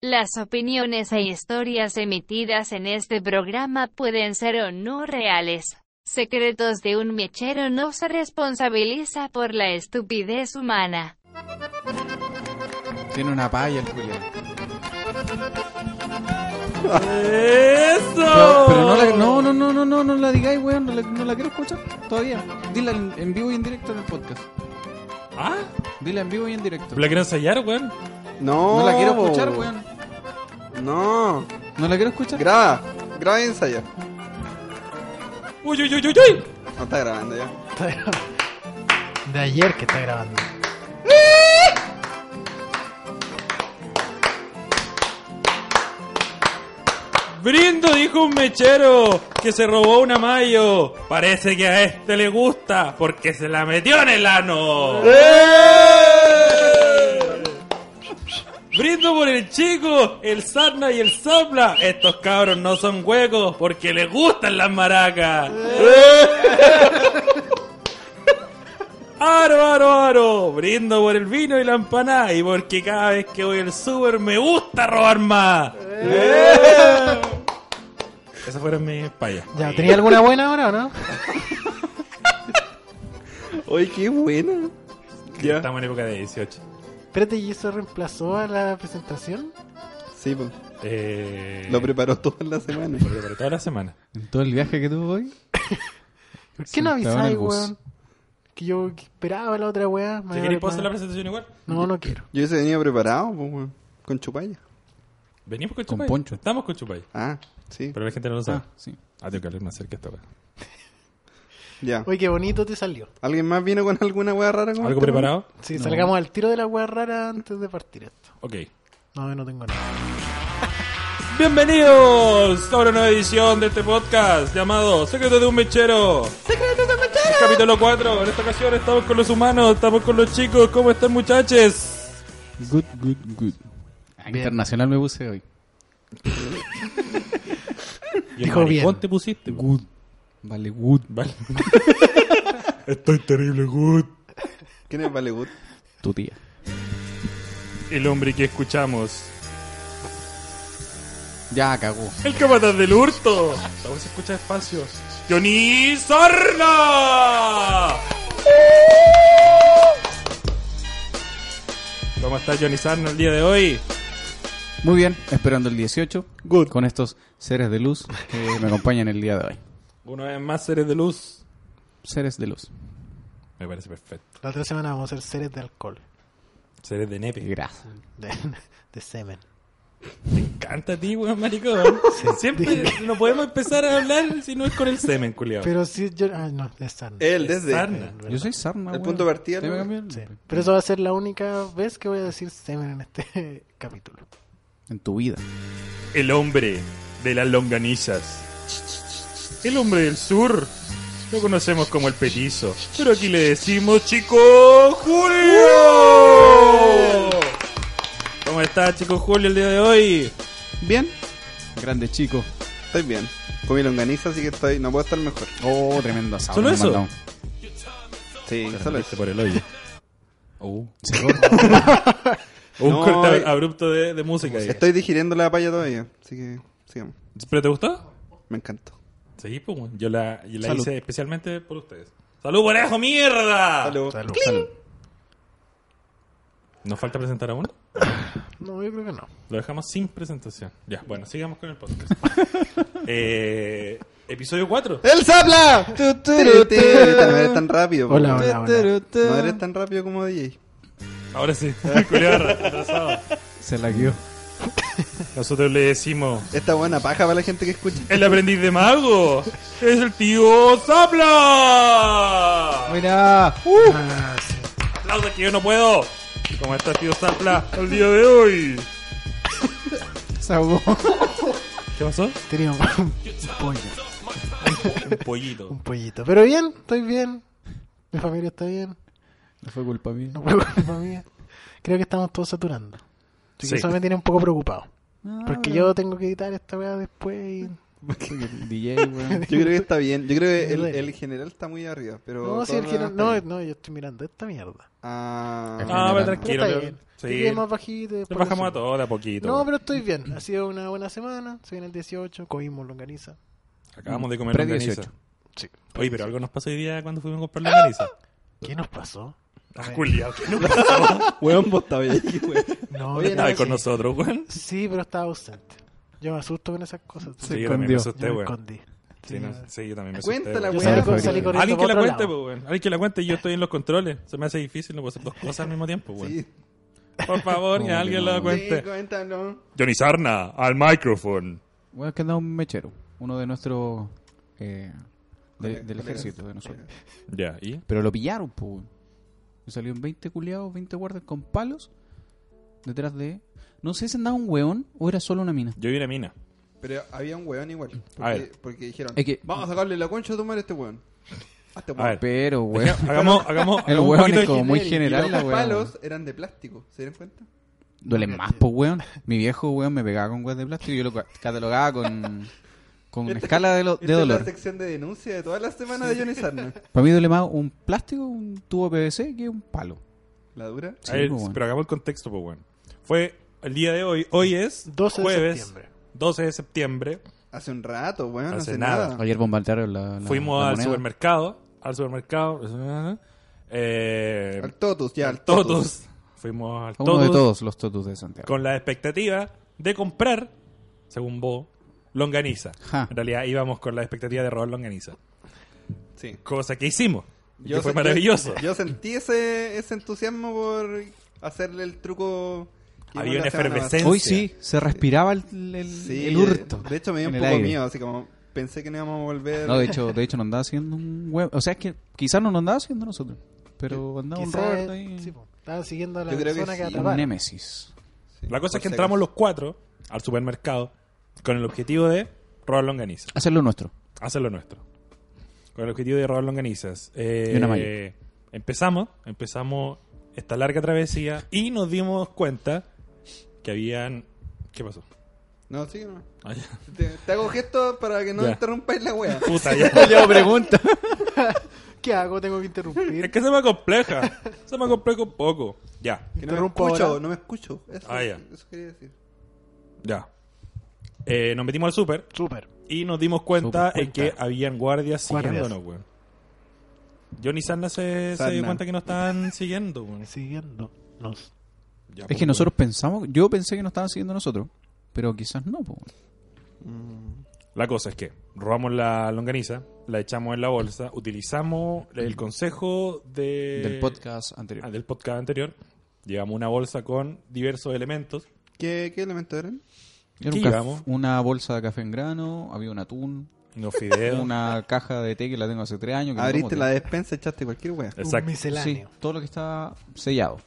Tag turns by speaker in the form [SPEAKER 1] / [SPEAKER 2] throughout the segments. [SPEAKER 1] Las opiniones e historias emitidas en este programa pueden ser o no reales. Secretos de un mechero no se responsabiliza por la estupidez humana.
[SPEAKER 2] Tiene una palla el Julián.
[SPEAKER 3] ¡Eso!
[SPEAKER 2] Pero, pero no, la, no, no, no, no, no, no la digáis, weón. No la, no la quiero escuchar todavía. Dila en, en vivo y en directo en el podcast.
[SPEAKER 3] ¿Ah?
[SPEAKER 2] Dila en vivo y en directo.
[SPEAKER 3] ¿La quiero ensayar, weón?
[SPEAKER 4] No,
[SPEAKER 2] No la quiero escuchar,
[SPEAKER 4] po.
[SPEAKER 2] weón.
[SPEAKER 4] No,
[SPEAKER 2] No la quiero escuchar.
[SPEAKER 4] graba, graba y ensaya.
[SPEAKER 3] ¡Uy, uy, uy, uy, uy!
[SPEAKER 4] No está grabando ya.
[SPEAKER 5] De ayer que está grabando.
[SPEAKER 3] Brindo, dijo un mechero que se robó una mayo. Parece que a este le gusta porque se la metió en el ano. Brindo por el chico, el sarna y el sopla. Estos cabros no son huecos porque les gustan las maracas. Aro, aro, aro. Brindo por el vino y la empanada y porque cada vez que voy al súper me gusta robar más. Eh. Esas fueron mis payas.
[SPEAKER 5] Ya, ¿tenía alguna buena ahora o no?
[SPEAKER 4] Oye, qué buena. Ya.
[SPEAKER 3] Estamos en época de 18.
[SPEAKER 5] Espérate, ¿y eso reemplazó a la presentación?
[SPEAKER 4] Sí, po.
[SPEAKER 3] Eh,
[SPEAKER 4] lo preparó toda la semana.
[SPEAKER 3] lo preparé toda la semana.
[SPEAKER 2] En todo el viaje que tuvo hoy.
[SPEAKER 5] ¿Por qué
[SPEAKER 2] Sentado
[SPEAKER 5] no
[SPEAKER 2] en el
[SPEAKER 5] avisáis,
[SPEAKER 2] bus.
[SPEAKER 5] weón? Que yo que esperaba la otra weá.
[SPEAKER 3] Si
[SPEAKER 5] me voy a
[SPEAKER 3] queréis,
[SPEAKER 5] ver
[SPEAKER 3] puedo hacer la
[SPEAKER 5] más.
[SPEAKER 3] presentación igual.
[SPEAKER 5] No, no quiero.
[SPEAKER 4] Yo ese venía preparado, po, weón. Con chupalla.
[SPEAKER 3] Venimos con
[SPEAKER 2] Con
[SPEAKER 3] Chupay.
[SPEAKER 2] Poncho.
[SPEAKER 3] Estamos con Chupay.
[SPEAKER 4] Ah, sí,
[SPEAKER 3] Pero la gente no lo sabe.
[SPEAKER 2] Ah, sí.
[SPEAKER 3] Ah, tengo que hablar más cerca esta hora.
[SPEAKER 4] ya.
[SPEAKER 5] Oye, qué bonito te salió.
[SPEAKER 4] ¿Alguien más vino con alguna weá rara? como
[SPEAKER 3] ¿Algo
[SPEAKER 4] esta, weón?
[SPEAKER 3] preparado?
[SPEAKER 5] Sí, salgamos al tiro de la weá rara antes de partir esto.
[SPEAKER 3] Ok.
[SPEAKER 5] No, yo no tengo nada.
[SPEAKER 3] Bienvenidos a una nueva edición de este podcast llamado Secreto de un Mechero. ¡Secreto de un Mechero! Capítulo 4. En esta ocasión estamos con los humanos, estamos con los chicos. ¿Cómo están, muchachos?
[SPEAKER 2] Good, good, good. Ah, Internacional me puse hoy.
[SPEAKER 3] Y el
[SPEAKER 5] Dijo bien.
[SPEAKER 3] maricón te pusiste? po.
[SPEAKER 2] Good. Vale, good.
[SPEAKER 3] Vale. Estoy terrible, good.
[SPEAKER 4] ¿Quién es Valegut?
[SPEAKER 2] Tu tía.
[SPEAKER 3] El hombre que escuchamos.
[SPEAKER 2] Ya cagó.
[SPEAKER 3] El capataz del hurto. La voz se escucha despacio. Johnny Sarna. ¿Cómo está Johnny Sarna el día de hoy?
[SPEAKER 2] Muy bien, esperando el 18.
[SPEAKER 4] Good.
[SPEAKER 2] Con estos seres de luz que me acompañan el día de hoy.
[SPEAKER 3] Una vez más seres de luz.
[SPEAKER 2] Seres de luz.
[SPEAKER 3] Me parece perfecto.
[SPEAKER 5] La otra semana vamos a hacer seres de alcohol.
[SPEAKER 3] Seres de nepe.
[SPEAKER 2] Gracias.
[SPEAKER 5] De, de semen.
[SPEAKER 3] Me encanta a ti, weón, maricón. Siempre no podemos empezar a hablar si no es con el semen, culiao.
[SPEAKER 5] Pero sí, yo. Ah, no, de sarna.
[SPEAKER 3] Eh,
[SPEAKER 4] Él, desde.
[SPEAKER 3] Sarna.
[SPEAKER 2] Yo soy Sarna.
[SPEAKER 4] El
[SPEAKER 2] weón.
[SPEAKER 4] punto de partida,
[SPEAKER 2] Te voy a
[SPEAKER 4] ¿no?
[SPEAKER 2] cambiar.
[SPEAKER 5] Sí. Pero eso va a ser la única vez que voy a decir semen en este capítulo.
[SPEAKER 2] En tu vida.
[SPEAKER 3] El hombre de las longanizas. El hombre del sur. Lo conocemos como el petizo. Pero aquí le decimos, chico Julio. ¿Cómo está, chico Julio, el día de hoy?
[SPEAKER 2] Bien. Grande chico.
[SPEAKER 4] Estoy bien. Comí longaniza, así que estoy. No puedo estar mejor.
[SPEAKER 2] Oh, tremendo asado.
[SPEAKER 3] ¿Solo
[SPEAKER 2] nos
[SPEAKER 3] eso?
[SPEAKER 2] mandaron.
[SPEAKER 4] Sí, solo eso.
[SPEAKER 3] por el hoyo.
[SPEAKER 2] Oh.
[SPEAKER 3] Un
[SPEAKER 4] No,
[SPEAKER 3] corte
[SPEAKER 4] eh,
[SPEAKER 3] abrupto de, de música. ahí.
[SPEAKER 4] Estoy digiriendo la palla todavía, así que sigamos.
[SPEAKER 3] ¿Pero te gustó?
[SPEAKER 4] Me encantó.
[SPEAKER 3] Sí, pues, bueno, yo la, yo la
[SPEAKER 2] Salud.
[SPEAKER 3] hice especialmente por ustedes. ¡Salud, conejo, mierda!
[SPEAKER 4] Salud.
[SPEAKER 5] Salud.
[SPEAKER 2] Salud.
[SPEAKER 3] ¿Nos falta presentar a uno?
[SPEAKER 5] No, yo creo que no.
[SPEAKER 3] Lo dejamos sin presentación. Ya, bueno, sigamos con el podcast. eh, episodio 4.
[SPEAKER 2] ¡El Zapla!
[SPEAKER 4] Tiri, tiri, No eres tan rápido. po,
[SPEAKER 5] Hola,
[SPEAKER 4] weón.
[SPEAKER 5] hola, hola.
[SPEAKER 2] este
[SPEAKER 4] No eres tan rápido como DJ.
[SPEAKER 3] Ahora sí, culiado retrasado.
[SPEAKER 2] Se la guió.
[SPEAKER 3] Nosotros le decimos...
[SPEAKER 4] Esta buena paja para la gente que escucha.
[SPEAKER 3] ¡El aprendiz de mago! ¡Es el tío Zapla!
[SPEAKER 2] Mira.
[SPEAKER 5] Ah, sí.
[SPEAKER 3] ¡Aplausos que yo no puedo! ¿Cómo está tío Zapla el día de hoy?
[SPEAKER 2] Se ahogó.
[SPEAKER 3] ¿Qué pasó?
[SPEAKER 5] Tenía un, un pollo.
[SPEAKER 3] Un pollito.
[SPEAKER 5] Un pollito. Pero bien, estoy bien. Mi familia está bien.
[SPEAKER 2] No fue culpa mía.
[SPEAKER 5] No puedo con mi familia. Creo que estamos todos saturando. Así que
[SPEAKER 3] Sí.
[SPEAKER 5] Eso me tiene un poco preocupado.
[SPEAKER 2] Ah,
[SPEAKER 5] Porque yo tengo que editar esta weá después y
[SPEAKER 2] Porque el DJ, weón.
[SPEAKER 4] Yo creo que está bien. Yo creo que el,
[SPEAKER 5] Duele.
[SPEAKER 4] el general está muy arriba, pero...
[SPEAKER 5] No,
[SPEAKER 4] todo
[SPEAKER 5] si el
[SPEAKER 4] lo
[SPEAKER 5] general-
[SPEAKER 4] demás
[SPEAKER 5] no,
[SPEAKER 4] está bien.
[SPEAKER 5] no, yo estoy mirando esta mierda.
[SPEAKER 4] Ah,
[SPEAKER 3] Ah, pero
[SPEAKER 5] Pero
[SPEAKER 3] tranquilo.
[SPEAKER 5] está
[SPEAKER 3] pero-
[SPEAKER 5] bien.
[SPEAKER 3] Sí.
[SPEAKER 5] Llegué más bajito y
[SPEAKER 3] Nos
[SPEAKER 5] después
[SPEAKER 3] bajamos a
[SPEAKER 5] lo
[SPEAKER 3] todo de a poquito.
[SPEAKER 5] subo. No, pero estoy bien. Ha sido una buena semana. Se viene el 18, comimos longaniza.
[SPEAKER 3] Acabamos de comer
[SPEAKER 2] Pre-
[SPEAKER 3] longaniza.
[SPEAKER 2] 18.
[SPEAKER 5] Sí.
[SPEAKER 3] Oye, pero algo nos pasó hoy día cuando fuimos a comprar longaniza.
[SPEAKER 5] ¿Qué nos pasó?
[SPEAKER 3] Ah, Julián, ¿qué no
[SPEAKER 4] Weón, vos estabas ahí, weón.
[SPEAKER 5] No,
[SPEAKER 4] Oye,
[SPEAKER 5] no,
[SPEAKER 3] estaba
[SPEAKER 5] sí.
[SPEAKER 3] con nosotros, weón?
[SPEAKER 5] Sí, pero estaba ausente. Yo me asusto con esas cosas.
[SPEAKER 3] Sí,
[SPEAKER 5] Yo
[SPEAKER 3] yo también
[SPEAKER 2] escondió.
[SPEAKER 3] me asusté,
[SPEAKER 5] me
[SPEAKER 3] weón.
[SPEAKER 5] escondí.
[SPEAKER 3] Sí, no, sí, yo también me asusté.
[SPEAKER 4] Cuéntala,
[SPEAKER 3] weón.
[SPEAKER 5] Yo
[SPEAKER 2] Ah,
[SPEAKER 4] weón.
[SPEAKER 5] salí, con-
[SPEAKER 2] la
[SPEAKER 5] salí
[SPEAKER 2] favorita.
[SPEAKER 5] corriendo
[SPEAKER 3] Alguien
[SPEAKER 5] pa'
[SPEAKER 3] que la
[SPEAKER 5] otro
[SPEAKER 3] cuente,
[SPEAKER 5] lado.
[SPEAKER 3] pues, weón. Alguien que la cuente. Yo estoy en los controles. Se me hace difícil, no puedo hacer dos cosas al mismo tiempo, weón.
[SPEAKER 4] Sí.
[SPEAKER 3] Por favor, que
[SPEAKER 2] No,
[SPEAKER 3] alguien
[SPEAKER 2] no.
[SPEAKER 3] la
[SPEAKER 4] Sí,
[SPEAKER 3] cuente.
[SPEAKER 4] cuéntalo.
[SPEAKER 3] Johnny Sarna, al micrófono.
[SPEAKER 2] Weón, que andaba un mechero. Uno de nuestros. eh, de- del ejército, de nosotros.
[SPEAKER 3] Ya, ¿y?
[SPEAKER 2] Pero lo pillaron, pues. weón. Y salieron 20 culiados, 20 guardias con palos. Detrás de. No sé si andaba un weón o era solo una mina.
[SPEAKER 3] Yo vi una mina.
[SPEAKER 4] Pero había un weón igual. Porque,
[SPEAKER 3] A ver.
[SPEAKER 4] porque dijeron,
[SPEAKER 2] Es que-
[SPEAKER 4] vamos a sacarle la concha a tu madre a este weón. A este
[SPEAKER 3] A ver.
[SPEAKER 2] Pero, weón.
[SPEAKER 3] Hagamos, hagamos,
[SPEAKER 2] El
[SPEAKER 3] hagamos un
[SPEAKER 2] weón
[SPEAKER 3] poquito
[SPEAKER 2] es como muy
[SPEAKER 4] Y
[SPEAKER 2] general,
[SPEAKER 4] los
[SPEAKER 2] la weón.
[SPEAKER 4] palos eran de plástico, ¿se dieron cuenta?
[SPEAKER 2] Duele más, po, weón. Mi viejo, weón, me pegaba con weón de plástico y yo lo ca- catalogaba con, con una escala de, lo- de
[SPEAKER 4] Esta
[SPEAKER 2] dolor.
[SPEAKER 4] es la sección de denuncia de todas las semanas de Johnny Sarna.
[SPEAKER 2] Para mí duele más un plástico, un tubo PVC que un palo.
[SPEAKER 4] ¿La dura?
[SPEAKER 3] A ver,
[SPEAKER 2] Sí, po, weón.
[SPEAKER 3] pero hagamos el contexto, pues, weón. Fue el día de hoy. Hoy es
[SPEAKER 5] 12 de
[SPEAKER 3] jueves,
[SPEAKER 5] septiembre.
[SPEAKER 3] 12 de septiembre.
[SPEAKER 4] Hace un rato, weón,
[SPEAKER 3] Hace
[SPEAKER 4] hace,
[SPEAKER 3] nada.
[SPEAKER 4] nada.
[SPEAKER 2] Ayer bombardearon la, la-
[SPEAKER 3] Fuimos
[SPEAKER 2] la
[SPEAKER 3] al
[SPEAKER 2] moneda.
[SPEAKER 3] supermercado. Al supermercado. Eh,
[SPEAKER 4] Al Totus, ya, al Totus.
[SPEAKER 3] todos. Fuimos al
[SPEAKER 2] A Uno de
[SPEAKER 3] todos.
[SPEAKER 2] todos los totus de Santiago.
[SPEAKER 3] con la expectativa de comprar, según vos, longaniza.
[SPEAKER 2] Ja.
[SPEAKER 3] En realidad íbamos con la expectativa de robar longaniza.
[SPEAKER 4] Sí.
[SPEAKER 3] Cosa que hicimos. y que fue
[SPEAKER 4] sentí-
[SPEAKER 3] maravilloso.
[SPEAKER 4] Yo sentí ese, ese entusiasmo por hacerle el truco. que
[SPEAKER 3] Había
[SPEAKER 4] hicimos
[SPEAKER 3] una
[SPEAKER 4] la semana
[SPEAKER 3] efervescencia.
[SPEAKER 2] Hoy sí, se respiraba el, el,
[SPEAKER 4] pasada. Sí, eh,
[SPEAKER 2] el hurto.
[SPEAKER 4] De hecho, me dio un
[SPEAKER 2] en el
[SPEAKER 4] poco
[SPEAKER 2] aire.
[SPEAKER 4] miedo, así como pensé que no íbamos a volver.
[SPEAKER 2] No, de hecho, de hecho no andaba haciendo un huevo. O sea, es que quizás no nos andaba haciendo nosotros. Pero andaba un
[SPEAKER 5] Quizá-
[SPEAKER 2] Roberto ahí.
[SPEAKER 5] sí, po, estaba siguiendo a la
[SPEAKER 4] Yo creo que
[SPEAKER 5] persona
[SPEAKER 4] sí.
[SPEAKER 5] que,
[SPEAKER 2] un
[SPEAKER 5] atraparon.
[SPEAKER 2] némesis.
[SPEAKER 4] Sí,
[SPEAKER 3] La cosa es que
[SPEAKER 4] por si
[SPEAKER 3] entramos
[SPEAKER 4] acaso.
[SPEAKER 3] los cuatro al supermercado con el objetivo de robar longaniza.
[SPEAKER 2] Hacerlo nuestro.
[SPEAKER 3] Hacer lo nuestro. Con el objetivo de robar longanizas. Eh,
[SPEAKER 2] Y una mayo.
[SPEAKER 3] Empezamos, empezamos esta larga travesía y nos dimos cuenta que habían... ¿Qué pasó?
[SPEAKER 4] No, sí, no.
[SPEAKER 3] Ah, ya.
[SPEAKER 4] Te, te hago gestos para que no
[SPEAKER 3] Ya.
[SPEAKER 4] interrumpáis la wea.
[SPEAKER 3] Puta, ya.
[SPEAKER 2] Yo pregunto.
[SPEAKER 5] ¿Qué hago? Tengo que interrumpir.
[SPEAKER 3] Es que se me compleja. Se me compleja un poco. Ya.
[SPEAKER 4] Que no me
[SPEAKER 5] Interrumpo
[SPEAKER 4] escucho,
[SPEAKER 5] ahora.
[SPEAKER 4] no me escucho. Eso,
[SPEAKER 3] Ah, ya.
[SPEAKER 4] eso quería decir.
[SPEAKER 3] Ya. Eh, nos metimos al súper
[SPEAKER 5] Súper.
[SPEAKER 3] y nos dimos cuenta
[SPEAKER 2] Súper,
[SPEAKER 3] en que
[SPEAKER 2] cuenta.
[SPEAKER 3] habían guardias
[SPEAKER 5] Guardias.
[SPEAKER 3] siguiéndonos, weón. Johnny Sarna se, se
[SPEAKER 4] Sarna.
[SPEAKER 3] dio cuenta que nos estaban siguiendo, weón.
[SPEAKER 5] Siguiéndonos.
[SPEAKER 3] Ya,
[SPEAKER 2] Es
[SPEAKER 3] pues,
[SPEAKER 2] que
[SPEAKER 3] weón.
[SPEAKER 2] nosotros pensamos, yo pensé que nos estaban siguiendo nosotros, pero quizás no. po.
[SPEAKER 3] La cosa es que robamos la longaniza, la echamos en la bolsa, utilizamos el consejo de...
[SPEAKER 2] Del podcast anterior.
[SPEAKER 3] ah, del podcast anterior. Llevamos una bolsa con diversos elementos.
[SPEAKER 4] ¿Qué, qué elementos eran?
[SPEAKER 2] Era
[SPEAKER 3] ¿Qué
[SPEAKER 2] un caf-
[SPEAKER 3] llevamos?
[SPEAKER 2] una bolsa de café en grano, había un atún,
[SPEAKER 3] Unos fideos.
[SPEAKER 2] una caja de té que la tengo hace tres años. que no
[SPEAKER 4] Abriste
[SPEAKER 2] tomo
[SPEAKER 4] la
[SPEAKER 2] té.
[SPEAKER 4] despensa, echaste cualquier wea.
[SPEAKER 5] Un
[SPEAKER 3] Exacto.
[SPEAKER 2] Sí,
[SPEAKER 5] misceláneo.
[SPEAKER 2] todo lo que está sellado.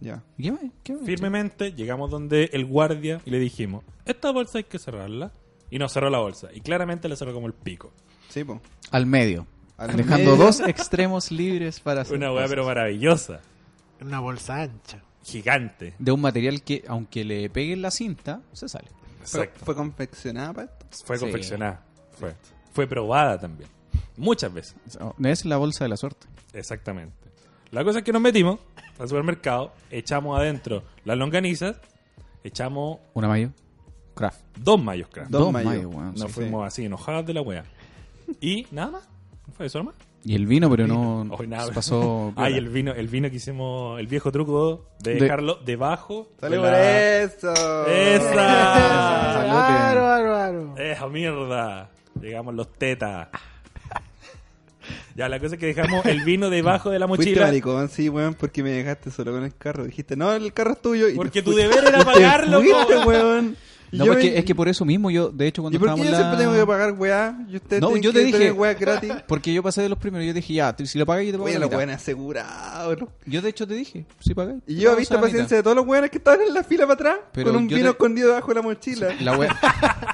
[SPEAKER 4] Ya.
[SPEAKER 2] ¿Y ¿Qué más? ¿Qué más?
[SPEAKER 3] Firmemente llegamos donde el guardia y le dijimos, esta bolsa hay que cerrarla. Y nos cerró la bolsa. Y claramente la cerró como el pico.
[SPEAKER 4] Sí, po.
[SPEAKER 2] Al medio.
[SPEAKER 4] Al
[SPEAKER 2] dejando
[SPEAKER 4] medio.
[SPEAKER 2] dos extremos libres para hacer
[SPEAKER 3] Una weá
[SPEAKER 2] cosas.
[SPEAKER 3] pero maravillosa.
[SPEAKER 5] Una bolsa ancha.
[SPEAKER 3] Gigante.
[SPEAKER 2] De un material que, aunque le peguen la cinta, se sale.
[SPEAKER 4] Fue,
[SPEAKER 3] Exacto.
[SPEAKER 4] fue confeccionada para esto.
[SPEAKER 3] Fue
[SPEAKER 2] Sí.
[SPEAKER 3] confeccionada. Fue. Fue probada también. Muchas veces.
[SPEAKER 2] No es la bolsa de la suerte.
[SPEAKER 3] Exactamente. La cosa es que nos metimos al supermercado, echamos adentro las longanizas, echamos
[SPEAKER 2] Una mayo. Craft.
[SPEAKER 3] dos mayos craft.
[SPEAKER 4] Dos
[SPEAKER 2] Dos
[SPEAKER 4] mayo.
[SPEAKER 2] mayo, weón,
[SPEAKER 3] Nos
[SPEAKER 4] sí.
[SPEAKER 3] fuimos así enojadas de la wea. Y nada más. ¿No fue eso nomás?
[SPEAKER 2] Y el vino, pero no
[SPEAKER 4] Mm,
[SPEAKER 3] Hoy nada.
[SPEAKER 2] se pasó.
[SPEAKER 3] Ay, el vino, el vino que hicimos, el viejo truco de,
[SPEAKER 2] De-
[SPEAKER 3] dejarlo debajo.
[SPEAKER 4] ¡Sale
[SPEAKER 3] de
[SPEAKER 4] por
[SPEAKER 3] la-
[SPEAKER 4] eso!
[SPEAKER 3] ¡Esa!
[SPEAKER 5] ¡Aro, aro, aro!
[SPEAKER 3] ¡Esa mierda! Llegamos los tetas. Ya, la cosa es que dejamos el vino debajo de la
[SPEAKER 4] Fuiste
[SPEAKER 3] mochila.
[SPEAKER 4] maricón, sí, weón, porque me dejaste solo con el carro. Dijiste, no, el carro es tuyo. y te
[SPEAKER 3] Porque tu
[SPEAKER 4] fuiste.
[SPEAKER 3] deber era
[SPEAKER 4] Y te
[SPEAKER 3] pagarlo,
[SPEAKER 4] fuiste,
[SPEAKER 3] po.
[SPEAKER 4] weón. Y
[SPEAKER 2] No,
[SPEAKER 4] yo
[SPEAKER 2] porque
[SPEAKER 4] me-
[SPEAKER 2] es que por eso mismo yo, de hecho, cuando
[SPEAKER 4] ¿Y por qué
[SPEAKER 2] estábamos
[SPEAKER 4] yo
[SPEAKER 2] en la-
[SPEAKER 4] siempre tengo que pagar weá? Y ustedes
[SPEAKER 2] No,
[SPEAKER 4] tienen
[SPEAKER 2] yo
[SPEAKER 4] que
[SPEAKER 2] te dije-
[SPEAKER 4] tener weá gratis.
[SPEAKER 2] Porque yo pasé de los primeros, yo dije, ya, te- si lo pagas yo te pago
[SPEAKER 4] Oye,
[SPEAKER 2] la
[SPEAKER 4] los
[SPEAKER 2] mitad.
[SPEAKER 4] weones asegurados. los-
[SPEAKER 2] Yo de hecho te dije, si pagas.
[SPEAKER 4] Y
[SPEAKER 2] te
[SPEAKER 4] yo he
[SPEAKER 2] pago
[SPEAKER 4] visto
[SPEAKER 2] esa
[SPEAKER 4] paciencia de todos los weones que estaban en la fila para atrás.
[SPEAKER 2] Pero
[SPEAKER 4] con un
[SPEAKER 2] yo
[SPEAKER 4] vino
[SPEAKER 2] te-
[SPEAKER 4] escondido debajo de la mochila.
[SPEAKER 2] mitad. La wea,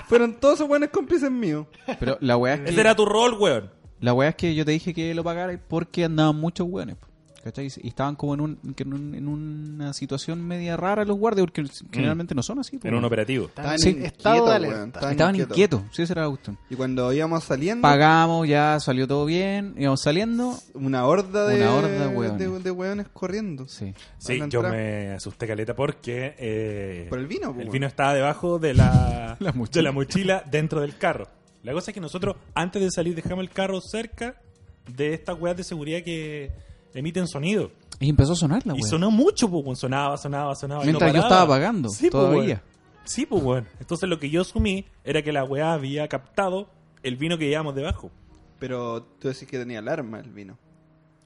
[SPEAKER 4] Fueron todos esos weones cómplices míos.
[SPEAKER 2] pero la wea es
[SPEAKER 3] Ese
[SPEAKER 2] que,
[SPEAKER 3] era tu rol, weón.
[SPEAKER 2] la wea es que yo te dije que lo pagara porque andaban muchos weones. po. ¿Cachai? Y estaban como en, un, que en un- en una situación media rara los guardias, porque generalmente no son así. pues,
[SPEAKER 3] Mm. Era
[SPEAKER 2] weón.
[SPEAKER 3] un operativo.
[SPEAKER 5] Estaba en
[SPEAKER 2] Sí.
[SPEAKER 5] estado de
[SPEAKER 4] weón,
[SPEAKER 5] alerta.
[SPEAKER 2] Estaban inquietos, sí, ese era Austin.
[SPEAKER 4] Y cuando íbamos saliendo,
[SPEAKER 2] Pagamos, ya salió todo bien, íbamos saliendo.
[SPEAKER 4] una horda de,
[SPEAKER 2] Una horda de hueones.
[SPEAKER 4] de- de hueones corriendo.
[SPEAKER 2] Sí.
[SPEAKER 3] Sí,
[SPEAKER 4] Al
[SPEAKER 3] yo
[SPEAKER 4] entrar.
[SPEAKER 3] me asusté caleta porque eh,
[SPEAKER 4] Por el vino, pues,
[SPEAKER 3] el
[SPEAKER 4] weón.
[SPEAKER 3] vino estaba debajo de la,
[SPEAKER 2] La mochila.
[SPEAKER 3] de la mochila dentro del carro. La cosa es que nosotros antes de salir dejamos el carro cerca de estas weas de seguridad que emiten sonido.
[SPEAKER 2] Y empezó a sonar la
[SPEAKER 3] y
[SPEAKER 2] weá.
[SPEAKER 3] sonó mucho, pues, weón. sonaba, sonaba, sonaba. y no
[SPEAKER 2] Mientras yo
[SPEAKER 3] paraba.
[SPEAKER 2] estaba pagando,
[SPEAKER 3] Sí, pues,
[SPEAKER 2] todavía.
[SPEAKER 3] weón. Sí, pues, weón. Entonces lo que yo asumí era que la wea había captado el vino que llevábamos debajo.
[SPEAKER 4] Pero tú decís que tenía alarma el vino.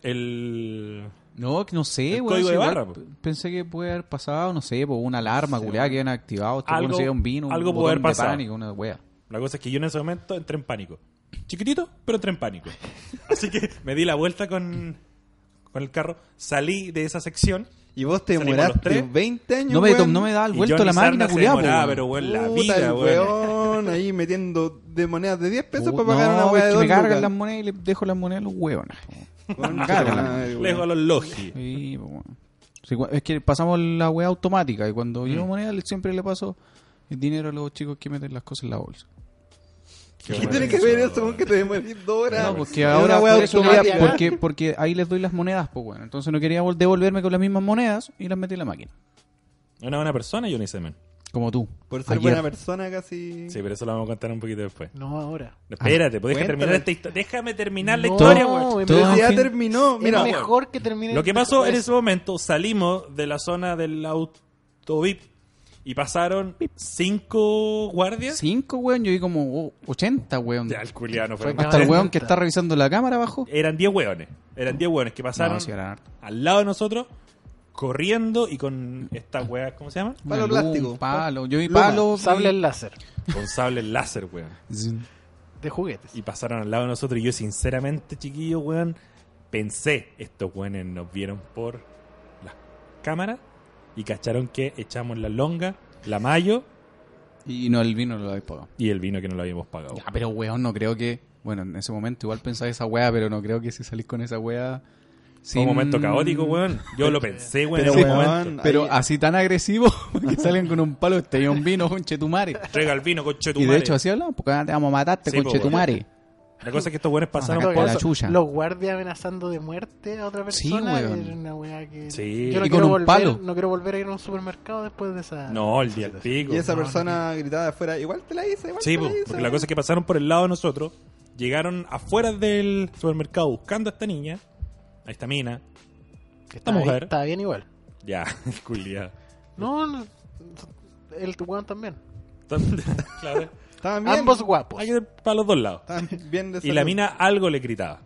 [SPEAKER 3] El...
[SPEAKER 2] No, que no sé,
[SPEAKER 3] El
[SPEAKER 2] weón.
[SPEAKER 3] código
[SPEAKER 2] si
[SPEAKER 3] de
[SPEAKER 2] igual
[SPEAKER 3] barra, po.
[SPEAKER 2] Pensé que puede haber pasado, no sé, por una alarma,
[SPEAKER 4] Sí,
[SPEAKER 2] culiá, que habían activado. Esto,
[SPEAKER 3] Algo-
[SPEAKER 2] no sé, un vino, un
[SPEAKER 3] algo
[SPEAKER 2] botón
[SPEAKER 3] puede
[SPEAKER 2] de
[SPEAKER 3] haber pasado.
[SPEAKER 2] pánico, una wea.
[SPEAKER 3] La cosa es que yo en ese momento entré en pánico. Chiquitito, pero entré en pánico. Así que me di la vuelta con, con el carro, salí de esa sección.
[SPEAKER 4] Y vos te
[SPEAKER 3] Salimos los
[SPEAKER 4] demoraste
[SPEAKER 3] tres.
[SPEAKER 4] 20 años.
[SPEAKER 2] No me,
[SPEAKER 4] weón.
[SPEAKER 2] no me daba Ah, el
[SPEAKER 3] Y
[SPEAKER 2] vuelto
[SPEAKER 3] Johnny
[SPEAKER 2] la máquina,
[SPEAKER 3] Sarna se
[SPEAKER 2] culiá, po,
[SPEAKER 3] demoraba,
[SPEAKER 2] weón.
[SPEAKER 3] pero weón, la
[SPEAKER 4] Puta,
[SPEAKER 3] vida,
[SPEAKER 4] el
[SPEAKER 3] weón.
[SPEAKER 4] weón ahí metiendo de monedas de 10 pesos para
[SPEAKER 2] no,
[SPEAKER 4] pagar una
[SPEAKER 2] es
[SPEAKER 4] weá de
[SPEAKER 2] que
[SPEAKER 4] dos
[SPEAKER 2] me cargan
[SPEAKER 4] lucas. Oh,
[SPEAKER 2] las monedas y le dejo las monedas a los huevones.
[SPEAKER 4] Weón,
[SPEAKER 2] me cargan
[SPEAKER 4] puta
[SPEAKER 2] las-
[SPEAKER 4] madre, weón.
[SPEAKER 3] Lejos a los logi.
[SPEAKER 2] Sí, po, weón. Sí, cua- es que pasamos la wea automática y cuando
[SPEAKER 4] Mm.
[SPEAKER 2] llevo monedas le- siempre le paso el dinero a los chicos que meten las cosas en la bolsa.
[SPEAKER 4] ¿Qué tiene que ver eso con que te demorís dos horas?
[SPEAKER 2] No, porque
[SPEAKER 4] Es
[SPEAKER 2] ahora
[SPEAKER 4] una weá
[SPEAKER 2] por eso no-
[SPEAKER 4] automática.
[SPEAKER 2] porque, porque ahí les doy las monedas, pues bueno. Entonces no quería vol- devolverme con las mismas monedas y las metí en la máquina.
[SPEAKER 3] Una buena persona, Johnny Semen.
[SPEAKER 2] Como tú.
[SPEAKER 4] Por ser
[SPEAKER 2] Ayer.
[SPEAKER 4] buena persona casi.
[SPEAKER 3] Sí, pero eso lo vamos a contar un poquito después.
[SPEAKER 5] No ahora.
[SPEAKER 3] Espérate, pues deja
[SPEAKER 4] Cuéntame.
[SPEAKER 3] terminar esta histo- Déjame terminar la
[SPEAKER 5] No,
[SPEAKER 3] historia,
[SPEAKER 5] en
[SPEAKER 3] weón.
[SPEAKER 5] vez
[SPEAKER 2] Todo
[SPEAKER 5] de-
[SPEAKER 4] Pero si ya
[SPEAKER 2] fin.
[SPEAKER 4] terminó, mira.
[SPEAKER 5] es mejor que termine.
[SPEAKER 3] Lo que pasó en
[SPEAKER 5] después.
[SPEAKER 3] ese momento, salimos de la zona del autovip y pasaron cinco guardias.
[SPEAKER 2] Cinco, weón, yo vi como oh, 80, weón.
[SPEAKER 3] Ya, el culiano fue.
[SPEAKER 5] Fue
[SPEAKER 2] Hasta el
[SPEAKER 5] No,
[SPEAKER 2] weón que
[SPEAKER 5] 80.
[SPEAKER 2] está revisando la cámara abajo.
[SPEAKER 3] Eran 10 hueones. Eran 10 hueones que pasaron
[SPEAKER 2] No, sí, eran hartos.
[SPEAKER 3] al lado de nosotros, corriendo y con estas hueas, ¿cómo se llama?
[SPEAKER 4] Palo
[SPEAKER 2] Una luz,
[SPEAKER 4] plástico.
[SPEAKER 2] Palo. Yo vi
[SPEAKER 4] Luma.
[SPEAKER 2] palo.
[SPEAKER 5] Sable
[SPEAKER 2] vi-
[SPEAKER 5] al láser.
[SPEAKER 3] Con sable láser, weón.
[SPEAKER 2] Zin.
[SPEAKER 5] De juguetes.
[SPEAKER 3] Y pasaron al lado de nosotros. Y yo, sinceramente, chiquillo, weón, pensé, estos weones nos vieron por las cámaras y cacharon que echamos la longa, la mayo
[SPEAKER 2] Y no, el vino lo habéis pagado.
[SPEAKER 3] y el vino que no lo habíamos pagado.
[SPEAKER 2] Ya, pero weón, no creo que. Bueno, en ese momento igual pensaba esa weá, pero no creo que si salís con esa weá.
[SPEAKER 3] Fue
[SPEAKER 2] sin-
[SPEAKER 3] un momento caótico, weón. Yo lo pensé, weón,
[SPEAKER 4] Pero,
[SPEAKER 3] en ese
[SPEAKER 4] weón,
[SPEAKER 3] momento.
[SPEAKER 2] Pero
[SPEAKER 4] Ahí-
[SPEAKER 2] así tan agresivo que salen con un palo este y un vino con chetumare.
[SPEAKER 3] Traiga el vino, con
[SPEAKER 2] Y de hecho así hablamos, porque ahora te vamos a matarte
[SPEAKER 3] Sí,
[SPEAKER 2] con
[SPEAKER 3] po,
[SPEAKER 2] chetumare.
[SPEAKER 3] La cosa es que estos weones pasaron
[SPEAKER 2] Acá
[SPEAKER 5] Todo
[SPEAKER 3] por...
[SPEAKER 2] la
[SPEAKER 5] eso,
[SPEAKER 2] chucha.
[SPEAKER 5] Los guardias amenazando de muerte a otra
[SPEAKER 2] Sí,
[SPEAKER 5] persona.
[SPEAKER 2] weón.
[SPEAKER 5] era una weá que.
[SPEAKER 3] Sí.
[SPEAKER 5] Yo no
[SPEAKER 2] Y con
[SPEAKER 5] quiero
[SPEAKER 2] un
[SPEAKER 5] volver,
[SPEAKER 2] palo.
[SPEAKER 5] No quiero volver a ir a un supermercado después de esa.
[SPEAKER 3] No, el día del pico.
[SPEAKER 4] Y esa
[SPEAKER 5] No, no,
[SPEAKER 4] persona gritaba de afuera, igual te la hice, igual
[SPEAKER 3] Sí,
[SPEAKER 4] te
[SPEAKER 3] po,
[SPEAKER 4] la hice.
[SPEAKER 3] porque la cosa es que pasaron por el lado de nosotros, llegaron afuera del supermercado buscando a esta niña, a esta mina,
[SPEAKER 5] Que estaba
[SPEAKER 3] mujer.
[SPEAKER 5] bien- Estaba bien igual.
[SPEAKER 3] ya, culiada.
[SPEAKER 5] No, no, el weón también.
[SPEAKER 3] claro,
[SPEAKER 4] Estaban bien.
[SPEAKER 5] Ambos guapos.
[SPEAKER 3] hay que ir para los dos lados.
[SPEAKER 4] Estaban bien de
[SPEAKER 3] Y
[SPEAKER 4] salud.
[SPEAKER 3] la mina algo le gritaba,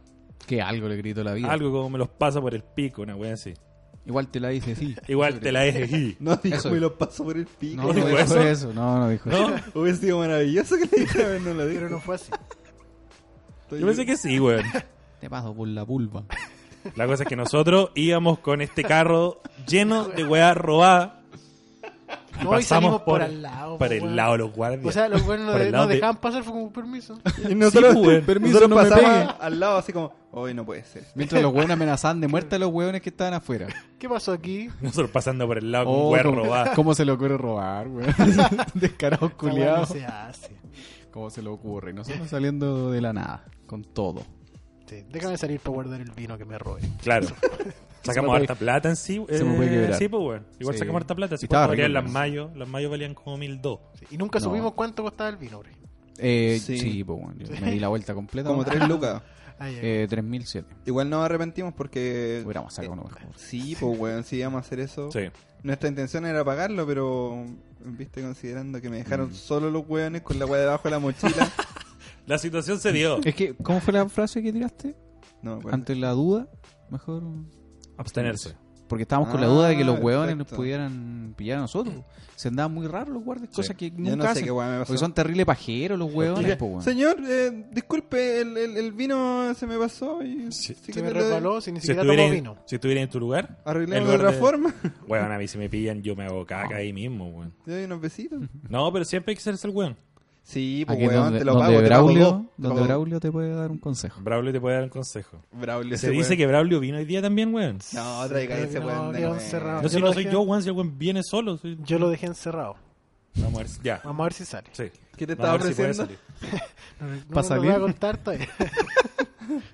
[SPEAKER 2] Que algo le gritó la vida.
[SPEAKER 3] algo como me los pasa por el pico, una wea así.
[SPEAKER 2] Igual te la dice, sí.
[SPEAKER 3] Igual te la dejé.
[SPEAKER 4] No dijo,
[SPEAKER 2] Eso.
[SPEAKER 4] me lo paso por el pico.
[SPEAKER 2] No, no
[SPEAKER 3] ¿Dijo
[SPEAKER 2] dijo
[SPEAKER 3] eso?
[SPEAKER 2] eso? No, no dijo
[SPEAKER 3] ¿No?
[SPEAKER 2] eso.
[SPEAKER 4] Hubiese sido maravilloso que le dijera, pero no lo dijo.
[SPEAKER 5] Pero no fue así.
[SPEAKER 4] Estoy-
[SPEAKER 3] Yo pensé que sí, weón.
[SPEAKER 2] Te paso por la pulpa.
[SPEAKER 3] La cosa es que nosotros íbamos con este carro lleno de weá robada. Y
[SPEAKER 5] No, y
[SPEAKER 3] pasamos
[SPEAKER 5] salimos por
[SPEAKER 3] por,
[SPEAKER 5] al lado,
[SPEAKER 3] Por el
[SPEAKER 5] weón.
[SPEAKER 3] lado de los guardias.
[SPEAKER 5] O sea, los weones
[SPEAKER 3] Por
[SPEAKER 5] no,
[SPEAKER 3] el lado
[SPEAKER 5] no
[SPEAKER 3] de-
[SPEAKER 5] dejaban pasar, fue como permiso.
[SPEAKER 4] Y nosotros,
[SPEAKER 3] Sí, pues,
[SPEAKER 2] permiso,
[SPEAKER 4] nosotros
[SPEAKER 2] no me
[SPEAKER 4] pasamos
[SPEAKER 2] pegue.
[SPEAKER 4] al lado así como, hoy no puede ser.
[SPEAKER 2] Mientras los hueones amenazaban de muerte a los hueones que estaban afuera.
[SPEAKER 5] ¿Qué pasó aquí?
[SPEAKER 3] Nosotros pasando por el lado con
[SPEAKER 2] Oh,
[SPEAKER 3] weá
[SPEAKER 2] ¿cómo,
[SPEAKER 3] robada.
[SPEAKER 2] cómo se le ocurre robar, weón? Descarados
[SPEAKER 5] Esa weá no
[SPEAKER 2] culiados.
[SPEAKER 5] se hace.
[SPEAKER 2] ¿Cómo se le ocurre? Nosotros saliendo de la nada, con todo.
[SPEAKER 5] Sí, déjame salir para guardar el vino que me robé.
[SPEAKER 3] Claro. Sacamos
[SPEAKER 2] puede-
[SPEAKER 3] harta plata en sí.
[SPEAKER 2] se me puede
[SPEAKER 3] eh,
[SPEAKER 2] quebrar.
[SPEAKER 3] Sí, pues, weón. Igual
[SPEAKER 2] Sí.
[SPEAKER 3] sacamos harta plata. Sí,
[SPEAKER 2] Y estaba
[SPEAKER 3] ¿cuánto valían
[SPEAKER 2] rico, weón.
[SPEAKER 3] las mayo. Las mayo valían como 1002.
[SPEAKER 5] Sí, Y nunca
[SPEAKER 2] No.
[SPEAKER 5] supimos cuánto costaba el vino, por ejemplo.
[SPEAKER 2] Eh, sí,
[SPEAKER 4] Sí.
[SPEAKER 2] pues bueno, yo me di la vuelta completa.
[SPEAKER 4] Como tres lucas.
[SPEAKER 5] Ay, ay,
[SPEAKER 2] Eh, 3007.
[SPEAKER 4] Igual nos arrepentimos porque...
[SPEAKER 2] Hubiéramos sacado uno mejor.
[SPEAKER 4] Sí, pues weón, si íbamos a hacer eso.
[SPEAKER 3] Sí.
[SPEAKER 4] Nuestra intención era pagarlo, pero viste considerando que me
[SPEAKER 2] Mm.
[SPEAKER 4] dejaron solo los hueones con la hueá debajo de la mochila.
[SPEAKER 3] La situación se dio.
[SPEAKER 2] Es que, ¿cómo fue la frase que tiraste?
[SPEAKER 4] No pues, me acuerdo.
[SPEAKER 2] Ante la duda, mejor.
[SPEAKER 3] Abstenerse.
[SPEAKER 2] Porque estábamos con la
[SPEAKER 4] Ah,
[SPEAKER 2] duda de que los hueones nos
[SPEAKER 4] perfecto.
[SPEAKER 2] pudieran pillar a nosotros. Se andaban muy raros los guardias, cosas que
[SPEAKER 4] Yo
[SPEAKER 2] nunca
[SPEAKER 4] no sé
[SPEAKER 2] hacen.
[SPEAKER 4] qué hueá me pasó.
[SPEAKER 2] porque son terrible pajeros los hueones,
[SPEAKER 4] Dije,
[SPEAKER 2] po, weón.
[SPEAKER 4] Señor, eh, disculpe, el, el- el vino se me pasó y
[SPEAKER 3] Sí.
[SPEAKER 4] así
[SPEAKER 5] se
[SPEAKER 4] que
[SPEAKER 5] me
[SPEAKER 4] te lo-
[SPEAKER 5] resbaló, si ni
[SPEAKER 3] Si
[SPEAKER 5] siquiera
[SPEAKER 3] estuviera,
[SPEAKER 5] tomó
[SPEAKER 3] en,
[SPEAKER 5] vino.
[SPEAKER 3] si estuviera en tu lugar.
[SPEAKER 4] Arreglemos de
[SPEAKER 3] en lugar
[SPEAKER 4] otra forma.
[SPEAKER 3] Weón, a mí si me pillan, yo me hago caca ahí mismo, weón.
[SPEAKER 4] Te doy unos besitos.
[SPEAKER 3] No, pero siempre hay que hacerse el weón.
[SPEAKER 4] Sí, pues
[SPEAKER 2] Aquí es
[SPEAKER 4] weón,
[SPEAKER 2] donde,
[SPEAKER 4] te lo
[SPEAKER 2] donde
[SPEAKER 4] pago. te pago
[SPEAKER 2] Braulio,
[SPEAKER 4] dos, te
[SPEAKER 2] donde
[SPEAKER 4] pago
[SPEAKER 2] Braulio te puede dar un consejo.
[SPEAKER 3] Braulio te puede dar un consejo.
[SPEAKER 4] dos. Braulio
[SPEAKER 3] Se dice que Braulio vino hoy día también, weón.
[SPEAKER 4] que. No, traiga ese
[SPEAKER 5] No,
[SPEAKER 4] weón. de
[SPEAKER 5] quedó
[SPEAKER 4] nuevo.
[SPEAKER 5] encerrado.
[SPEAKER 3] No, si
[SPEAKER 5] Yo
[SPEAKER 3] no
[SPEAKER 5] lo
[SPEAKER 3] soy
[SPEAKER 5] dejé-
[SPEAKER 3] yo, weón, si el weón viene solo. soy-
[SPEAKER 5] Yo lo dejé encerrado.
[SPEAKER 3] Vamos a ver si- Ya,
[SPEAKER 5] Vamos a ver si sale.
[SPEAKER 3] sí.
[SPEAKER 4] ¿Qué te
[SPEAKER 3] Vamos a
[SPEAKER 4] estaba
[SPEAKER 3] ver si puede
[SPEAKER 4] ofreciendo?
[SPEAKER 3] salir.
[SPEAKER 5] No, no
[SPEAKER 2] ¿Pasa
[SPEAKER 5] lo
[SPEAKER 2] bien?
[SPEAKER 5] voy a contar todavía.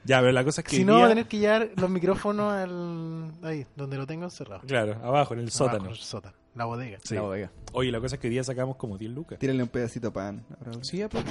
[SPEAKER 3] Ya, pero la cosa es que.
[SPEAKER 5] si
[SPEAKER 3] hoy
[SPEAKER 5] no, voy a
[SPEAKER 3] día-
[SPEAKER 5] tener que llevar los micrófonos al... ahí, donde lo tengo encerrado.
[SPEAKER 3] Claro, abajo, en el
[SPEAKER 5] Abajo,
[SPEAKER 3] sótano.
[SPEAKER 5] el sótano. La bodega.
[SPEAKER 3] Sí.
[SPEAKER 2] pues.
[SPEAKER 3] Oye, la cosa es que hoy día sacamos como 10 lucas.
[SPEAKER 4] Tírale un pedacito de pan. a Braulio.
[SPEAKER 2] Sí, pues.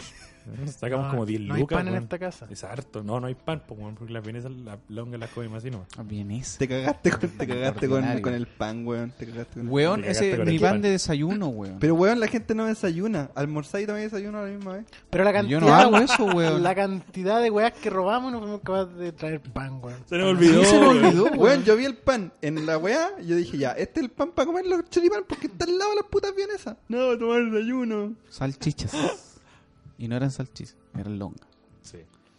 [SPEAKER 3] Sacamos
[SPEAKER 5] No,
[SPEAKER 3] como 10
[SPEAKER 5] Ah, no hay
[SPEAKER 3] lucas.
[SPEAKER 5] pan en
[SPEAKER 3] weón.
[SPEAKER 5] esta casa.
[SPEAKER 3] Es harto. No, no hay pan, pues, weón, porque las vienesas, las longas las comemos así nomás.
[SPEAKER 2] Ah, Bien ese.
[SPEAKER 4] Te cagaste, con, te cagaste con,
[SPEAKER 2] Ordinario.
[SPEAKER 4] con el pan, weón. Te cagaste con el-
[SPEAKER 2] Weón,
[SPEAKER 3] Te cagaste
[SPEAKER 2] ese
[SPEAKER 3] con
[SPEAKER 2] mi
[SPEAKER 3] el
[SPEAKER 2] pan
[SPEAKER 3] pan.
[SPEAKER 2] de desayuno, weón.
[SPEAKER 4] Pero weón, la gente no desayuna. Almorzáis y también desayuno a la misma vez.
[SPEAKER 5] Pero la cantidad,
[SPEAKER 2] Yo no hago eso, weón.
[SPEAKER 5] La cantidad de weas que robamos no fuimos capaces de traer pan, weón.
[SPEAKER 3] Se nos olvidó.
[SPEAKER 2] se me
[SPEAKER 3] weón.
[SPEAKER 2] olvidó,
[SPEAKER 4] Weón, yo vi el pan en la weá y yo dije, ya, este es el pan para comer los choripán porque está al lado de las putas vienesas. No, tomar el desayuno.
[SPEAKER 2] Salchichas. y no eran salchichas, eran longas.
[SPEAKER 3] Sí.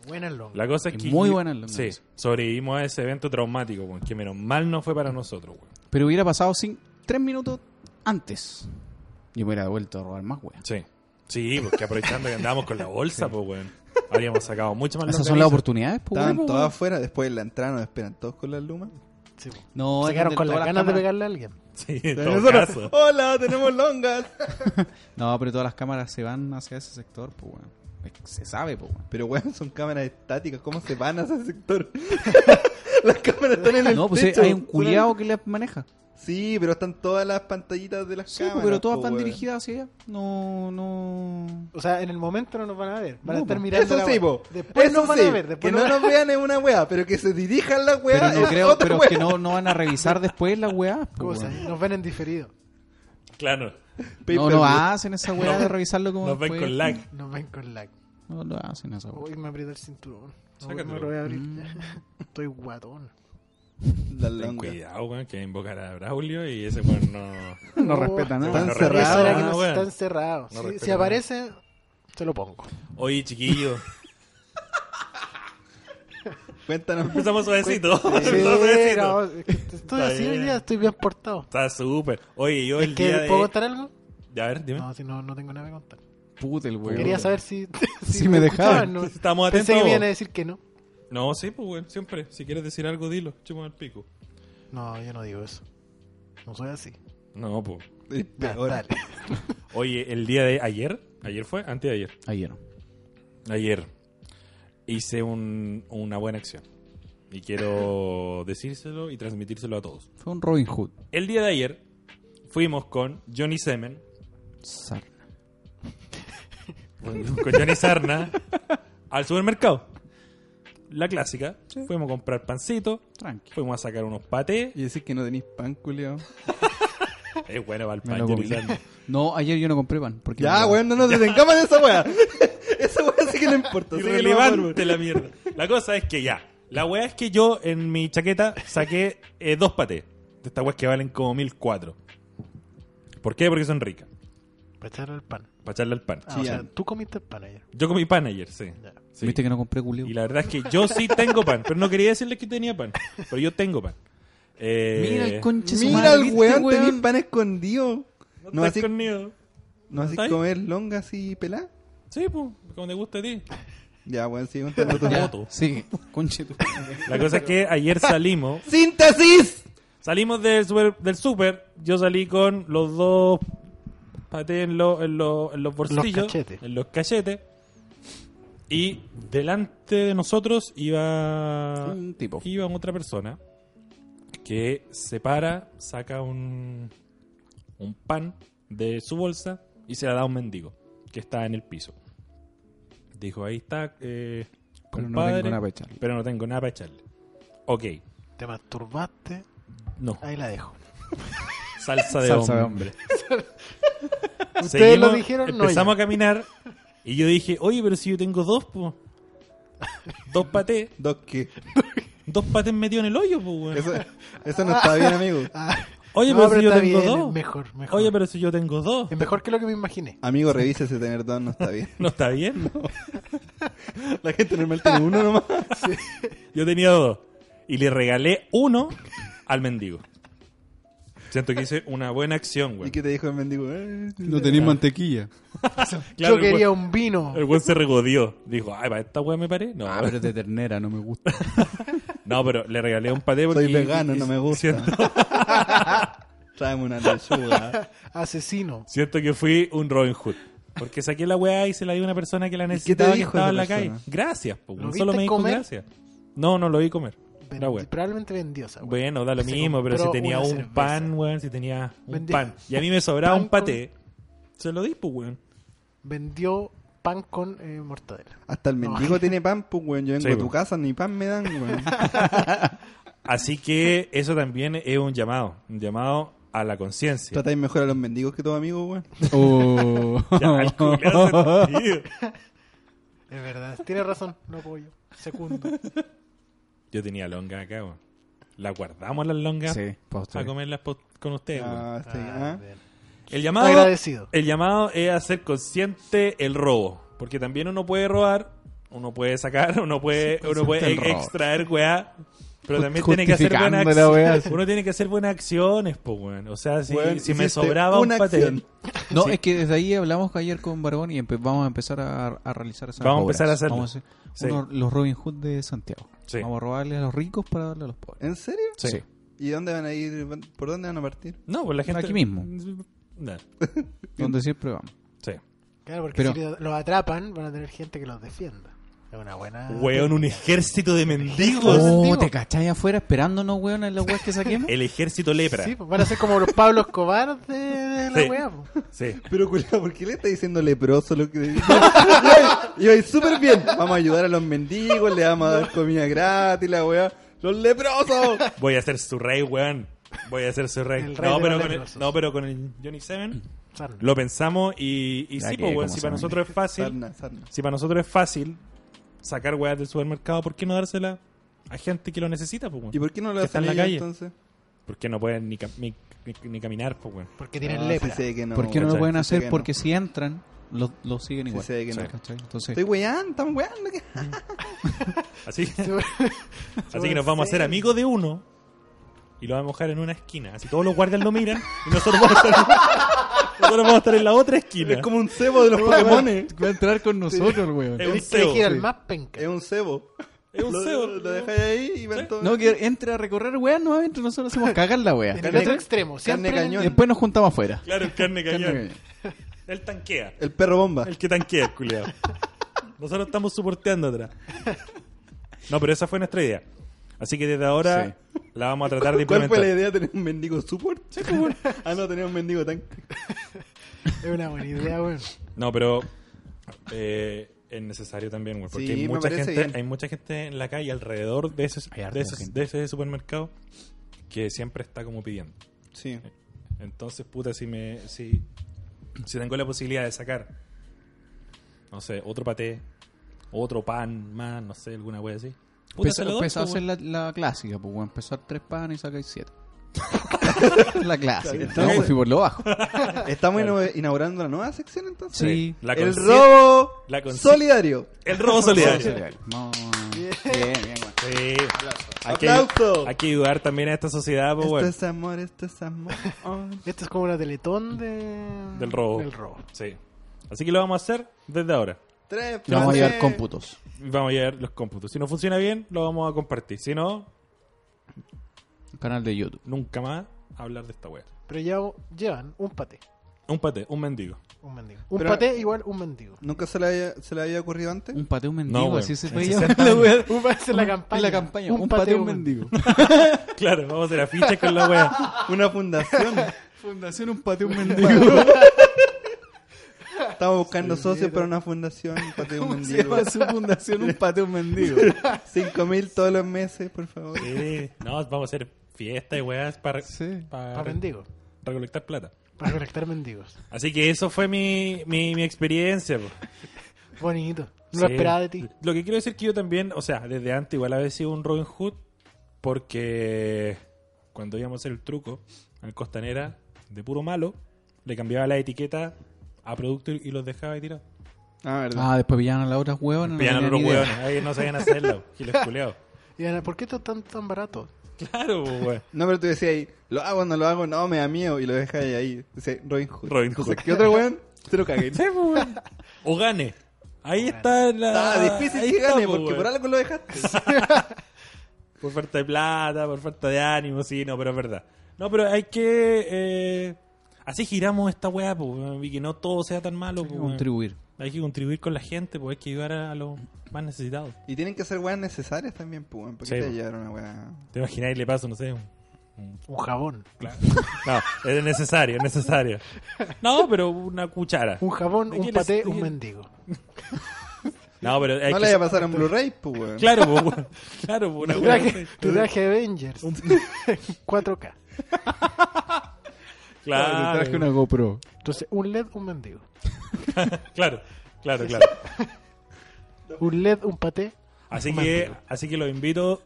[SPEAKER 5] Buena longa.
[SPEAKER 3] La cosa es
[SPEAKER 2] Y
[SPEAKER 3] que.
[SPEAKER 2] muy buenas longas.
[SPEAKER 3] Sí, sobrevivimos a ese evento traumático, weón, que menos mal no fue para nosotros, weón.
[SPEAKER 2] Pero hubiera pasado sin tres minutos antes. Yo me hubiera vuelto a robar más, weón.
[SPEAKER 3] Sí. Sí, porque aprovechando que andábamos con la bolsa, pues, weón. Habríamos sacado mucho más
[SPEAKER 2] Esas son las
[SPEAKER 3] longaniza.
[SPEAKER 2] oportunidades, pues,
[SPEAKER 4] Estaban
[SPEAKER 2] weón,
[SPEAKER 4] todos
[SPEAKER 2] weón.
[SPEAKER 4] afuera, después de la entrada nos esperan todos con las lumas.
[SPEAKER 5] Sí, po.
[SPEAKER 2] No,
[SPEAKER 5] se
[SPEAKER 2] eran
[SPEAKER 5] quedaron
[SPEAKER 2] de
[SPEAKER 5] con las
[SPEAKER 2] todas
[SPEAKER 5] ganas de
[SPEAKER 2] cámaras.
[SPEAKER 5] pegarle a alguien.
[SPEAKER 3] Sí, en
[SPEAKER 4] Y
[SPEAKER 3] todo
[SPEAKER 4] nosotros,
[SPEAKER 3] caso.
[SPEAKER 4] Hola, tenemos longas.
[SPEAKER 2] No, pero todas las cámaras se van hacia ese sector, pues, weón. Es que Se sabe, pues, weón.
[SPEAKER 4] Pero weón, son cámaras estáticas, ¿cómo se van a ese sector? las cámaras están en el
[SPEAKER 2] No, pues eh,
[SPEAKER 4] techo.
[SPEAKER 2] hay un culiado que las maneja.
[SPEAKER 4] Sí, pero están todas las pantallitas de las
[SPEAKER 2] Sí, pues,
[SPEAKER 4] cámaras.
[SPEAKER 2] pero todas
[SPEAKER 4] po,
[SPEAKER 2] van
[SPEAKER 4] weón.
[SPEAKER 2] dirigidas hacia allá. No, no.
[SPEAKER 5] O sea, en el momento no nos van a ver. Van a
[SPEAKER 2] No,
[SPEAKER 5] estar
[SPEAKER 2] po.
[SPEAKER 5] mirando.
[SPEAKER 4] Eso
[SPEAKER 5] la
[SPEAKER 4] sí,
[SPEAKER 5] wea.
[SPEAKER 4] po.
[SPEAKER 5] Después
[SPEAKER 4] Eso
[SPEAKER 5] nos van
[SPEAKER 4] sí.
[SPEAKER 5] a ver. Después
[SPEAKER 4] que no
[SPEAKER 5] nos-
[SPEAKER 4] nos vean es una weá, pero que se dirijan las weas.
[SPEAKER 2] Pero no
[SPEAKER 4] es
[SPEAKER 2] creo,
[SPEAKER 4] otra
[SPEAKER 2] pero
[SPEAKER 4] weá.
[SPEAKER 2] que no, no van a revisar después las weas, pues,
[SPEAKER 5] Cosa,
[SPEAKER 2] weón.
[SPEAKER 5] nos ven en diferido.
[SPEAKER 3] Claro.
[SPEAKER 4] Pay
[SPEAKER 2] No,
[SPEAKER 4] per
[SPEAKER 2] no
[SPEAKER 4] view.
[SPEAKER 2] hacen esa weá de revisarlo como
[SPEAKER 3] Nos ven
[SPEAKER 2] después.
[SPEAKER 3] con lag.
[SPEAKER 5] Nos ven con lag.
[SPEAKER 2] No lo hacen esa weá.
[SPEAKER 5] Uy, me aprieta el cinturón. No,
[SPEAKER 3] Sácatelo.
[SPEAKER 5] me lo voy a abrir.
[SPEAKER 2] Mm.
[SPEAKER 5] Estoy guatón.
[SPEAKER 4] Las
[SPEAKER 3] Ten
[SPEAKER 4] longas.
[SPEAKER 3] cuidado, weón, que invocar a Braulio y ese weón no.
[SPEAKER 2] No respeta nada.
[SPEAKER 4] Están
[SPEAKER 3] no
[SPEAKER 5] Eso
[SPEAKER 4] cerrados.
[SPEAKER 5] era
[SPEAKER 3] respeta
[SPEAKER 5] que
[SPEAKER 3] nada,
[SPEAKER 5] nos
[SPEAKER 3] weón.
[SPEAKER 5] está encerrado.
[SPEAKER 3] No
[SPEAKER 5] Si- si,
[SPEAKER 3] respeta nada.
[SPEAKER 5] aparece, se lo pongo.
[SPEAKER 3] Oye, chiquillo.
[SPEAKER 4] Cuéntanos.
[SPEAKER 3] Empezamos suavecito.
[SPEAKER 5] Sí,
[SPEAKER 3] Empezamos
[SPEAKER 5] no,
[SPEAKER 3] suavecito.
[SPEAKER 5] es que estoy
[SPEAKER 3] Está
[SPEAKER 5] así hoy
[SPEAKER 3] bien.
[SPEAKER 5] día, estoy bien portado.
[SPEAKER 3] Está súper. Oye, yo
[SPEAKER 5] Es
[SPEAKER 3] el día
[SPEAKER 5] que,
[SPEAKER 3] de... ¿Eh?
[SPEAKER 5] ¿Puedo contar algo?
[SPEAKER 3] A ver, dime.
[SPEAKER 5] No, si no, no tengo nada que contar.
[SPEAKER 2] Puta el weón.
[SPEAKER 5] Quería saber si,
[SPEAKER 2] Si me dejaban.
[SPEAKER 5] escuchaban, ¿no?
[SPEAKER 3] Estamos
[SPEAKER 5] Pensé
[SPEAKER 3] atentos.
[SPEAKER 5] que me iban a decir que no.
[SPEAKER 3] No, sí, pues, weón, siempre. Si quieres decir algo, dilo. Chuma al pico.
[SPEAKER 5] No, yo no digo eso. No soy así.
[SPEAKER 3] No, pues.
[SPEAKER 5] Ya,
[SPEAKER 4] Peor.
[SPEAKER 5] dale.
[SPEAKER 3] Oye, el día de ayer, ayer fue, antes de ayer,
[SPEAKER 2] Ayer. no.
[SPEAKER 3] ayer hice un- una buena acción. Y quiero decírselo y transmitírselo a todos.
[SPEAKER 2] Fue un Robin Hood.
[SPEAKER 3] El día de ayer fuimos con Johnny Semen,
[SPEAKER 2] Sarna.
[SPEAKER 3] con Johnny Sarna, al supermercado. La clásica. Fuimos a comprar pancito,
[SPEAKER 2] Tranqui.
[SPEAKER 3] fuimos a sacar unos patés.
[SPEAKER 4] Y decís que no tenéis pan, culiao.
[SPEAKER 3] Es bueno para el
[SPEAKER 2] Me
[SPEAKER 3] pan,
[SPEAKER 2] lo
[SPEAKER 3] Johnny
[SPEAKER 2] comí.
[SPEAKER 3] Sarna.
[SPEAKER 2] No, ayer yo no compré pan. Porque
[SPEAKER 4] Ya, weón, no nos detengamos de esa weá. esa weá sí que no importa. sí que no va a volver.
[SPEAKER 3] Irrelevante la mierda. La cosa es que ya. La weá es que yo en mi chaqueta saqué eh, dos patés. De estas weas que valen como 1004. ¿Por qué? Porque son ricas.
[SPEAKER 5] Para echarle el pan.
[SPEAKER 3] Para echarle al pan.
[SPEAKER 5] Ah,
[SPEAKER 4] Sí,
[SPEAKER 5] o
[SPEAKER 4] ya.
[SPEAKER 5] sea, tú comiste el pan ayer.
[SPEAKER 3] Yo comí pan ayer, sí.
[SPEAKER 5] Ya.
[SPEAKER 3] Sí.
[SPEAKER 2] Viste que no compré culio.
[SPEAKER 3] Y la verdad es que yo sí tengo pan. Pero no quería decirles que tenía pan. Pero yo tengo pan. Eh,
[SPEAKER 2] Mira el conche su
[SPEAKER 4] Mira
[SPEAKER 2] madre,
[SPEAKER 4] el
[SPEAKER 2] ¿viste,
[SPEAKER 4] weón, tenéis pan escondido.
[SPEAKER 3] No,
[SPEAKER 4] No
[SPEAKER 3] estás
[SPEAKER 4] así,
[SPEAKER 3] conmigo.
[SPEAKER 4] no así
[SPEAKER 3] ¿Estáis?
[SPEAKER 4] comer longas y pelá.
[SPEAKER 3] Sí, pues. Como te gusta a ti.
[SPEAKER 4] Ya, weón, sigue contando tu
[SPEAKER 2] Ya,
[SPEAKER 3] Moto.
[SPEAKER 2] Sí, conche tu.
[SPEAKER 3] La cosa es que ayer salimos.
[SPEAKER 4] ¡Síntesis!
[SPEAKER 3] Salimos del super, del super, yo salí con los dos patés en, lo- en, lo- en los bolsillos,
[SPEAKER 5] cachetes.
[SPEAKER 3] en los cachetes. Y delante de nosotros iba
[SPEAKER 2] Un tipo.
[SPEAKER 3] iba otra persona que se para, saca un un pan de su bolsa y se la da a un mendigo que está en el piso. Dijo, ahí está, eh,
[SPEAKER 2] Pero no
[SPEAKER 3] compadre,
[SPEAKER 2] tengo nada para echarle.
[SPEAKER 3] pero no tengo nada para echarle. Ok,
[SPEAKER 5] Te masturbaste,
[SPEAKER 3] no.
[SPEAKER 5] ahí la dejo.
[SPEAKER 3] Salsa de
[SPEAKER 2] Salsa de
[SPEAKER 3] hombre.
[SPEAKER 5] Ustedes lo dijeron, no
[SPEAKER 3] Empezamos
[SPEAKER 5] yo.
[SPEAKER 3] a caminar y yo dije, oye, pero si yo tengo dos, po. Dos patés.
[SPEAKER 4] Dos que.
[SPEAKER 3] Dos patés metidos en el hoyo, po, weón.
[SPEAKER 4] Eso, eso no está bien, amigo.
[SPEAKER 5] Ah,
[SPEAKER 3] Oye,
[SPEAKER 5] no,
[SPEAKER 3] pero, si yo
[SPEAKER 5] está
[SPEAKER 3] tengo
[SPEAKER 5] bien,
[SPEAKER 3] dos.
[SPEAKER 5] es Mejor, mejor. Em-
[SPEAKER 3] Oye, pero si yo tengo dos.
[SPEAKER 5] Es mejor que lo que me imaginé.
[SPEAKER 4] Amigo, revísese tener dos, no está bien.
[SPEAKER 3] No está bien.
[SPEAKER 4] La gente normal tiene uno nomás.
[SPEAKER 3] Yo tenía dos. Y le regalé uno al mendigo. Siento que hice una buena acción,
[SPEAKER 4] ¿Y
[SPEAKER 3] güey.
[SPEAKER 4] qué te dijo el mendigo? Eh,
[SPEAKER 2] No tenéis mantequilla.
[SPEAKER 3] Claro, Eh,
[SPEAKER 5] Yo
[SPEAKER 3] el
[SPEAKER 5] quería
[SPEAKER 3] güey-
[SPEAKER 5] un vino.
[SPEAKER 3] El güey se regodeó. Dijo, ay, para esta weá me paré. No,
[SPEAKER 2] Ah, pero es de ternera, no me gusta.
[SPEAKER 3] no, pero le regalé un paté porque...
[SPEAKER 4] Soy vegano,
[SPEAKER 3] y-
[SPEAKER 4] no me gusta.
[SPEAKER 3] Siento,
[SPEAKER 4] Tráeme una lechuga.
[SPEAKER 5] Asesino.
[SPEAKER 3] siento que fui un Robin Hood. Porque saqué la weá y se la di a una persona que la
[SPEAKER 4] te
[SPEAKER 3] necesitaba que
[SPEAKER 4] dijo
[SPEAKER 3] estaba
[SPEAKER 4] esa
[SPEAKER 3] en la calle.
[SPEAKER 4] persona?
[SPEAKER 3] Gracias, po,
[SPEAKER 5] ¿Lo
[SPEAKER 3] solo
[SPEAKER 5] viste
[SPEAKER 3] me dijo
[SPEAKER 5] comer?
[SPEAKER 3] gracias. No, no lo vi comer.
[SPEAKER 5] Vendi-
[SPEAKER 3] La weá.
[SPEAKER 5] probablemente vendió esa weá.
[SPEAKER 3] Bueno, da lo
[SPEAKER 5] Se
[SPEAKER 3] mismo, pero si
[SPEAKER 5] compró
[SPEAKER 3] tenía
[SPEAKER 5] una
[SPEAKER 3] un
[SPEAKER 5] cerveza.
[SPEAKER 3] pan, weón, si tenía un
[SPEAKER 5] Vendí-
[SPEAKER 3] pan. Y a mí me sobraba
[SPEAKER 5] pan
[SPEAKER 3] un paté, se lo di, pues, weón.
[SPEAKER 5] Vendió pan con eh, mortadela.
[SPEAKER 4] Hasta el mendigo tiene pan, pues, weón. Yo vengo
[SPEAKER 3] Sí,
[SPEAKER 4] a tu
[SPEAKER 3] weón.
[SPEAKER 4] casa, ni pan me dan, weón.
[SPEAKER 3] Así que eso también es un llamado, un llamado a la conciencia.
[SPEAKER 4] Tratáis mejor a los mendigos que tus amigos, weón.
[SPEAKER 2] Oh.
[SPEAKER 3] Ya, el culiao se- tío.
[SPEAKER 5] Es verdad, tiene razón, no apoyo. Segundo.
[SPEAKER 3] Yo tenía longa acá, weón. La guardamos las longas
[SPEAKER 2] sí, para
[SPEAKER 3] para
[SPEAKER 2] ustedes.
[SPEAKER 3] comerlas po- con ustedes, weón.
[SPEAKER 4] Ah, sí,
[SPEAKER 5] Ah,
[SPEAKER 4] ah.
[SPEAKER 5] bien.
[SPEAKER 3] El llamado,
[SPEAKER 5] Agradecido.
[SPEAKER 3] el llamado es hacer consciente el robo. Porque también uno puede robar, uno puede sacar, uno puede, uno puede
[SPEAKER 2] consciente el
[SPEAKER 3] ex-
[SPEAKER 2] robo.
[SPEAKER 3] extraer weá. Pero
[SPEAKER 2] Ju-
[SPEAKER 3] también tiene que hacer buenas
[SPEAKER 2] justificando la weá,
[SPEAKER 3] acciones.
[SPEAKER 2] sí.
[SPEAKER 3] Uno tiene que hacer buenas acciones, po, weón. O sea, si,
[SPEAKER 4] Weón,
[SPEAKER 3] si me
[SPEAKER 4] hiciste
[SPEAKER 3] sobraba un
[SPEAKER 4] una
[SPEAKER 3] patel,
[SPEAKER 4] acción.
[SPEAKER 2] No, es que desde ahí hablamos ayer con Barbón y empe- vamos a empezar a, a realizar esas
[SPEAKER 3] Vamos a
[SPEAKER 2] obras.
[SPEAKER 3] empezar a hacerlo.
[SPEAKER 2] Vamos a hacer
[SPEAKER 3] Sí.
[SPEAKER 2] uno- los Robin Hood de Santiago.
[SPEAKER 3] Sí.
[SPEAKER 2] Vamos a robarle a los ricos para darle a los pobres.
[SPEAKER 4] ¿En serio?
[SPEAKER 3] Sí.
[SPEAKER 4] ¿Y dónde van a ir? ¿Por dónde van a partir?
[SPEAKER 3] No, pues la gente.
[SPEAKER 2] Aquí mismo.
[SPEAKER 3] No,
[SPEAKER 2] Donde siempre vamos.
[SPEAKER 3] sí.
[SPEAKER 5] Claro, porque
[SPEAKER 2] Pero-
[SPEAKER 5] si los atrapan, van a tener gente que los defienda. Es una buena.
[SPEAKER 3] Weón, un ejército de mendigos.
[SPEAKER 2] Oh, te cacháis afuera esperándonos, weón, en las weas que saquemos.
[SPEAKER 4] Eh,
[SPEAKER 3] El ejército lepra.
[SPEAKER 5] Sí,
[SPEAKER 3] Sí.
[SPEAKER 5] pues van a ser como los Pablo Escobar de, de la
[SPEAKER 3] Sí.
[SPEAKER 5] weá. pues.
[SPEAKER 4] Pero, culiao, ¿por qué le está diciendo leproso lo que Y hoy súper bien. Vamos a ayudar a los mendigos, le vamos a dar comida gratis, la weá. ¡Los leprosos!
[SPEAKER 3] Voy a ser su rey, weón. Voy a ser su rey.
[SPEAKER 5] El rey
[SPEAKER 3] no,
[SPEAKER 5] de
[SPEAKER 3] pero
[SPEAKER 5] los
[SPEAKER 3] con el,
[SPEAKER 5] leprosos.
[SPEAKER 3] no, pero con el Johnny Seven
[SPEAKER 5] Sarna.
[SPEAKER 3] lo pensamos y, y
[SPEAKER 2] Ya
[SPEAKER 3] sí,
[SPEAKER 2] que
[SPEAKER 3] pues,
[SPEAKER 2] como
[SPEAKER 3] weón. Si
[SPEAKER 2] se
[SPEAKER 3] para
[SPEAKER 2] llama.
[SPEAKER 3] nosotros es fácil,
[SPEAKER 4] Sarna, sarna.
[SPEAKER 3] si para nosotros es fácil sacar weas del supermercado, ¿por qué no dársela a gente que lo necesita, pues,
[SPEAKER 4] ¿Y
[SPEAKER 3] weón?
[SPEAKER 4] por qué no lo
[SPEAKER 3] Que está
[SPEAKER 4] hacen
[SPEAKER 3] en la
[SPEAKER 4] ellos,
[SPEAKER 3] calle.
[SPEAKER 4] entonces?
[SPEAKER 3] ¿Por qué no pueden ni, cam- ni, ni- ni caminar, pues, weón?
[SPEAKER 5] Porque tienen
[SPEAKER 4] Ah,
[SPEAKER 5] lepra.
[SPEAKER 4] sí sé que no,
[SPEAKER 2] ¿Por qué no
[SPEAKER 4] weón.
[SPEAKER 2] lo
[SPEAKER 3] cachai,
[SPEAKER 2] pueden
[SPEAKER 4] sí sé
[SPEAKER 2] hacer?
[SPEAKER 4] que no.
[SPEAKER 2] Porque si entran, lo, lo siguen igual.
[SPEAKER 4] sé que no.
[SPEAKER 2] ¿cachai? Entonces,
[SPEAKER 4] Estoy weando, estamos weando. ¿qué?
[SPEAKER 3] Así, así que
[SPEAKER 5] pueden
[SPEAKER 3] nos vamos a
[SPEAKER 5] ser.
[SPEAKER 3] hacer amigos de uno y lo vamos a mojar en una esquina. Así todos los guardias lo miran y nosotros vamos a estar, nosotros vamos a estar en la otra esquina.
[SPEAKER 4] Es como un cebo de los Pokémon. Es
[SPEAKER 2] va a entrar con nosotros, weón.
[SPEAKER 4] Eh,
[SPEAKER 3] Es un
[SPEAKER 5] Tienes que elegir
[SPEAKER 3] cebo.
[SPEAKER 5] al más penca.
[SPEAKER 4] un cebo.
[SPEAKER 3] Es un
[SPEAKER 4] Lo-
[SPEAKER 3] cebo.
[SPEAKER 4] Lo dejáis ahí y van todos.
[SPEAKER 2] No, que entre a recorrer, weón, no adentro, nosotros hacemos cagar la wea.
[SPEAKER 5] En el
[SPEAKER 4] Carne-
[SPEAKER 5] otro extremo.
[SPEAKER 4] carne
[SPEAKER 5] Siempre
[SPEAKER 2] Y
[SPEAKER 4] cañón.
[SPEAKER 2] después nos juntamos afuera.
[SPEAKER 3] Claro, el carne cañón.
[SPEAKER 2] Carne
[SPEAKER 3] Él tanquea.
[SPEAKER 4] El perro bomba.
[SPEAKER 3] El que tanquea, el culiao. Nosotros estamos soporteando atrás. No, pero esa fue nuestra idea. Así que desde ahora la vamos a tratar de
[SPEAKER 4] ¿Cuál fue la
[SPEAKER 3] implementar.
[SPEAKER 4] idea de tener un mendigo support? ah, no, tenía un mendigo tan.
[SPEAKER 5] Es una buena idea, weón.
[SPEAKER 3] No, pero eh, es necesario también, güey, porque
[SPEAKER 4] Sí,
[SPEAKER 3] hay,
[SPEAKER 4] me
[SPEAKER 3] mucha
[SPEAKER 4] parece
[SPEAKER 3] gente,
[SPEAKER 4] bien.
[SPEAKER 3] hay mucha gente en la calle alrededor de ese,
[SPEAKER 2] Hay harta
[SPEAKER 3] de ese-
[SPEAKER 2] gente.
[SPEAKER 3] de ese supermercado que siempre está como pidiendo.
[SPEAKER 4] Sí.
[SPEAKER 3] Entonces, puta, si me si, si tengo la posibilidad de sacar, no sé, otro paté, otro pan más, no sé, alguna wea así. Puta,
[SPEAKER 2] Empezó
[SPEAKER 3] se lo doy, pues,
[SPEAKER 2] empezó a
[SPEAKER 3] po,
[SPEAKER 2] hacer
[SPEAKER 3] weón.
[SPEAKER 2] la, la clásica, pues, weón. Empezó a tres panes y sacáis siete. la clásica.
[SPEAKER 4] Entonces-
[SPEAKER 2] no, me fui por lo bajo.
[SPEAKER 4] Estamos ino- inaugurando una nueva sección entonces.
[SPEAKER 2] Sí.
[SPEAKER 3] La
[SPEAKER 4] el
[SPEAKER 3] consci-
[SPEAKER 4] robo
[SPEAKER 3] la consci-
[SPEAKER 4] solidario.
[SPEAKER 3] El robo solidario.
[SPEAKER 2] Vamos. Bien, bien, weón.
[SPEAKER 3] Sí. Hay que,
[SPEAKER 4] Aplauso.
[SPEAKER 3] hay que ayudar también a esta sociedad, pues, po,
[SPEAKER 4] Esto
[SPEAKER 3] weón.
[SPEAKER 4] es amor, esto es amor. Oh,
[SPEAKER 5] Esto es como una teletón de...
[SPEAKER 3] Del robo.
[SPEAKER 5] Del robo.
[SPEAKER 3] Sí. Así que lo vamos a hacer desde ahora.
[SPEAKER 4] Tres
[SPEAKER 2] Te Vamos a llevar
[SPEAKER 4] panes.
[SPEAKER 2] cómputos.
[SPEAKER 3] Vamos a llevar los cómputos. Si no funciona bien, lo vamos a compartir. Si no,
[SPEAKER 2] Un canal de YouTube.
[SPEAKER 3] nunca más hablar de esta wea.
[SPEAKER 5] Pero llevo- llevan un paté.
[SPEAKER 3] Un paté, un mendigo.
[SPEAKER 5] Un mendigo. Un
[SPEAKER 4] Pero-
[SPEAKER 5] paté igual un mendigo.
[SPEAKER 4] ¿Nunca se le había, se le había ocurrido antes?
[SPEAKER 2] Un pateo, un
[SPEAKER 3] No,
[SPEAKER 2] mendigo,
[SPEAKER 3] weón.
[SPEAKER 2] así se
[SPEAKER 3] En
[SPEAKER 2] veía.
[SPEAKER 3] 60
[SPEAKER 2] La wea.
[SPEAKER 5] Un va a ser la campaña.
[SPEAKER 2] En la campaña. Un,
[SPEAKER 5] paté,
[SPEAKER 2] pateo, un mendigo.
[SPEAKER 3] Claro, vamos a hacer afiches con la wea.
[SPEAKER 4] Una fundación.
[SPEAKER 2] Fundación Un pateo, un mendigo.
[SPEAKER 4] Estamos buscando socios para una fundación. Pateo un
[SPEAKER 2] ¿Cómo se
[SPEAKER 4] mendigo.
[SPEAKER 2] llama su fundación? Un pateo, un mendigo.
[SPEAKER 4] Cinco mil todos los meses, por favor.
[SPEAKER 3] Sí. No, vamos a hacer fiesta y weas para,
[SPEAKER 2] Sí.
[SPEAKER 3] para
[SPEAKER 5] Para mendigos.
[SPEAKER 3] recolectar plata.
[SPEAKER 5] Para conectar mendigos.
[SPEAKER 3] Así que eso fue mi, mi, mi experiencia. pues. po.
[SPEAKER 5] Bonito. No lo
[SPEAKER 3] Sí.
[SPEAKER 5] esperaba de ti.
[SPEAKER 3] Lo que quiero decir que yo también, o sea, desde antes igual había sido un Robin Hood, porque cuando íbamos a hacer el truco en Costanera, de puro malo, le cambiaba la etiqueta a producto y los dejaba ahí tirados.
[SPEAKER 4] Ah, verdad.
[SPEAKER 2] Ah, después pillaron a las otras huevas.
[SPEAKER 3] Pillan a los hueones, ahí no sabían hacerlo, giles culeados.
[SPEAKER 5] Y Ana, ¿por qué esto es tan, tan barato?
[SPEAKER 3] Claro, po, weón.
[SPEAKER 4] No, pero tú decías ahí, lo hago, no lo hago, no, me da miedo. Y lo dejas ahí, ahí. Dice Robin Hood.
[SPEAKER 3] Robin
[SPEAKER 4] Entonces,
[SPEAKER 3] Hood.
[SPEAKER 4] ¿qué otro weón? Te lo cagué.
[SPEAKER 3] Sí, po, weón. O gane. Ahí está la.
[SPEAKER 4] Está difícil
[SPEAKER 3] Ah, ahí
[SPEAKER 4] que
[SPEAKER 3] está,
[SPEAKER 4] gane,
[SPEAKER 3] po,
[SPEAKER 4] porque
[SPEAKER 3] weón.
[SPEAKER 4] por algo lo dejaste.
[SPEAKER 3] Por falta de plata, por falta de ánimo, sí, no, pero es verdad. No, pero hay que. eh, así giramos esta weá, po, weón, y que no todo sea tan malo.
[SPEAKER 2] Hay que
[SPEAKER 3] po, weón.
[SPEAKER 2] contribuir.
[SPEAKER 3] Hay que contribuir con la gente, pues hay que ayudar a a los más necesitados.
[SPEAKER 4] Y tienen que ser weas necesarias también, pues, weón. ¿Por qué
[SPEAKER 3] Sí,
[SPEAKER 4] te
[SPEAKER 3] po.
[SPEAKER 4] llevaron a wea?
[SPEAKER 3] ¿Te imagináis le paso, no sé? un-
[SPEAKER 5] Un jabón.
[SPEAKER 3] No, es necesario, es necesario. No, pero una cuchara.
[SPEAKER 5] Un jabón,
[SPEAKER 3] ¿De
[SPEAKER 5] un
[SPEAKER 3] qué les-
[SPEAKER 5] paté,
[SPEAKER 3] de
[SPEAKER 5] un
[SPEAKER 3] qué-
[SPEAKER 5] mendigo.
[SPEAKER 3] No, pero hay
[SPEAKER 4] No
[SPEAKER 3] que-
[SPEAKER 4] le vaya a pasar en Blu-ray, pues, weón.
[SPEAKER 3] Claro, po, weón. claro, po, una
[SPEAKER 5] Tu
[SPEAKER 3] weá
[SPEAKER 5] traje,
[SPEAKER 3] así.
[SPEAKER 5] tu traje Avengers. 4K.
[SPEAKER 3] Claro,
[SPEAKER 2] traje una GoPro.
[SPEAKER 5] Entonces, un LED, un mendigo.
[SPEAKER 3] claro, claro, claro.
[SPEAKER 5] Un LED, un paté.
[SPEAKER 3] Así
[SPEAKER 5] un
[SPEAKER 3] que,
[SPEAKER 5] mendigo.
[SPEAKER 3] así que los invito,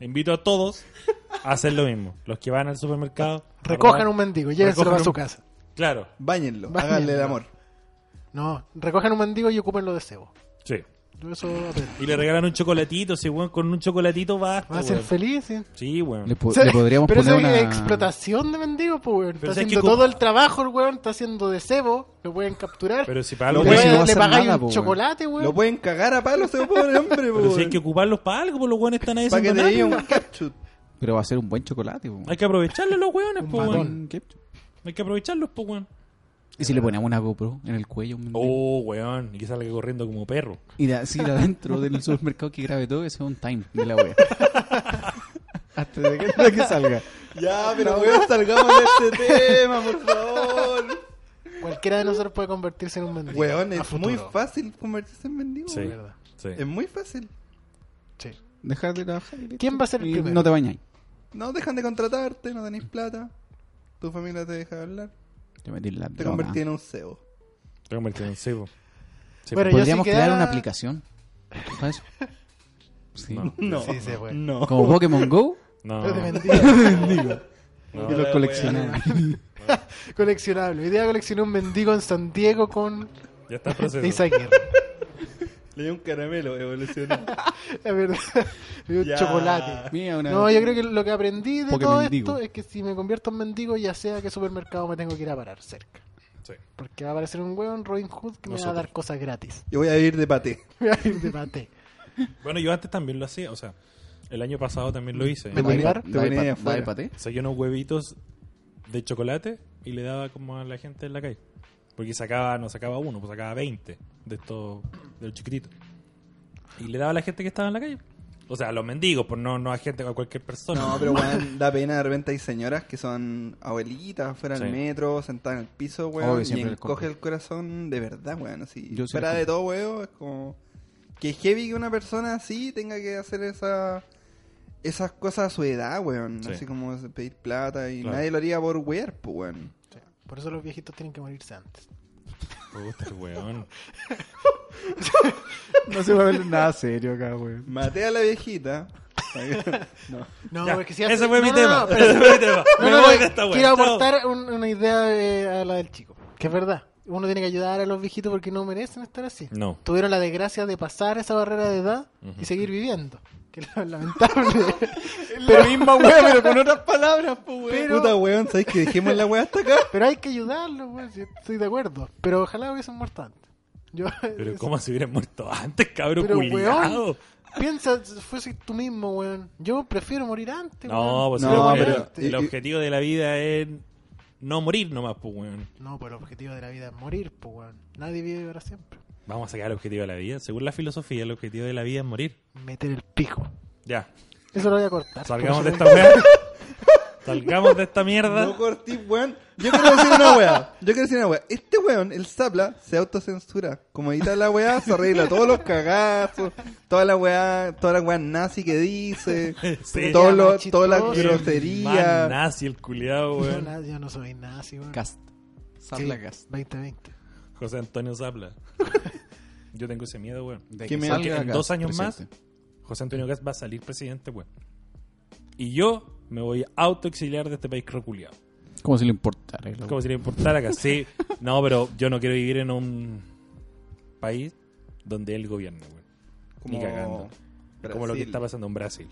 [SPEAKER 3] invito a todos a hacer lo mismo. Los que van al supermercado, a
[SPEAKER 5] Recojan
[SPEAKER 3] robar,
[SPEAKER 5] un mendigo, llévenselo
[SPEAKER 3] recojan
[SPEAKER 5] a
[SPEAKER 3] un-
[SPEAKER 5] su casa.
[SPEAKER 3] Claro,
[SPEAKER 4] Báñenlo,
[SPEAKER 5] Báñenlo.
[SPEAKER 4] háganle el amor.
[SPEAKER 5] No, recojan un mendigo y ocupenlo de cebo.
[SPEAKER 3] sí.
[SPEAKER 5] Yo Eso va a ser-
[SPEAKER 3] Y le regalan un chocolatito, si weón, con un chocolatito basta.
[SPEAKER 5] va a ser
[SPEAKER 3] weón.
[SPEAKER 5] feliz. ¿sí?
[SPEAKER 3] Sí, weón.
[SPEAKER 2] Le, Oh, po-
[SPEAKER 5] O sea,
[SPEAKER 2] le podríamos
[SPEAKER 5] pero
[SPEAKER 2] poner
[SPEAKER 5] eso
[SPEAKER 2] una...
[SPEAKER 5] es explotación de mendigos, pues, weón. Está
[SPEAKER 3] Pero si es que
[SPEAKER 5] haciendo
[SPEAKER 3] como-
[SPEAKER 5] todo el trabajo, el weón. Está haciendo de cebo. Lo pueden capturar.
[SPEAKER 3] Pero si para
[SPEAKER 4] Lo
[SPEAKER 3] algo,
[SPEAKER 5] le,
[SPEAKER 2] pueden-
[SPEAKER 3] weón,
[SPEAKER 2] no va a
[SPEAKER 5] le
[SPEAKER 2] hacer
[SPEAKER 5] pagáis
[SPEAKER 2] nada,
[SPEAKER 5] un
[SPEAKER 2] po, weón.
[SPEAKER 5] chocolate, weón.
[SPEAKER 4] Lo pueden cagar a palos ese pobre hombre,
[SPEAKER 3] pero si
[SPEAKER 4] weón.
[SPEAKER 3] hay que ocuparlos para algo, pues los weones están ahí
[SPEAKER 4] Para que
[SPEAKER 3] haciendo
[SPEAKER 4] te diga
[SPEAKER 3] nada,
[SPEAKER 4] un
[SPEAKER 3] weón.
[SPEAKER 4] capture.
[SPEAKER 2] Pero va a ser un buen chocolate. po.
[SPEAKER 3] Hay que aprovecharlos los weones, pues,
[SPEAKER 5] matón.
[SPEAKER 3] weón. Hay que aprovecharlos, pues, weón.
[SPEAKER 2] Y si le ponemos una GoPro en el cuello. un mendigo?
[SPEAKER 3] Oh, weón, y que salga corriendo como perro.
[SPEAKER 2] Y de, así de adentro del supermercado que grabe todo, ese es un time de la wea. Hasta de que, de que salga.
[SPEAKER 4] Ya, pero weón, salgamos de este tema, por favor.
[SPEAKER 5] Cualquiera de nosotros puede convertirse en un mendigo.
[SPEAKER 4] Weón,
[SPEAKER 5] a
[SPEAKER 4] es
[SPEAKER 5] futuro.
[SPEAKER 4] muy fácil convertirse en mendigo.
[SPEAKER 3] Sí.
[SPEAKER 4] weón.
[SPEAKER 5] verdad.
[SPEAKER 3] Sí.
[SPEAKER 4] Es muy fácil.
[SPEAKER 5] Sí.
[SPEAKER 2] Dejar de trabajar. y listo.
[SPEAKER 5] ¿Quién va a ser el
[SPEAKER 2] Y
[SPEAKER 5] primero?
[SPEAKER 2] No te bañáis.
[SPEAKER 4] No dejan de contratarte, no tenéis plata. Tu familia te deja de hablar.
[SPEAKER 2] Te metí en la
[SPEAKER 4] Te
[SPEAKER 2] droga.
[SPEAKER 4] convertí en un CEO.
[SPEAKER 3] Te convertí en un cebo. Sí,
[SPEAKER 5] Bueno,
[SPEAKER 3] po.
[SPEAKER 5] yo
[SPEAKER 2] Podríamos
[SPEAKER 5] sí que
[SPEAKER 2] crear
[SPEAKER 5] da-
[SPEAKER 2] una aplicación. ¿Para eso? Sí.
[SPEAKER 3] No.
[SPEAKER 4] No.
[SPEAKER 5] Sí, se fue.
[SPEAKER 4] No.
[SPEAKER 2] Como Pokémon Go.
[SPEAKER 3] No,
[SPEAKER 5] Pero de
[SPEAKER 3] no,
[SPEAKER 5] mendigo.
[SPEAKER 3] no.
[SPEAKER 2] y los coleccionamos.
[SPEAKER 5] Coleccionable. Hoy día coleccioné un mendigo en San Diego con
[SPEAKER 3] Ya está en proceso.
[SPEAKER 5] Isa Aguirre.
[SPEAKER 4] Le dio un caramelo, evolucionó.
[SPEAKER 5] La verdad. Me dio
[SPEAKER 4] Ya.
[SPEAKER 5] chocolate.
[SPEAKER 2] Mira, una-
[SPEAKER 5] No, yo creo que lo que aprendí de
[SPEAKER 2] Porque
[SPEAKER 5] todo
[SPEAKER 2] mendigo.
[SPEAKER 5] esto es que si me convierto en mendigo, ya sea que supermercado me tengo que ir a parar cerca.
[SPEAKER 3] Sí.
[SPEAKER 5] Porque va a aparecer un weón Robin Hood que me va
[SPEAKER 3] Nosotros.
[SPEAKER 5] a dar cosas gratis.
[SPEAKER 4] Yo voy a vivir de paté.
[SPEAKER 5] Me va a ir de paté.
[SPEAKER 3] Bueno, yo antes también lo hacía, o sea, el año pasado también lo hice.
[SPEAKER 5] ¿Me
[SPEAKER 2] ¿Te ponía-
[SPEAKER 5] pagar?
[SPEAKER 2] ¿Te
[SPEAKER 4] Te ponía
[SPEAKER 2] ponía
[SPEAKER 4] afuera.
[SPEAKER 2] de paté?
[SPEAKER 3] Saqué unos huevitos de chocolate y le daba como a la gente en la calle. Porque sacaba, no sacaba uno, pues sacaba 20 de estos, del chiquitito. Y le daba a la gente que estaba en la calle. O sea, a los mendigos, pues no, no a gente, a cualquier persona.
[SPEAKER 4] No, pero weón, da pena de repente hay señoras que son abuelitas fuera del
[SPEAKER 3] Sí.
[SPEAKER 4] metro, sentadas en el piso,
[SPEAKER 2] Obvio,
[SPEAKER 4] weón, y
[SPEAKER 2] siempre les
[SPEAKER 4] encoge
[SPEAKER 2] compro.
[SPEAKER 4] el corazón de verdad, weón, así.
[SPEAKER 2] Yo sí
[SPEAKER 4] fuera
[SPEAKER 2] les
[SPEAKER 4] de todo, weón, es como que heavy que una persona así tenga que hacer esa esas cosas a su edad, weón,
[SPEAKER 3] Sí.
[SPEAKER 4] así como pedir plata y
[SPEAKER 3] Claro.
[SPEAKER 4] nadie lo haría por wear, pues, weón.
[SPEAKER 5] Sí. Por eso los viejitos tienen que morirse antes.
[SPEAKER 3] Puta, el weón.
[SPEAKER 2] No se va a ver nada serio acá, weón.
[SPEAKER 4] Maté a la viejita. no.
[SPEAKER 5] No,
[SPEAKER 3] Ya,
[SPEAKER 5] porque si hace-
[SPEAKER 3] Ese fue
[SPEAKER 5] no,
[SPEAKER 3] mi
[SPEAKER 5] no,
[SPEAKER 3] tema.
[SPEAKER 5] no, pero-
[SPEAKER 3] ese fue mi tema.
[SPEAKER 5] no,
[SPEAKER 3] Me
[SPEAKER 5] no,
[SPEAKER 3] voy
[SPEAKER 5] no,
[SPEAKER 3] de esta weá.
[SPEAKER 5] Quiero
[SPEAKER 3] Chao.
[SPEAKER 5] aportar un- una idea eh, a la del chico. Que es verdad. Uno tiene que ayudar a los viejitos porque no merecen estar así.
[SPEAKER 3] No.
[SPEAKER 5] tuvieron la desgracia de pasar esa barrera de edad y seguir viviendo. Que es lo lamentable. pero,
[SPEAKER 2] misma wea, pero con otras palabras, po, weón.
[SPEAKER 5] pero-
[SPEAKER 4] Puta, weón, ¿sabes que dejemos la weá hasta acá?
[SPEAKER 5] pero hay que ayudarlos, weón, si estoy de acuerdo. Pero ojalá hubiesen muerto antes. Yo,
[SPEAKER 3] Pero cómo se hubieran muerto antes, cabrón
[SPEAKER 5] Pero,
[SPEAKER 3] culiado.
[SPEAKER 5] weón, este Piensa, fuese tú mismo, weón. Yo prefiero morir antes,
[SPEAKER 3] No,
[SPEAKER 5] weón. Este,
[SPEAKER 3] pues
[SPEAKER 4] No,
[SPEAKER 3] sí, weón.
[SPEAKER 4] pero-
[SPEAKER 3] el objetivo de la vida es no morir nomás, pues weón.
[SPEAKER 5] No, pues el objetivo de la vida es morir, pues, weón. Nadie vive para siempre.
[SPEAKER 3] Vamos a sacar el objetivo de la vida. Según la filosofía, el objetivo de la vida es morir. Ah,
[SPEAKER 5] Meter el pico.
[SPEAKER 3] Ya,
[SPEAKER 5] Eso lo voy a cortar.
[SPEAKER 3] salgamos de
[SPEAKER 5] porque-
[SPEAKER 3] esta weá. Salgamos de esta mierda.
[SPEAKER 4] No cortí, weón. Yo quiero decir una weá. Yo quiero decir una weá. Este weón, el Zapla, se autocensura. Como edita la weá, se arregla todos los cagazos, toda la weá, toda la weá nazi que dice,
[SPEAKER 3] Sí.
[SPEAKER 4] todo lo-
[SPEAKER 5] Machistoso.
[SPEAKER 4] toda la
[SPEAKER 5] El
[SPEAKER 3] Man,
[SPEAKER 4] grosería.
[SPEAKER 3] nazi el culiado,
[SPEAKER 5] Yo,
[SPEAKER 3] weón.
[SPEAKER 5] na- yo no soy nazi, weón.
[SPEAKER 2] Cast.
[SPEAKER 5] Sí,
[SPEAKER 2] Sabla cast.
[SPEAKER 5] 2020.
[SPEAKER 3] José Antonio Zapla. Yo tengo ese miedo, weón.
[SPEAKER 2] De
[SPEAKER 4] Que me-
[SPEAKER 2] salga
[SPEAKER 3] Porque en
[SPEAKER 2] acá,
[SPEAKER 3] dos años más-
[SPEAKER 2] presente.
[SPEAKER 3] José Antonio Gas va a salir presidente, weón. Y yo me voy a autoexiliar de este país croculiado.
[SPEAKER 2] Como si le importara. el-
[SPEAKER 3] Es como si le importara acá. Sí, no, pero yo no quiero vivir en un país donde él gobierne, güey. Ni cagando. Como lo que
[SPEAKER 4] Brasil.
[SPEAKER 3] está pasando en Brasil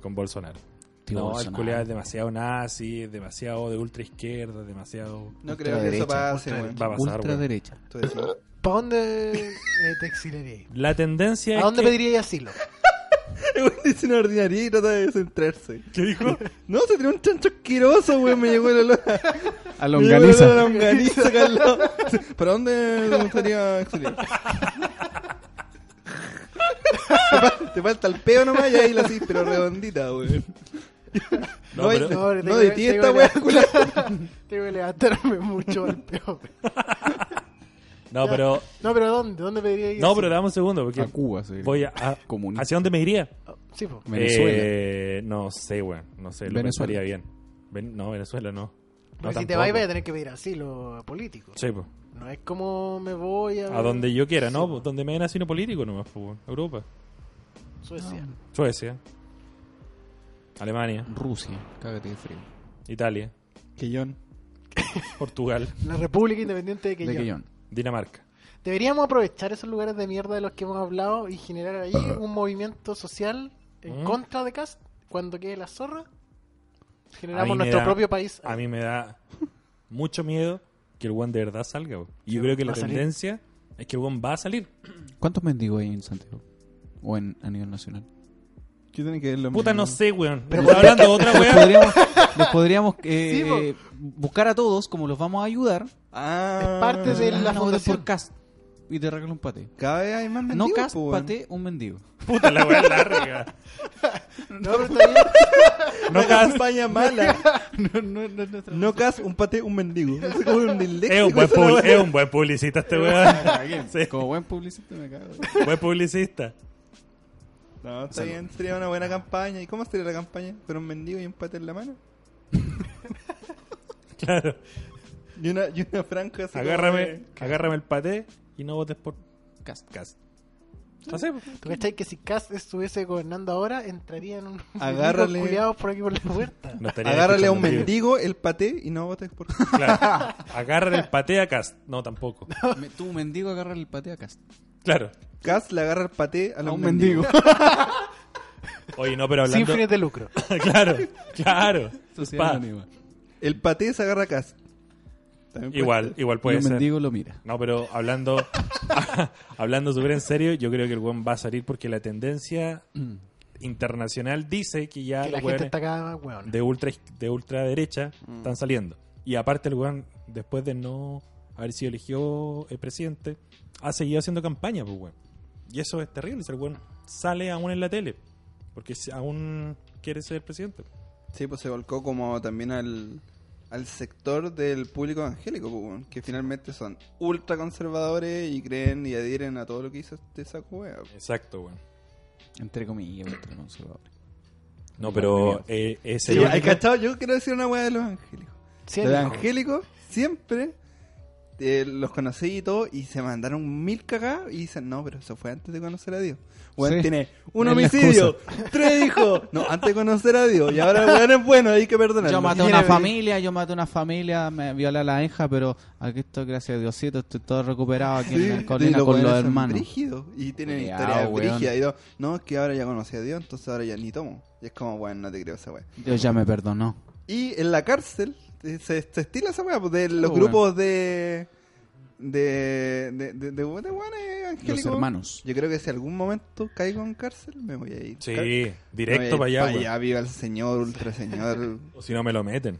[SPEAKER 3] con Bolsonaro.
[SPEAKER 2] tío
[SPEAKER 3] no, el
[SPEAKER 2] Bolsonaro.
[SPEAKER 3] culiao es demasiado nazi, es demasiado de ultra izquierda, es demasiado.
[SPEAKER 4] No creo que eso
[SPEAKER 2] Ultraderecha,
[SPEAKER 4] pase, weón.
[SPEAKER 3] Va a pasar, weón.
[SPEAKER 2] Ultraderecha.
[SPEAKER 4] Tú decís.
[SPEAKER 5] ¿Para dónde eh, te exiliarías?
[SPEAKER 3] La tendencia
[SPEAKER 5] ¿A
[SPEAKER 3] es
[SPEAKER 5] dónde
[SPEAKER 3] que-
[SPEAKER 5] pedirías asilo?
[SPEAKER 4] El weón dice una ordinaria y trata de centrarse.
[SPEAKER 3] ¿Qué dijo?
[SPEAKER 4] No, se tiró un chancho asqueroso, weón. Me llegó el olor.
[SPEAKER 2] A
[SPEAKER 4] Me llegó el olor a
[SPEAKER 2] longaniza.
[SPEAKER 4] longaniza, Carlos. ¿Para dónde te gustaría exiliar? Te fal- Te falta el peo nomás y ahí la así, pero redondita, weón.
[SPEAKER 3] No,
[SPEAKER 4] No,
[SPEAKER 3] pero-
[SPEAKER 4] de- no,
[SPEAKER 5] No, pero tengo-
[SPEAKER 4] de ti
[SPEAKER 5] tengo
[SPEAKER 4] esta
[SPEAKER 5] que-
[SPEAKER 4] weá, culiao.
[SPEAKER 5] Tengo que levantarme mucho al peor.
[SPEAKER 3] No, pero.
[SPEAKER 5] No, pero ¿dónde? ¿Dónde pedirías
[SPEAKER 3] No,
[SPEAKER 5] asilo?
[SPEAKER 3] pero dame un segundo, porque
[SPEAKER 2] A Cuba, sí.
[SPEAKER 3] voy a. a-
[SPEAKER 2] Comunista.
[SPEAKER 3] ¿Hacia dónde me iría?
[SPEAKER 5] Sí, po.
[SPEAKER 2] Venezuela.
[SPEAKER 3] Eh, no sé, weón. No sé, lo
[SPEAKER 2] Venezuela.
[SPEAKER 3] pensaría bien. Ven- no, Venezuela no. No,
[SPEAKER 5] Porque si te
[SPEAKER 3] tampoco.
[SPEAKER 5] vas, vas a tener que pedir asilo político.
[SPEAKER 3] Sí, po.
[SPEAKER 5] No es como me voy a.
[SPEAKER 3] A donde yo quiera, ¿no? Po, Donde me den asilo político nomás, po, weón. Europa.
[SPEAKER 5] Suecia.
[SPEAKER 3] Suecia. Alemania.
[SPEAKER 2] Rusia. Cágate de frío.
[SPEAKER 3] Italia.
[SPEAKER 4] Que John.
[SPEAKER 3] Portugal.
[SPEAKER 5] La República Independiente de
[SPEAKER 2] De
[SPEAKER 5] Quellón.
[SPEAKER 2] Quillón.
[SPEAKER 3] Dinamarca.
[SPEAKER 5] Deberíamos aprovechar esos lugares de mierda de los que hemos hablado y generar ahí
[SPEAKER 4] Ah.
[SPEAKER 5] un movimiento social en
[SPEAKER 3] ¿Mm?
[SPEAKER 5] contra de Cast cuando quede la zorra.
[SPEAKER 3] A mí
[SPEAKER 5] Generamos
[SPEAKER 3] me
[SPEAKER 5] nuestro
[SPEAKER 3] da- Ah.
[SPEAKER 5] propio país.
[SPEAKER 3] A mí me da mucho miedo que el one de verdad salga, po. Y yo creo que
[SPEAKER 5] va
[SPEAKER 3] la
[SPEAKER 5] a salir.
[SPEAKER 3] tendencia es que el one va a salir.
[SPEAKER 2] ¿Cuántos mendigos hay en Santiago? O en, a nivel nacional.
[SPEAKER 4] ¿Qué tiene que ver lo
[SPEAKER 3] Puta,
[SPEAKER 4] mismo?
[SPEAKER 3] no sé, weón. Pero hablando de otra
[SPEAKER 2] Los
[SPEAKER 3] weón.
[SPEAKER 2] podríamos, los podríamos eh,
[SPEAKER 5] Sí,
[SPEAKER 2] buscar a todos, como los vamos a ayudar.
[SPEAKER 4] Ah,
[SPEAKER 5] Es parte de la
[SPEAKER 2] no, voten
[SPEAKER 5] fundación.
[SPEAKER 2] por cast. Y te regalo un pate.
[SPEAKER 4] Cada vez hay más
[SPEAKER 2] No
[SPEAKER 4] mendigos,
[SPEAKER 2] cast,
[SPEAKER 4] po, weón.
[SPEAKER 2] pate, un mendigo.
[SPEAKER 3] Puta, la weón larga.
[SPEAKER 5] No, pero está bien.
[SPEAKER 3] No
[SPEAKER 4] Una
[SPEAKER 3] cas.
[SPEAKER 4] campaña mala.
[SPEAKER 2] no, no, no, no.
[SPEAKER 4] No cas, un pate, un mendigo. Es como un disléxico
[SPEAKER 3] Es un buen,
[SPEAKER 4] esa
[SPEAKER 3] publi-
[SPEAKER 4] weá.
[SPEAKER 3] es un buen publicista este weón. Sí,
[SPEAKER 2] Como buen publicista me cago.
[SPEAKER 3] buen publicista.
[SPEAKER 4] No, está bien, sería una buena campaña. ¿Y cómo sería la campaña? ¿Con un mendigo y un pate en la mano?
[SPEAKER 3] Claro.
[SPEAKER 4] Y una, y una franja así. como
[SPEAKER 3] Agárrame,
[SPEAKER 4] de-
[SPEAKER 3] agárrame el paté y no votes por
[SPEAKER 2] Cast.
[SPEAKER 3] Cast. No sé,
[SPEAKER 5] ¿Tú cachai que si Cast estuviese gobernando ahora, entrarían unos
[SPEAKER 4] Agárrale.
[SPEAKER 5] milicos culiados por aquí por la puerta?
[SPEAKER 3] no estaría este
[SPEAKER 4] Agárrale a un
[SPEAKER 3] escuchando, tío.
[SPEAKER 4] mendigo el paté y no votes por.
[SPEAKER 3] Claro. Agárrale el paté a Cast. No, tampoco.
[SPEAKER 2] Me- Tú, mendigo, agarra el pate a cast.
[SPEAKER 3] Claro.
[SPEAKER 4] Cas le agarra el paté a,
[SPEAKER 2] A
[SPEAKER 4] los
[SPEAKER 2] un
[SPEAKER 4] mendigos.
[SPEAKER 2] mendigo.
[SPEAKER 3] Oye, no, pero
[SPEAKER 5] Sin
[SPEAKER 3] hablando.
[SPEAKER 5] fines de lucro.
[SPEAKER 3] claro, claro. Pa.
[SPEAKER 2] Sociedad anónima.
[SPEAKER 4] El paté se agarra a Cas. También puede
[SPEAKER 3] Igual,
[SPEAKER 4] ser.
[SPEAKER 3] igual
[SPEAKER 2] Y
[SPEAKER 3] puede
[SPEAKER 2] un
[SPEAKER 3] ser.
[SPEAKER 2] mendigo lo mira.
[SPEAKER 3] No, pero hablando hablando súper en serio, yo creo que el weón va a salir porque la tendencia internacional dice que ya
[SPEAKER 5] Mm. que la
[SPEAKER 3] Ah, los
[SPEAKER 5] gente
[SPEAKER 3] weones
[SPEAKER 5] está Mm. cada vez más weón.
[SPEAKER 3] de ultra de ultraderecha están saliendo. Y aparte el weón, después de no haber sido elegido eh, presidente, ha seguido haciendo campaña, pues weón. Y eso es terrible, si el weón sale aún en la tele, porque si- aún quiere ser presidente.
[SPEAKER 4] Sí, pues se volcó como también al, al sector del público evangélico, pues, weón, que finalmente son ultra conservadores y creen y adhieren a todo lo que hizo este saco wea.
[SPEAKER 3] Exacto, weón.
[SPEAKER 2] Entre comillas, ultra conservadores.
[SPEAKER 3] No,
[SPEAKER 2] Igual
[SPEAKER 3] pero
[SPEAKER 2] diría.
[SPEAKER 3] eh, ese
[SPEAKER 4] Sí,
[SPEAKER 3] único-
[SPEAKER 4] hay cachado, yo quiero decir una wea de los evangélicos.
[SPEAKER 5] Sí,
[SPEAKER 4] los
[SPEAKER 5] amigo.
[SPEAKER 4] evangélicos siempre eh, los conocí y todo y se mandaron mil cagadas y dicen, no, pero eso fue antes de conocer a Dios. Weón
[SPEAKER 2] Sí.
[SPEAKER 4] tiene un
[SPEAKER 2] Es la
[SPEAKER 4] homicidio, tres hijos, no, antes de conocer a Dios y ahora el weón es bueno, hay que perdonarlo.
[SPEAKER 2] Yo maté a
[SPEAKER 4] Viene
[SPEAKER 2] una
[SPEAKER 4] a-
[SPEAKER 2] familia, yo maté a una familia, me violé a la hija, pero aquí estoy, gracias a Diosito, estoy todo recuperado aquí
[SPEAKER 4] Sí,
[SPEAKER 2] en la
[SPEAKER 4] y
[SPEAKER 2] colina con
[SPEAKER 4] buenos
[SPEAKER 2] los
[SPEAKER 4] son
[SPEAKER 2] hermanos.
[SPEAKER 4] brígidos, y tienen
[SPEAKER 2] Culeao,
[SPEAKER 4] historias
[SPEAKER 2] weón.
[SPEAKER 4] brígidas. Y no, no, es que ahora ya conocí a Dios, entonces ahora ya ni tomo. Y es como, bueno, no te creo esa weá.
[SPEAKER 2] Dios ya me perdonó.
[SPEAKER 4] Y en la cárcel eh, se, se estila esa weá, pues, de los
[SPEAKER 2] weón.
[SPEAKER 4] grupos de. de. de. de. de weones evangélicos.
[SPEAKER 2] Los hermanos.
[SPEAKER 4] Yo creo que si algún momento caigo en cárcel, me voy a ir. Car- me voy
[SPEAKER 3] Sí,
[SPEAKER 4] a ir
[SPEAKER 3] directo para allá, weón.
[SPEAKER 4] viva el Señor, ultra Señor.
[SPEAKER 3] O si no me lo meten.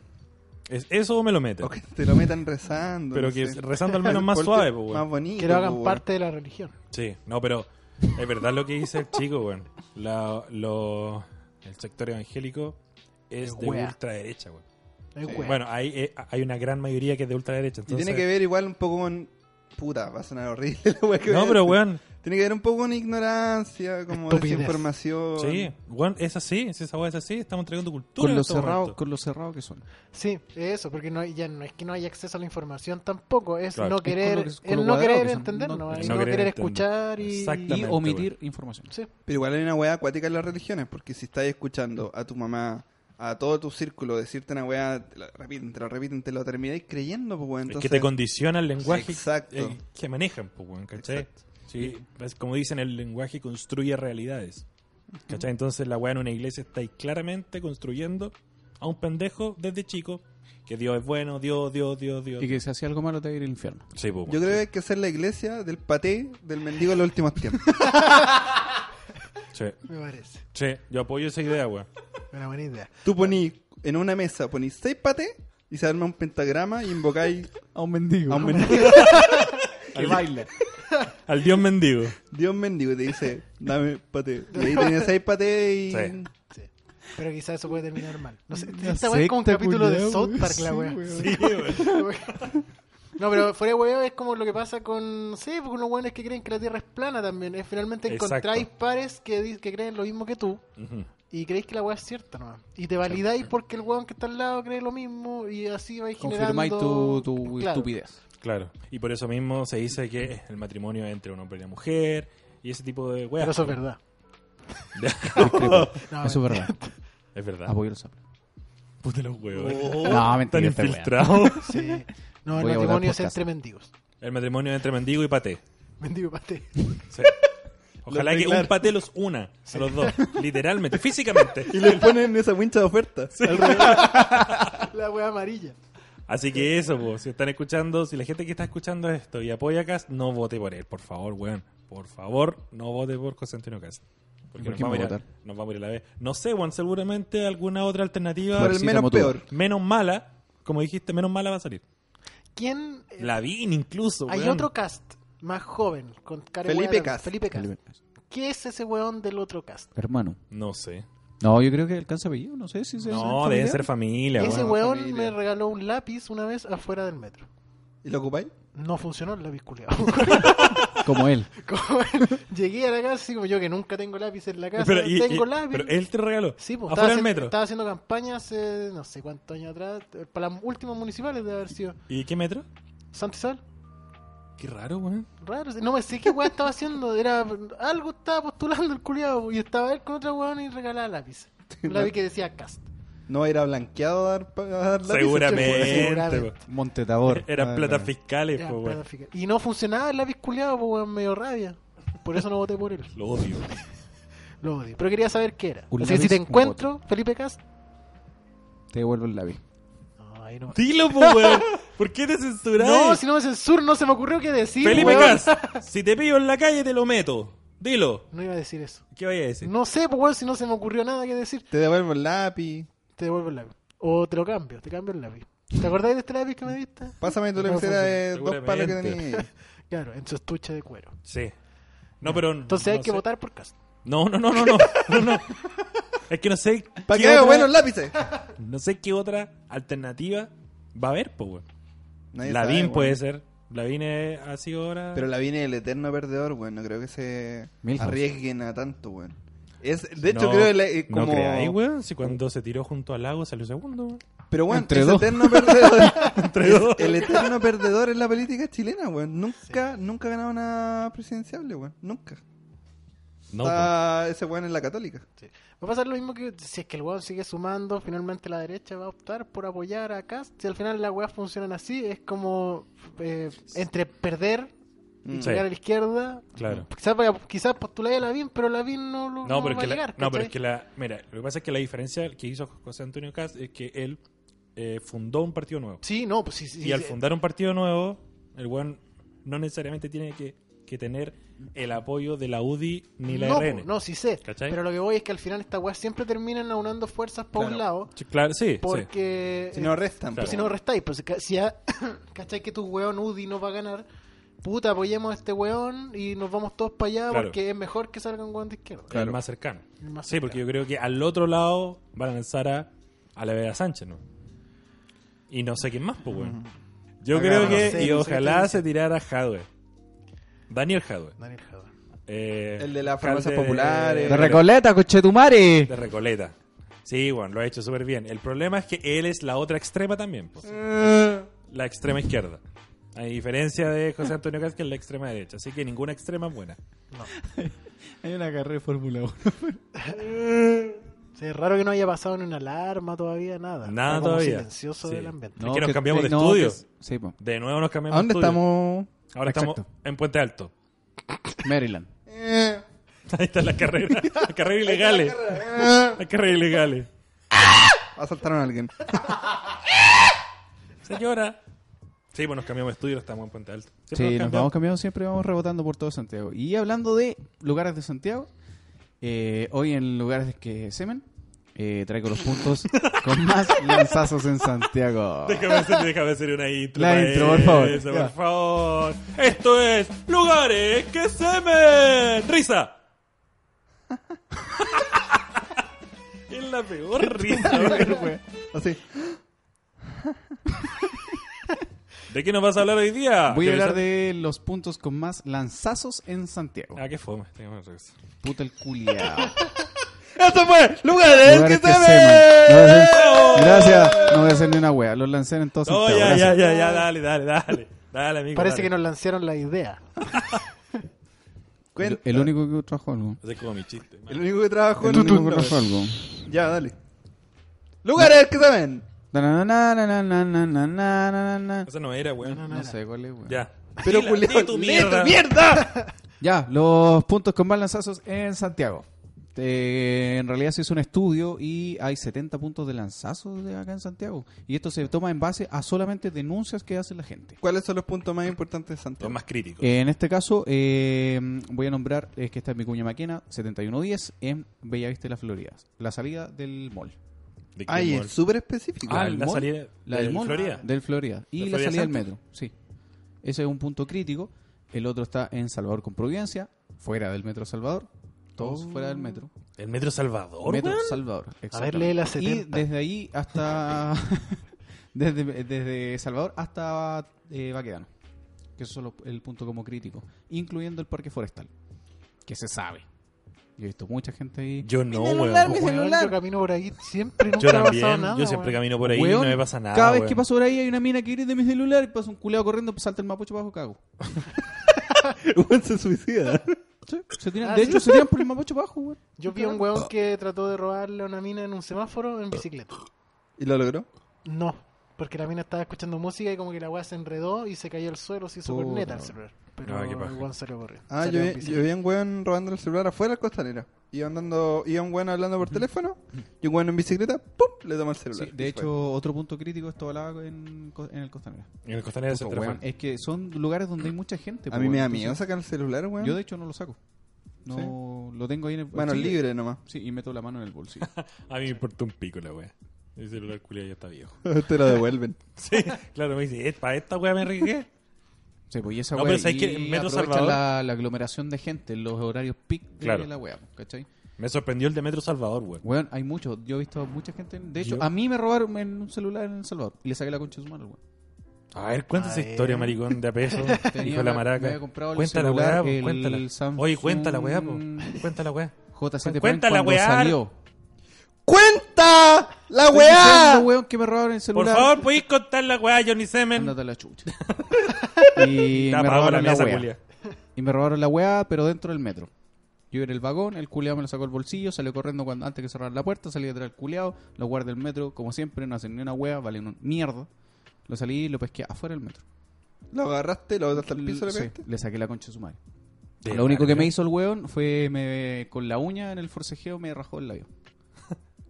[SPEAKER 3] Es, eso o me lo meten.
[SPEAKER 4] o que te lo metan rezando.
[SPEAKER 3] Pero
[SPEAKER 4] no
[SPEAKER 3] que
[SPEAKER 4] sé.
[SPEAKER 3] rezando al menos más
[SPEAKER 4] Porque-
[SPEAKER 3] suave, pues, weón.
[SPEAKER 4] Más bonito.
[SPEAKER 5] Que lo hagan
[SPEAKER 4] pues, weón.
[SPEAKER 5] parte de la religión.
[SPEAKER 3] Sí, no, pero es verdad lo que dice el chico, weón. La- lo- el sector evangélico es
[SPEAKER 5] Es
[SPEAKER 3] de
[SPEAKER 5] wea.
[SPEAKER 3] ultraderecha, weón.
[SPEAKER 5] Es
[SPEAKER 4] Sí.
[SPEAKER 5] weón.
[SPEAKER 3] Bueno, hay, eh, hay una gran mayoría que es de ultraderecha.
[SPEAKER 4] Y
[SPEAKER 3] Entonces...
[SPEAKER 4] tiene que ver igual un poco con. Puta, va a sonar horrible la weá que voy
[SPEAKER 3] No,
[SPEAKER 4] a
[SPEAKER 3] pero
[SPEAKER 4] decir.
[SPEAKER 3] weón,
[SPEAKER 4] Tiene que ver un poco con ignorancia, como
[SPEAKER 5] Estupidez.
[SPEAKER 4] desinformación.
[SPEAKER 3] sí, weón, es así, si esa weá es así, estamos entregando cultura.
[SPEAKER 2] Con
[SPEAKER 3] en
[SPEAKER 2] lo,
[SPEAKER 3] este
[SPEAKER 2] cerrado,
[SPEAKER 3] momento.
[SPEAKER 2] con lo cerrado que son.
[SPEAKER 5] Sí, es eso, porque no hay- ya no es que no haya acceso a la información tampoco, es
[SPEAKER 3] Claro.
[SPEAKER 5] no
[SPEAKER 3] Es
[SPEAKER 2] con lo
[SPEAKER 5] querer,
[SPEAKER 2] que-
[SPEAKER 5] es,
[SPEAKER 2] con lo
[SPEAKER 5] no
[SPEAKER 2] cuadrado
[SPEAKER 5] querer
[SPEAKER 2] que son,
[SPEAKER 5] entender,
[SPEAKER 2] no-
[SPEAKER 5] no,
[SPEAKER 2] es
[SPEAKER 5] es
[SPEAKER 3] no
[SPEAKER 5] no,
[SPEAKER 3] querer
[SPEAKER 5] querer
[SPEAKER 3] entender.
[SPEAKER 5] escuchar y
[SPEAKER 3] Exactamente.
[SPEAKER 2] Y
[SPEAKER 3] Exactamente,
[SPEAKER 2] omitir información.
[SPEAKER 5] sí,
[SPEAKER 4] Pero igual hay una weá acuática en las religiones, porque si estás escuchando a tu mamá, a todo tu círculo decirte una weá, te la repiten, te lo repiten, te lo termináis creyendo, pues weón.
[SPEAKER 3] Es
[SPEAKER 4] Entonces,
[SPEAKER 3] que te condiciona el lenguaje
[SPEAKER 4] Exacto.
[SPEAKER 3] eh, que manejan, pues, weón, ¿cachai?
[SPEAKER 4] Exacto.
[SPEAKER 3] Sí, es como dicen, el lenguaje construye realidades. ¿Cachai? Entonces la weá en una iglesia estáis claramente construyendo a un pendejo desde chico que Dios es bueno, Dios, Dios, Dios, Dios.
[SPEAKER 2] Y que si hacía algo malo te iba a ir al infierno.
[SPEAKER 3] Sí, pues,
[SPEAKER 4] Yo creo que hay que hacer la iglesia del paté del mendigo en los últimos tiempos.
[SPEAKER 3] sí,
[SPEAKER 5] Me parece.
[SPEAKER 3] sí, yo apoyo esa idea, weón.
[SPEAKER 5] Una buena idea.
[SPEAKER 4] Tú ponís en una mesa, ponís seis patés y se arma un pentagrama y invocáis
[SPEAKER 2] A un mendigo.
[SPEAKER 4] a un mendigo.
[SPEAKER 2] que baila.
[SPEAKER 3] Al Dios mendigo.
[SPEAKER 4] Dios mendigo y te dice, dame paté. Y ahí tenés seis patés y...
[SPEAKER 3] Sí.
[SPEAKER 5] Sí. Pero quizás eso puede terminar mal. No sé,
[SPEAKER 2] Una
[SPEAKER 5] esta weá es como un
[SPEAKER 2] secta,
[SPEAKER 5] capítulo de
[SPEAKER 2] culiao,
[SPEAKER 5] South
[SPEAKER 2] weón.
[SPEAKER 5] Park, la
[SPEAKER 2] Sí,
[SPEAKER 5] weá.
[SPEAKER 2] weón.
[SPEAKER 5] No, pero fuera de huevo es como lo que pasa con, no sé, con los hueones que creen que la Tierra es plana también. Es finalmente
[SPEAKER 3] Exacto.
[SPEAKER 5] encontráis pares que, di- que creen lo mismo que tú
[SPEAKER 3] Ujú.
[SPEAKER 5] y creéis que la hueá es cierta nomás. Y te validáis porque el hueón que está al lado cree lo mismo y así vais generando...
[SPEAKER 2] Confirmáis tu, tu
[SPEAKER 5] Claro.
[SPEAKER 2] estupidez.
[SPEAKER 3] Claro. Y por eso mismo se dice que el matrimonio es entre un hombre y una mujer y ese tipo de weá.
[SPEAKER 5] Pero eso es verdad. No,
[SPEAKER 2] Eso es verdad.
[SPEAKER 3] Es verdad.
[SPEAKER 2] Apoyo el sable.
[SPEAKER 3] Puta los huevos.
[SPEAKER 2] No,
[SPEAKER 3] Están
[SPEAKER 2] mentira. esta wea.
[SPEAKER 3] infiltrados.
[SPEAKER 5] Sí. No, el
[SPEAKER 2] Voy a votar
[SPEAKER 5] matrimonio
[SPEAKER 2] por
[SPEAKER 5] es entre
[SPEAKER 2] casa.
[SPEAKER 5] mendigos.
[SPEAKER 3] El matrimonio es entre mendigo y paté.
[SPEAKER 5] Mendigo pate.
[SPEAKER 3] Sí. Ojalá
[SPEAKER 4] Los
[SPEAKER 3] que
[SPEAKER 4] claro.
[SPEAKER 3] un paté los una a los dos, literalmente, físicamente.
[SPEAKER 4] Y les ponen esa wincha de oferta. Al revés.
[SPEAKER 5] La hueá amarilla.
[SPEAKER 3] Así que eso, po, si están escuchando, si la gente que está escuchando esto y apoya a Cast, no vote por él, por favor, weón. Por favor, no vote por Constantino Cast. Porque
[SPEAKER 2] ¿Por
[SPEAKER 3] nos
[SPEAKER 2] quién
[SPEAKER 3] vamos, a
[SPEAKER 2] va
[SPEAKER 3] ir
[SPEAKER 2] a
[SPEAKER 3] a, nos vamos a ir a la vez. No sé, weón, seguramente alguna otra alternativa
[SPEAKER 4] Por el
[SPEAKER 2] Pobrecita
[SPEAKER 4] menos
[SPEAKER 2] Motuda.
[SPEAKER 4] peor.
[SPEAKER 3] menos mala, como dijiste, menos mala va a salir.
[SPEAKER 5] ¿Quién? eh,
[SPEAKER 3] Lavín incluso,
[SPEAKER 5] hay
[SPEAKER 3] weón.
[SPEAKER 5] otro cast más joven con cara de
[SPEAKER 4] Felipe
[SPEAKER 5] hueá grande.
[SPEAKER 4] Cast.
[SPEAKER 5] Felipe Cast. ¿Qué es ese hueón del otro cast?
[SPEAKER 2] Hermano.
[SPEAKER 3] No sé.
[SPEAKER 2] No, yo creo que alcanza apellido. No sé si se
[SPEAKER 3] No, debe ser familia,
[SPEAKER 5] ese
[SPEAKER 3] weón.
[SPEAKER 5] hueón
[SPEAKER 4] familia.
[SPEAKER 5] me regaló un lápiz una vez afuera del metro.
[SPEAKER 4] ¿Y lo ocupáis?
[SPEAKER 5] No funcionó el lápiz culiado.
[SPEAKER 2] Como él.
[SPEAKER 5] Llegué a la casa, así como yo que nunca tengo lápiz en la casa.
[SPEAKER 3] Pero, y-
[SPEAKER 5] tengo
[SPEAKER 3] y-
[SPEAKER 5] lápiz.
[SPEAKER 3] pero él te regaló.
[SPEAKER 5] Sí, pues,
[SPEAKER 3] afuera
[SPEAKER 5] estaba,
[SPEAKER 3] del
[SPEAKER 5] haci-
[SPEAKER 3] metro.
[SPEAKER 5] estaba haciendo campaña hace no sé cuántos años atrás, eh, para las últimas municipales de haber sido.
[SPEAKER 3] ¿Y qué metro?
[SPEAKER 5] ¿Santa Isabel?
[SPEAKER 3] Qué raro, weón.
[SPEAKER 5] Raro, no me sé qué weá estaba haciendo, era algo estaba postulando el culiado y estaba él con otra weón y regalaba lápiz. Un lápiz que decía cast.
[SPEAKER 4] No va a ir a blanqueado a dar, a dar lápices,
[SPEAKER 3] Seguramente.
[SPEAKER 4] che,
[SPEAKER 5] Seguramente.
[SPEAKER 3] weón.
[SPEAKER 2] Montetabor.
[SPEAKER 3] Eran
[SPEAKER 2] Ah,
[SPEAKER 3] platas
[SPEAKER 2] claro.
[SPEAKER 3] fiscales,
[SPEAKER 5] Era
[SPEAKER 3] po,
[SPEAKER 5] plata
[SPEAKER 3] pues, weón.
[SPEAKER 5] fija. Y no funcionaba el lápiz culiado, pues weón, me dio rabia. Por eso no voté por él.
[SPEAKER 3] Lo odio.
[SPEAKER 5] Lo odio. Pero quería saber qué era.
[SPEAKER 2] Un
[SPEAKER 5] Así que si
[SPEAKER 2] lápiz,
[SPEAKER 5] te
[SPEAKER 2] un
[SPEAKER 5] encuentro, Felipe Cast.
[SPEAKER 2] Te devuelvo el lápiz.
[SPEAKER 5] No, ahí no.
[SPEAKER 3] Dilo, po, weón. ¿Por qué te censuras?
[SPEAKER 5] No, si no me censuro, no se me ocurrió qué decir.
[SPEAKER 3] Felipe
[SPEAKER 5] weón.
[SPEAKER 3] Cas, si te pillo en la calle te lo meto. Dilo.
[SPEAKER 5] No iba a decir eso.
[SPEAKER 3] ¿Qué vaya a decir?
[SPEAKER 5] No sé, pues weón, si no se me ocurrió nada que decir.
[SPEAKER 4] Te devuelvo el lápiz.
[SPEAKER 5] Te devuelvo el lápiz. O te lo cambio, te cambio el lápiz. ¿Te acordáis de este lápiz que me diste?
[SPEAKER 4] Pásame tu
[SPEAKER 5] No
[SPEAKER 4] lapicera de
[SPEAKER 3] funciona.
[SPEAKER 4] dos palos que
[SPEAKER 3] Seguramente.
[SPEAKER 4] tenías.
[SPEAKER 5] Claro, en su estuche de cuero.
[SPEAKER 3] Sí. No, pero.
[SPEAKER 5] Entonces hay
[SPEAKER 3] no
[SPEAKER 5] que
[SPEAKER 3] sé.
[SPEAKER 5] votar por Cast.
[SPEAKER 3] No, no, no, no, no. no, no. Es que no sé.
[SPEAKER 4] Para
[SPEAKER 3] qué
[SPEAKER 4] que haga
[SPEAKER 3] otra-
[SPEAKER 4] buenos lápices.
[SPEAKER 3] No sé qué otra alternativa va a haber, po, weón.
[SPEAKER 4] Nadie
[SPEAKER 3] Lavín
[SPEAKER 4] sabe, weón.
[SPEAKER 3] puede ser. Lavín es- ha sido ahora.
[SPEAKER 4] Pero Lavín es el eterno perdedor, weón. No creo que se
[SPEAKER 2] Milhouse.
[SPEAKER 4] arriesguen a tanto, weón. Es, de hecho,
[SPEAKER 3] No,
[SPEAKER 4] creo que le- eh,
[SPEAKER 3] No
[SPEAKER 4] como...
[SPEAKER 3] creáis, weón. Si cuando se tiró junto al lago salió segundo, weón.
[SPEAKER 4] Pero bueno,
[SPEAKER 2] Entre
[SPEAKER 4] es
[SPEAKER 2] dos.
[SPEAKER 4] eterno perdedor.
[SPEAKER 3] Entre
[SPEAKER 4] Es
[SPEAKER 3] dos.
[SPEAKER 4] el eterno perdedor en la política chilena, weón. Nunca, nunca ha ganado una presidenciable, weón. Nunca.
[SPEAKER 3] No,
[SPEAKER 4] Está ese weón en la católica.
[SPEAKER 5] Sí. Va a pasar lo mismo que si es que el weón sigue sumando, finalmente la derecha va a optar por apoyar a Cast. Si al final las weas funcionan así, es como eh, entre perder y
[SPEAKER 4] Mm.
[SPEAKER 3] Sí.
[SPEAKER 5] llegar a la izquierda.
[SPEAKER 3] Claro.
[SPEAKER 5] Quizás vaya- quizás postuláis a Lavín, pero Lavín no lo
[SPEAKER 3] No,
[SPEAKER 5] va
[SPEAKER 3] pero, es
[SPEAKER 5] a
[SPEAKER 3] que
[SPEAKER 5] llegar.
[SPEAKER 3] la, no pero es
[SPEAKER 5] ¿cachai?
[SPEAKER 3] que la. Mira, lo que pasa es que la diferencia que hizo José Antonio Cast es que él eh, fundó un partido nuevo.
[SPEAKER 5] Sí, no, pues sí, sí,
[SPEAKER 3] y al
[SPEAKER 5] sí.
[SPEAKER 3] fundar un partido nuevo, el weón no necesariamente tiene que, que tener el apoyo de la UDI ni la
[SPEAKER 5] no,
[SPEAKER 3] RN.
[SPEAKER 5] pues, no, sí sé.
[SPEAKER 3] ¿Cachai?
[SPEAKER 5] Pero lo que voy es que al final estas weas siempre terminan aunando fuerzas para un
[SPEAKER 4] Claro.
[SPEAKER 5] lado.
[SPEAKER 3] Sí, Claro, sí, sí.
[SPEAKER 5] Porque.
[SPEAKER 4] Si no restan,
[SPEAKER 3] Claro.
[SPEAKER 4] po,
[SPEAKER 5] Si no restáis, pues ca- si ya, ¿cachai que tu weón UDI no va a ganar? Puta, apoyemos a este weón y nos vamos todos para allá
[SPEAKER 3] Claro.
[SPEAKER 5] porque es mejor que salga un weón de izquierda.
[SPEAKER 3] El más cercano.
[SPEAKER 5] El más
[SPEAKER 3] Sí, porque yo
[SPEAKER 5] cercano.
[SPEAKER 3] creo que al otro lado van a lanzar a, a la Vega Sánchez, ¿no? Y no sé quién más, pues, weón. Yo
[SPEAKER 4] Acá
[SPEAKER 3] creo
[SPEAKER 4] no
[SPEAKER 3] que,
[SPEAKER 5] sé,
[SPEAKER 3] y
[SPEAKER 5] no sé qué
[SPEAKER 3] ojalá
[SPEAKER 5] estoy
[SPEAKER 3] se tirara Hadwe. Daniel Hadwe.
[SPEAKER 5] Daniel Jadot.
[SPEAKER 3] Eh,
[SPEAKER 4] El de las
[SPEAKER 3] alcalde
[SPEAKER 4] farmacias
[SPEAKER 3] de-
[SPEAKER 4] populares.
[SPEAKER 2] De Recoleta, cochetumare.
[SPEAKER 3] De Recoleta. Sí, bueno, lo ha hecho súper bien. El problema es que él es la otra extrema también. pues.
[SPEAKER 4] Mm.
[SPEAKER 3] La extrema izquierda. A diferencia de José Antonio Caz, que es la extrema derecha. Así que ninguna extrema es buena.
[SPEAKER 2] Hay una carrera de Fórmula 1.
[SPEAKER 5] Sí, es raro que no haya pasado ni una alarma todavía,
[SPEAKER 3] Nada
[SPEAKER 5] nada. Está como
[SPEAKER 3] todavía.
[SPEAKER 5] silencioso
[SPEAKER 3] Sí.
[SPEAKER 5] del ambiente.
[SPEAKER 3] No. que nos cambiamos de estudio.
[SPEAKER 2] sí, po.
[SPEAKER 3] De nuevo nos
[SPEAKER 4] ¿A
[SPEAKER 3] cambiamos.
[SPEAKER 4] dónde
[SPEAKER 3] de estudio.
[SPEAKER 4] estamos?
[SPEAKER 3] Ahora
[SPEAKER 2] Exacto.
[SPEAKER 3] estamos en Puente Alto.
[SPEAKER 2] Maryland.
[SPEAKER 4] Eh,
[SPEAKER 3] Ahí está la carrera. La carrera ilegales.
[SPEAKER 4] Ah,
[SPEAKER 3] La carrera ilegales.
[SPEAKER 4] Asaltaron a alguien.
[SPEAKER 3] Señora. Sí, bueno, nos cambiamos de estudio, estamos en Puente Alto. Siempre
[SPEAKER 2] Sí, nos vamos
[SPEAKER 3] cambiamos.
[SPEAKER 2] cambiando siempre, vamos rebotando por todo Santiago. Y hablando de lugares de Santiago, eh, hoy en lugares de que semen, eh, traigo los puntos con más lanzazos en Santiago.
[SPEAKER 3] Déjame hacer, déjame hacer una intro.
[SPEAKER 2] La
[SPEAKER 3] para
[SPEAKER 2] intro, por favor.
[SPEAKER 3] eso,
[SPEAKER 2] Ya.
[SPEAKER 3] por favor. Esto es Lugares que semen. Risa. es la peor risa. güey.
[SPEAKER 4] Así.
[SPEAKER 2] Ah,
[SPEAKER 3] ¿De qué nos vas a hablar hoy día?
[SPEAKER 2] Voy a hablar
[SPEAKER 3] Teresa?
[SPEAKER 2] de los puntos con más lanzazos en Santiago.
[SPEAKER 3] Ah, qué fome. Tengo que regresar.
[SPEAKER 2] Puta el culiao.
[SPEAKER 4] ¡Eso fue! ¡Lugares,
[SPEAKER 2] Lugares
[SPEAKER 4] que se
[SPEAKER 2] semen. No voy a hacer-
[SPEAKER 3] ¡Bravo!
[SPEAKER 2] Gracias. No voy a hacer ni una wea. Los lancé en todo
[SPEAKER 3] Oh. No,
[SPEAKER 2] Santiago.
[SPEAKER 3] ya, ya,
[SPEAKER 2] gracias.
[SPEAKER 3] ya, ya, dale, dale, dale. Dale, amigo.
[SPEAKER 5] Parece
[SPEAKER 3] dale.
[SPEAKER 5] que nos lanzaron la idea.
[SPEAKER 2] El,
[SPEAKER 4] ven.
[SPEAKER 2] el único que trajo algo.
[SPEAKER 3] Ese es como mi chiste. man.
[SPEAKER 4] El único que trabajó
[SPEAKER 2] El
[SPEAKER 4] en
[SPEAKER 2] único
[SPEAKER 4] ningún
[SPEAKER 2] que
[SPEAKER 4] lado.
[SPEAKER 2] trajo algo.
[SPEAKER 4] Ya, dale. ¡Lugares que saben!
[SPEAKER 2] Na, na, na, na, na, na, na, na, na, na.
[SPEAKER 3] Esa no era, weón.
[SPEAKER 2] No sé cuál es, weón.
[SPEAKER 3] Ya.
[SPEAKER 4] Pero
[SPEAKER 3] Dila,
[SPEAKER 4] culiao,
[SPEAKER 3] di tu
[SPEAKER 4] lee
[SPEAKER 3] mierda.
[SPEAKER 4] tu mierda.
[SPEAKER 2] Ya, los puntos con más lanzazos en Santiago. Eh, en realidad se hizo un estudio y hay 70 puntos de lanzazos de acá en Santiago. Y esto se toma en base a solamente denuncias que hace la gente.
[SPEAKER 4] ¿Cuáles son los puntos más importantes de
[SPEAKER 3] Los
[SPEAKER 4] Santiago?
[SPEAKER 3] más críticos.
[SPEAKER 2] En este caso, eh, voy a nombrar, es que está en Vicuña Maquena, 7110, en Bellavista de la Florida. La salida del mall.
[SPEAKER 3] ¿De qué
[SPEAKER 4] Ay,
[SPEAKER 3] mall?
[SPEAKER 4] es súper específico.
[SPEAKER 3] Ah,
[SPEAKER 2] del
[SPEAKER 3] la
[SPEAKER 2] mall,
[SPEAKER 3] salida
[SPEAKER 2] la
[SPEAKER 3] del
[SPEAKER 2] del mall,
[SPEAKER 3] Florida.
[SPEAKER 2] del Florida. Y
[SPEAKER 3] ¿La
[SPEAKER 2] la,
[SPEAKER 3] Florida
[SPEAKER 2] salida del
[SPEAKER 3] Centro?
[SPEAKER 2] metro, sí. Ese es un punto crítico. El otro está en Salvador con Providencia, fuera del metro Salvador. Todos fuera del metro.
[SPEAKER 3] El Metro Salvador,
[SPEAKER 2] Metro
[SPEAKER 3] weón.
[SPEAKER 2] Salvador. exactamente.
[SPEAKER 5] lee la
[SPEAKER 2] Y
[SPEAKER 5] 70.
[SPEAKER 2] desde ahí hasta. desde, desde Salvador hasta eh, Baquedano. Que eso es lo- el punto como crítico. Incluyendo el Parque Forestal. Que se sabe. Yo he visto mucha gente ahí.
[SPEAKER 3] Yo no,
[SPEAKER 2] Mi
[SPEAKER 3] weón.
[SPEAKER 2] celular, mi
[SPEAKER 5] Pues, Weón,
[SPEAKER 2] celular.
[SPEAKER 5] yo camino por ahí siempre, nunca
[SPEAKER 3] Yo
[SPEAKER 5] me ha pasado
[SPEAKER 3] también.
[SPEAKER 5] nada.
[SPEAKER 3] Yo siempre
[SPEAKER 5] weón.
[SPEAKER 3] camino por ahí y no
[SPEAKER 2] Weón,
[SPEAKER 3] me pasa nada.
[SPEAKER 2] Cada vez
[SPEAKER 3] weón.
[SPEAKER 2] que paso por ahí hay una mina que grita de mi celular y pasa un culeado corriendo, pues salta el mapuche para abajo, cago.
[SPEAKER 4] Weón se suicida.
[SPEAKER 2] Sí, se tiran-
[SPEAKER 5] Ah,
[SPEAKER 2] de
[SPEAKER 5] ¿sí?
[SPEAKER 2] hecho, se tiran por el mapuche para abajo, weón.
[SPEAKER 5] Yo vi a un weón que trató de robarle a una mina en un semáforo en bicicleta.
[SPEAKER 4] ¿Y lo logró?
[SPEAKER 5] No, porque la mina estaba escuchando música y como que la weá se enredó y se cayó al suelo, se hizo
[SPEAKER 2] Puta,
[SPEAKER 5] corneta el
[SPEAKER 2] weón.
[SPEAKER 5] celular. Pero
[SPEAKER 3] Ah, qué
[SPEAKER 5] el
[SPEAKER 3] paja.
[SPEAKER 5] weón salió corriendo.
[SPEAKER 4] Ah,
[SPEAKER 5] Salió
[SPEAKER 4] yo
[SPEAKER 5] en
[SPEAKER 4] vi,
[SPEAKER 5] bicicleta.
[SPEAKER 4] yo vi a un weón robando el celular afuera al costanera. Iba andando, iba un weón hablando por teléfono, y un weón en bicicleta, ¡pum! le toma el celular.
[SPEAKER 2] Sí, de
[SPEAKER 4] Y
[SPEAKER 2] hecho, otro punto crítico, esto hablaba en, co- en el Costanera.
[SPEAKER 3] En el costanero se
[SPEAKER 2] Puta, Oh, weón,
[SPEAKER 3] trabaja.
[SPEAKER 2] es que son lugares donde hay mucha gente.
[SPEAKER 4] fue.
[SPEAKER 2] po,
[SPEAKER 4] a mí me da
[SPEAKER 2] weón.
[SPEAKER 4] miedo
[SPEAKER 2] Entonces,
[SPEAKER 4] sacar el celular, weón.
[SPEAKER 2] Yo, de hecho, no lo saco. No, lo tengo ahí en el
[SPEAKER 4] Mano
[SPEAKER 2] sí, eh.
[SPEAKER 4] libre nomás.
[SPEAKER 2] Sí, y meto la mano en el bolsillo.
[SPEAKER 3] A mí me importa un pico la wea. Mi celular culiao ya está viejo.
[SPEAKER 4] Te lo devuelven.
[SPEAKER 3] Sí, claro, me dice, ¿para esta wea me arriesgué?
[SPEAKER 2] Sí, pues y esa
[SPEAKER 3] No,
[SPEAKER 2] wea-
[SPEAKER 3] pero ¿sabes
[SPEAKER 2] y
[SPEAKER 3] qué? En Metro
[SPEAKER 2] aprovechan
[SPEAKER 3] Salvador-
[SPEAKER 2] la, la aglomeración de gente, en los horarios peak de
[SPEAKER 3] Claro.
[SPEAKER 2] la wea, po, ¿cachai?
[SPEAKER 3] Me sorprendió el de Metro Salvador, weón.
[SPEAKER 2] Weón, hay mucho. Yo he visto mucha gente. De hecho,
[SPEAKER 3] Yo-
[SPEAKER 2] a mí me robaron en un celular en El Salvador y le saqué la concha de su mano, al weón.
[SPEAKER 3] A ver, cuenta
[SPEAKER 5] A
[SPEAKER 3] esa
[SPEAKER 5] ver.
[SPEAKER 3] historia, maricón, de a peso. Hijo
[SPEAKER 2] Tenía
[SPEAKER 3] de la
[SPEAKER 2] la- me
[SPEAKER 3] maraca.
[SPEAKER 2] había comprado el
[SPEAKER 3] Cuenta la
[SPEAKER 2] celular,
[SPEAKER 3] weá, po,
[SPEAKER 2] el
[SPEAKER 3] cuéntala.
[SPEAKER 2] Samsung-
[SPEAKER 3] Oye, cuenta la weá, po. Cuenta la weá.
[SPEAKER 2] J7 Prime
[SPEAKER 3] Cuenta la
[SPEAKER 2] cuando
[SPEAKER 3] weá.
[SPEAKER 2] salió.
[SPEAKER 4] ¡Cuenta! ¡La
[SPEAKER 2] Estoy
[SPEAKER 4] weá!
[SPEAKER 2] diciendo, weón, que me robaron el
[SPEAKER 3] Por
[SPEAKER 2] celular.
[SPEAKER 3] favor, podéis contar la weá, Johnny Semen.
[SPEAKER 2] Ándate a la chucha. y
[SPEAKER 3] Está
[SPEAKER 2] me
[SPEAKER 3] apagado la
[SPEAKER 2] robaron la,
[SPEAKER 3] mesa,
[SPEAKER 2] weá.
[SPEAKER 3] culia.
[SPEAKER 2] Y me robaron la weá, pero dentro del metro. Yo iba en el vagón, el culeado me lo sacó el bolsillo, salió corriendo cuando, antes que cerrar la puerta, salí detrás del culeado, lo guardé del metro, como siempre, no hacen ni una weá, valen un mierda. Lo salí y lo pesqué afuera del metro.
[SPEAKER 4] Lo agarraste, lo botaste al piso, le
[SPEAKER 2] Sí,
[SPEAKER 4] pegaste.
[SPEAKER 2] le saqué la concha a su madre.
[SPEAKER 3] De
[SPEAKER 2] lo único
[SPEAKER 3] larga.
[SPEAKER 2] que me hizo el weón fue me, con la uña en el forcejeo me rajó el labio.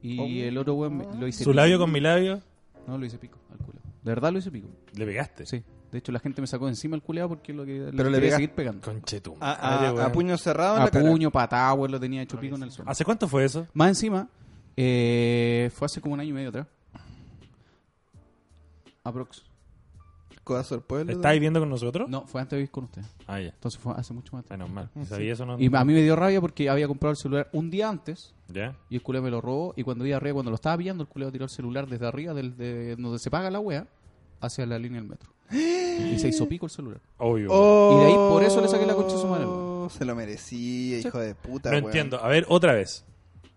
[SPEAKER 2] Y el otro weón me- lo hice
[SPEAKER 3] Oh. Su
[SPEAKER 2] pico.
[SPEAKER 3] labio con mi labio,
[SPEAKER 2] No, lo hice pico al culo. De verdad lo hice pico.
[SPEAKER 3] le pegaste.
[SPEAKER 2] Sí. De hecho, la gente me sacó encima el culeado porque lo que
[SPEAKER 4] Pero le
[SPEAKER 2] quería
[SPEAKER 4] pega-
[SPEAKER 2] seguir pegando.
[SPEAKER 3] Conche tu
[SPEAKER 4] A,
[SPEAKER 3] madre,
[SPEAKER 4] a-
[SPEAKER 3] weón.
[SPEAKER 4] a puño cerrado en
[SPEAKER 2] Ah, A
[SPEAKER 4] la cara.
[SPEAKER 2] puño, patada, weón, lo tenía hecho pico en el suelo.
[SPEAKER 3] ¿Hace cuánto fue eso?
[SPEAKER 2] Más encima, eh, fue hace como un año y medio atrás. Aprox.
[SPEAKER 4] Codazo al pueblo.
[SPEAKER 3] ¿Está viviendo con nosotros?
[SPEAKER 2] No, fue antes de vivir con usted.
[SPEAKER 3] Ah, ya.
[SPEAKER 2] Entonces fue hace mucho más atrás.
[SPEAKER 3] Menos mal. ¿Sabía eso no?
[SPEAKER 2] Y a mí me dio rabia porque había comprado el celular un día antes
[SPEAKER 3] ¿Ya?
[SPEAKER 2] Y el culeo me lo robó. Y cuando iba arriba, cuando lo estaba pillando, el culeo tiró el celular desde arriba, del, de donde se paga la wea, hacia la línea del metro. y se hizo pico el celular.
[SPEAKER 3] Obvio.
[SPEAKER 2] Y de ahí por eso le saqué la concha a su madre, weón.
[SPEAKER 4] Oh, Se lo merecía, hijo de puta,
[SPEAKER 3] no
[SPEAKER 4] weón.
[SPEAKER 3] entiendo. A ver, otra vez.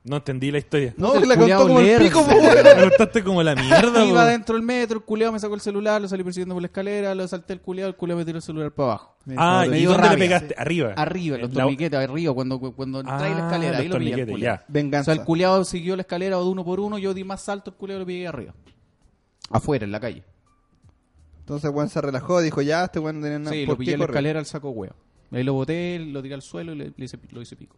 [SPEAKER 3] No entendí la historia.
[SPEAKER 4] No,
[SPEAKER 2] El
[SPEAKER 4] que la
[SPEAKER 2] culiao
[SPEAKER 4] contó como el
[SPEAKER 2] lerdo.
[SPEAKER 4] pico, po,
[SPEAKER 3] Me
[SPEAKER 4] weón.
[SPEAKER 3] contaste como la mierda,
[SPEAKER 2] Iba
[SPEAKER 3] weón.
[SPEAKER 2] dentro del metro, el culeo me sacó el celular, lo salí persiguiendo por la escalera, lo salté el culeo, el culeo me tiró el celular para abajo.
[SPEAKER 3] Ah,
[SPEAKER 2] Me
[SPEAKER 3] ¿y
[SPEAKER 2] dio
[SPEAKER 3] dónde le
[SPEAKER 2] rabia.
[SPEAKER 3] pegaste? Arriba.
[SPEAKER 2] Arriba, los
[SPEAKER 3] Eh, La-
[SPEAKER 2] torniquetes, arriba, cuando, cuando
[SPEAKER 3] Ah,
[SPEAKER 2] trae la escalera, ahí
[SPEAKER 3] los
[SPEAKER 2] lo pillé al
[SPEAKER 3] torniquetes,
[SPEAKER 2] culiao.
[SPEAKER 3] ya.
[SPEAKER 2] O sea,
[SPEAKER 4] Venganza.
[SPEAKER 2] el culeado siguió la escalera de uno por uno, yo di más salto, el culeo lo pillé arriba. Afuera, en la calle.
[SPEAKER 4] Entonces, weón se relajó, dijo, ya, este weón no tenía nada
[SPEAKER 2] sí,
[SPEAKER 4] por
[SPEAKER 2] lo
[SPEAKER 4] qué
[SPEAKER 2] pillé en la
[SPEAKER 4] correr.
[SPEAKER 2] escalera al saco huevo. Ahí lo boté, lo tiré al suelo y le, le hice, lo hice pico.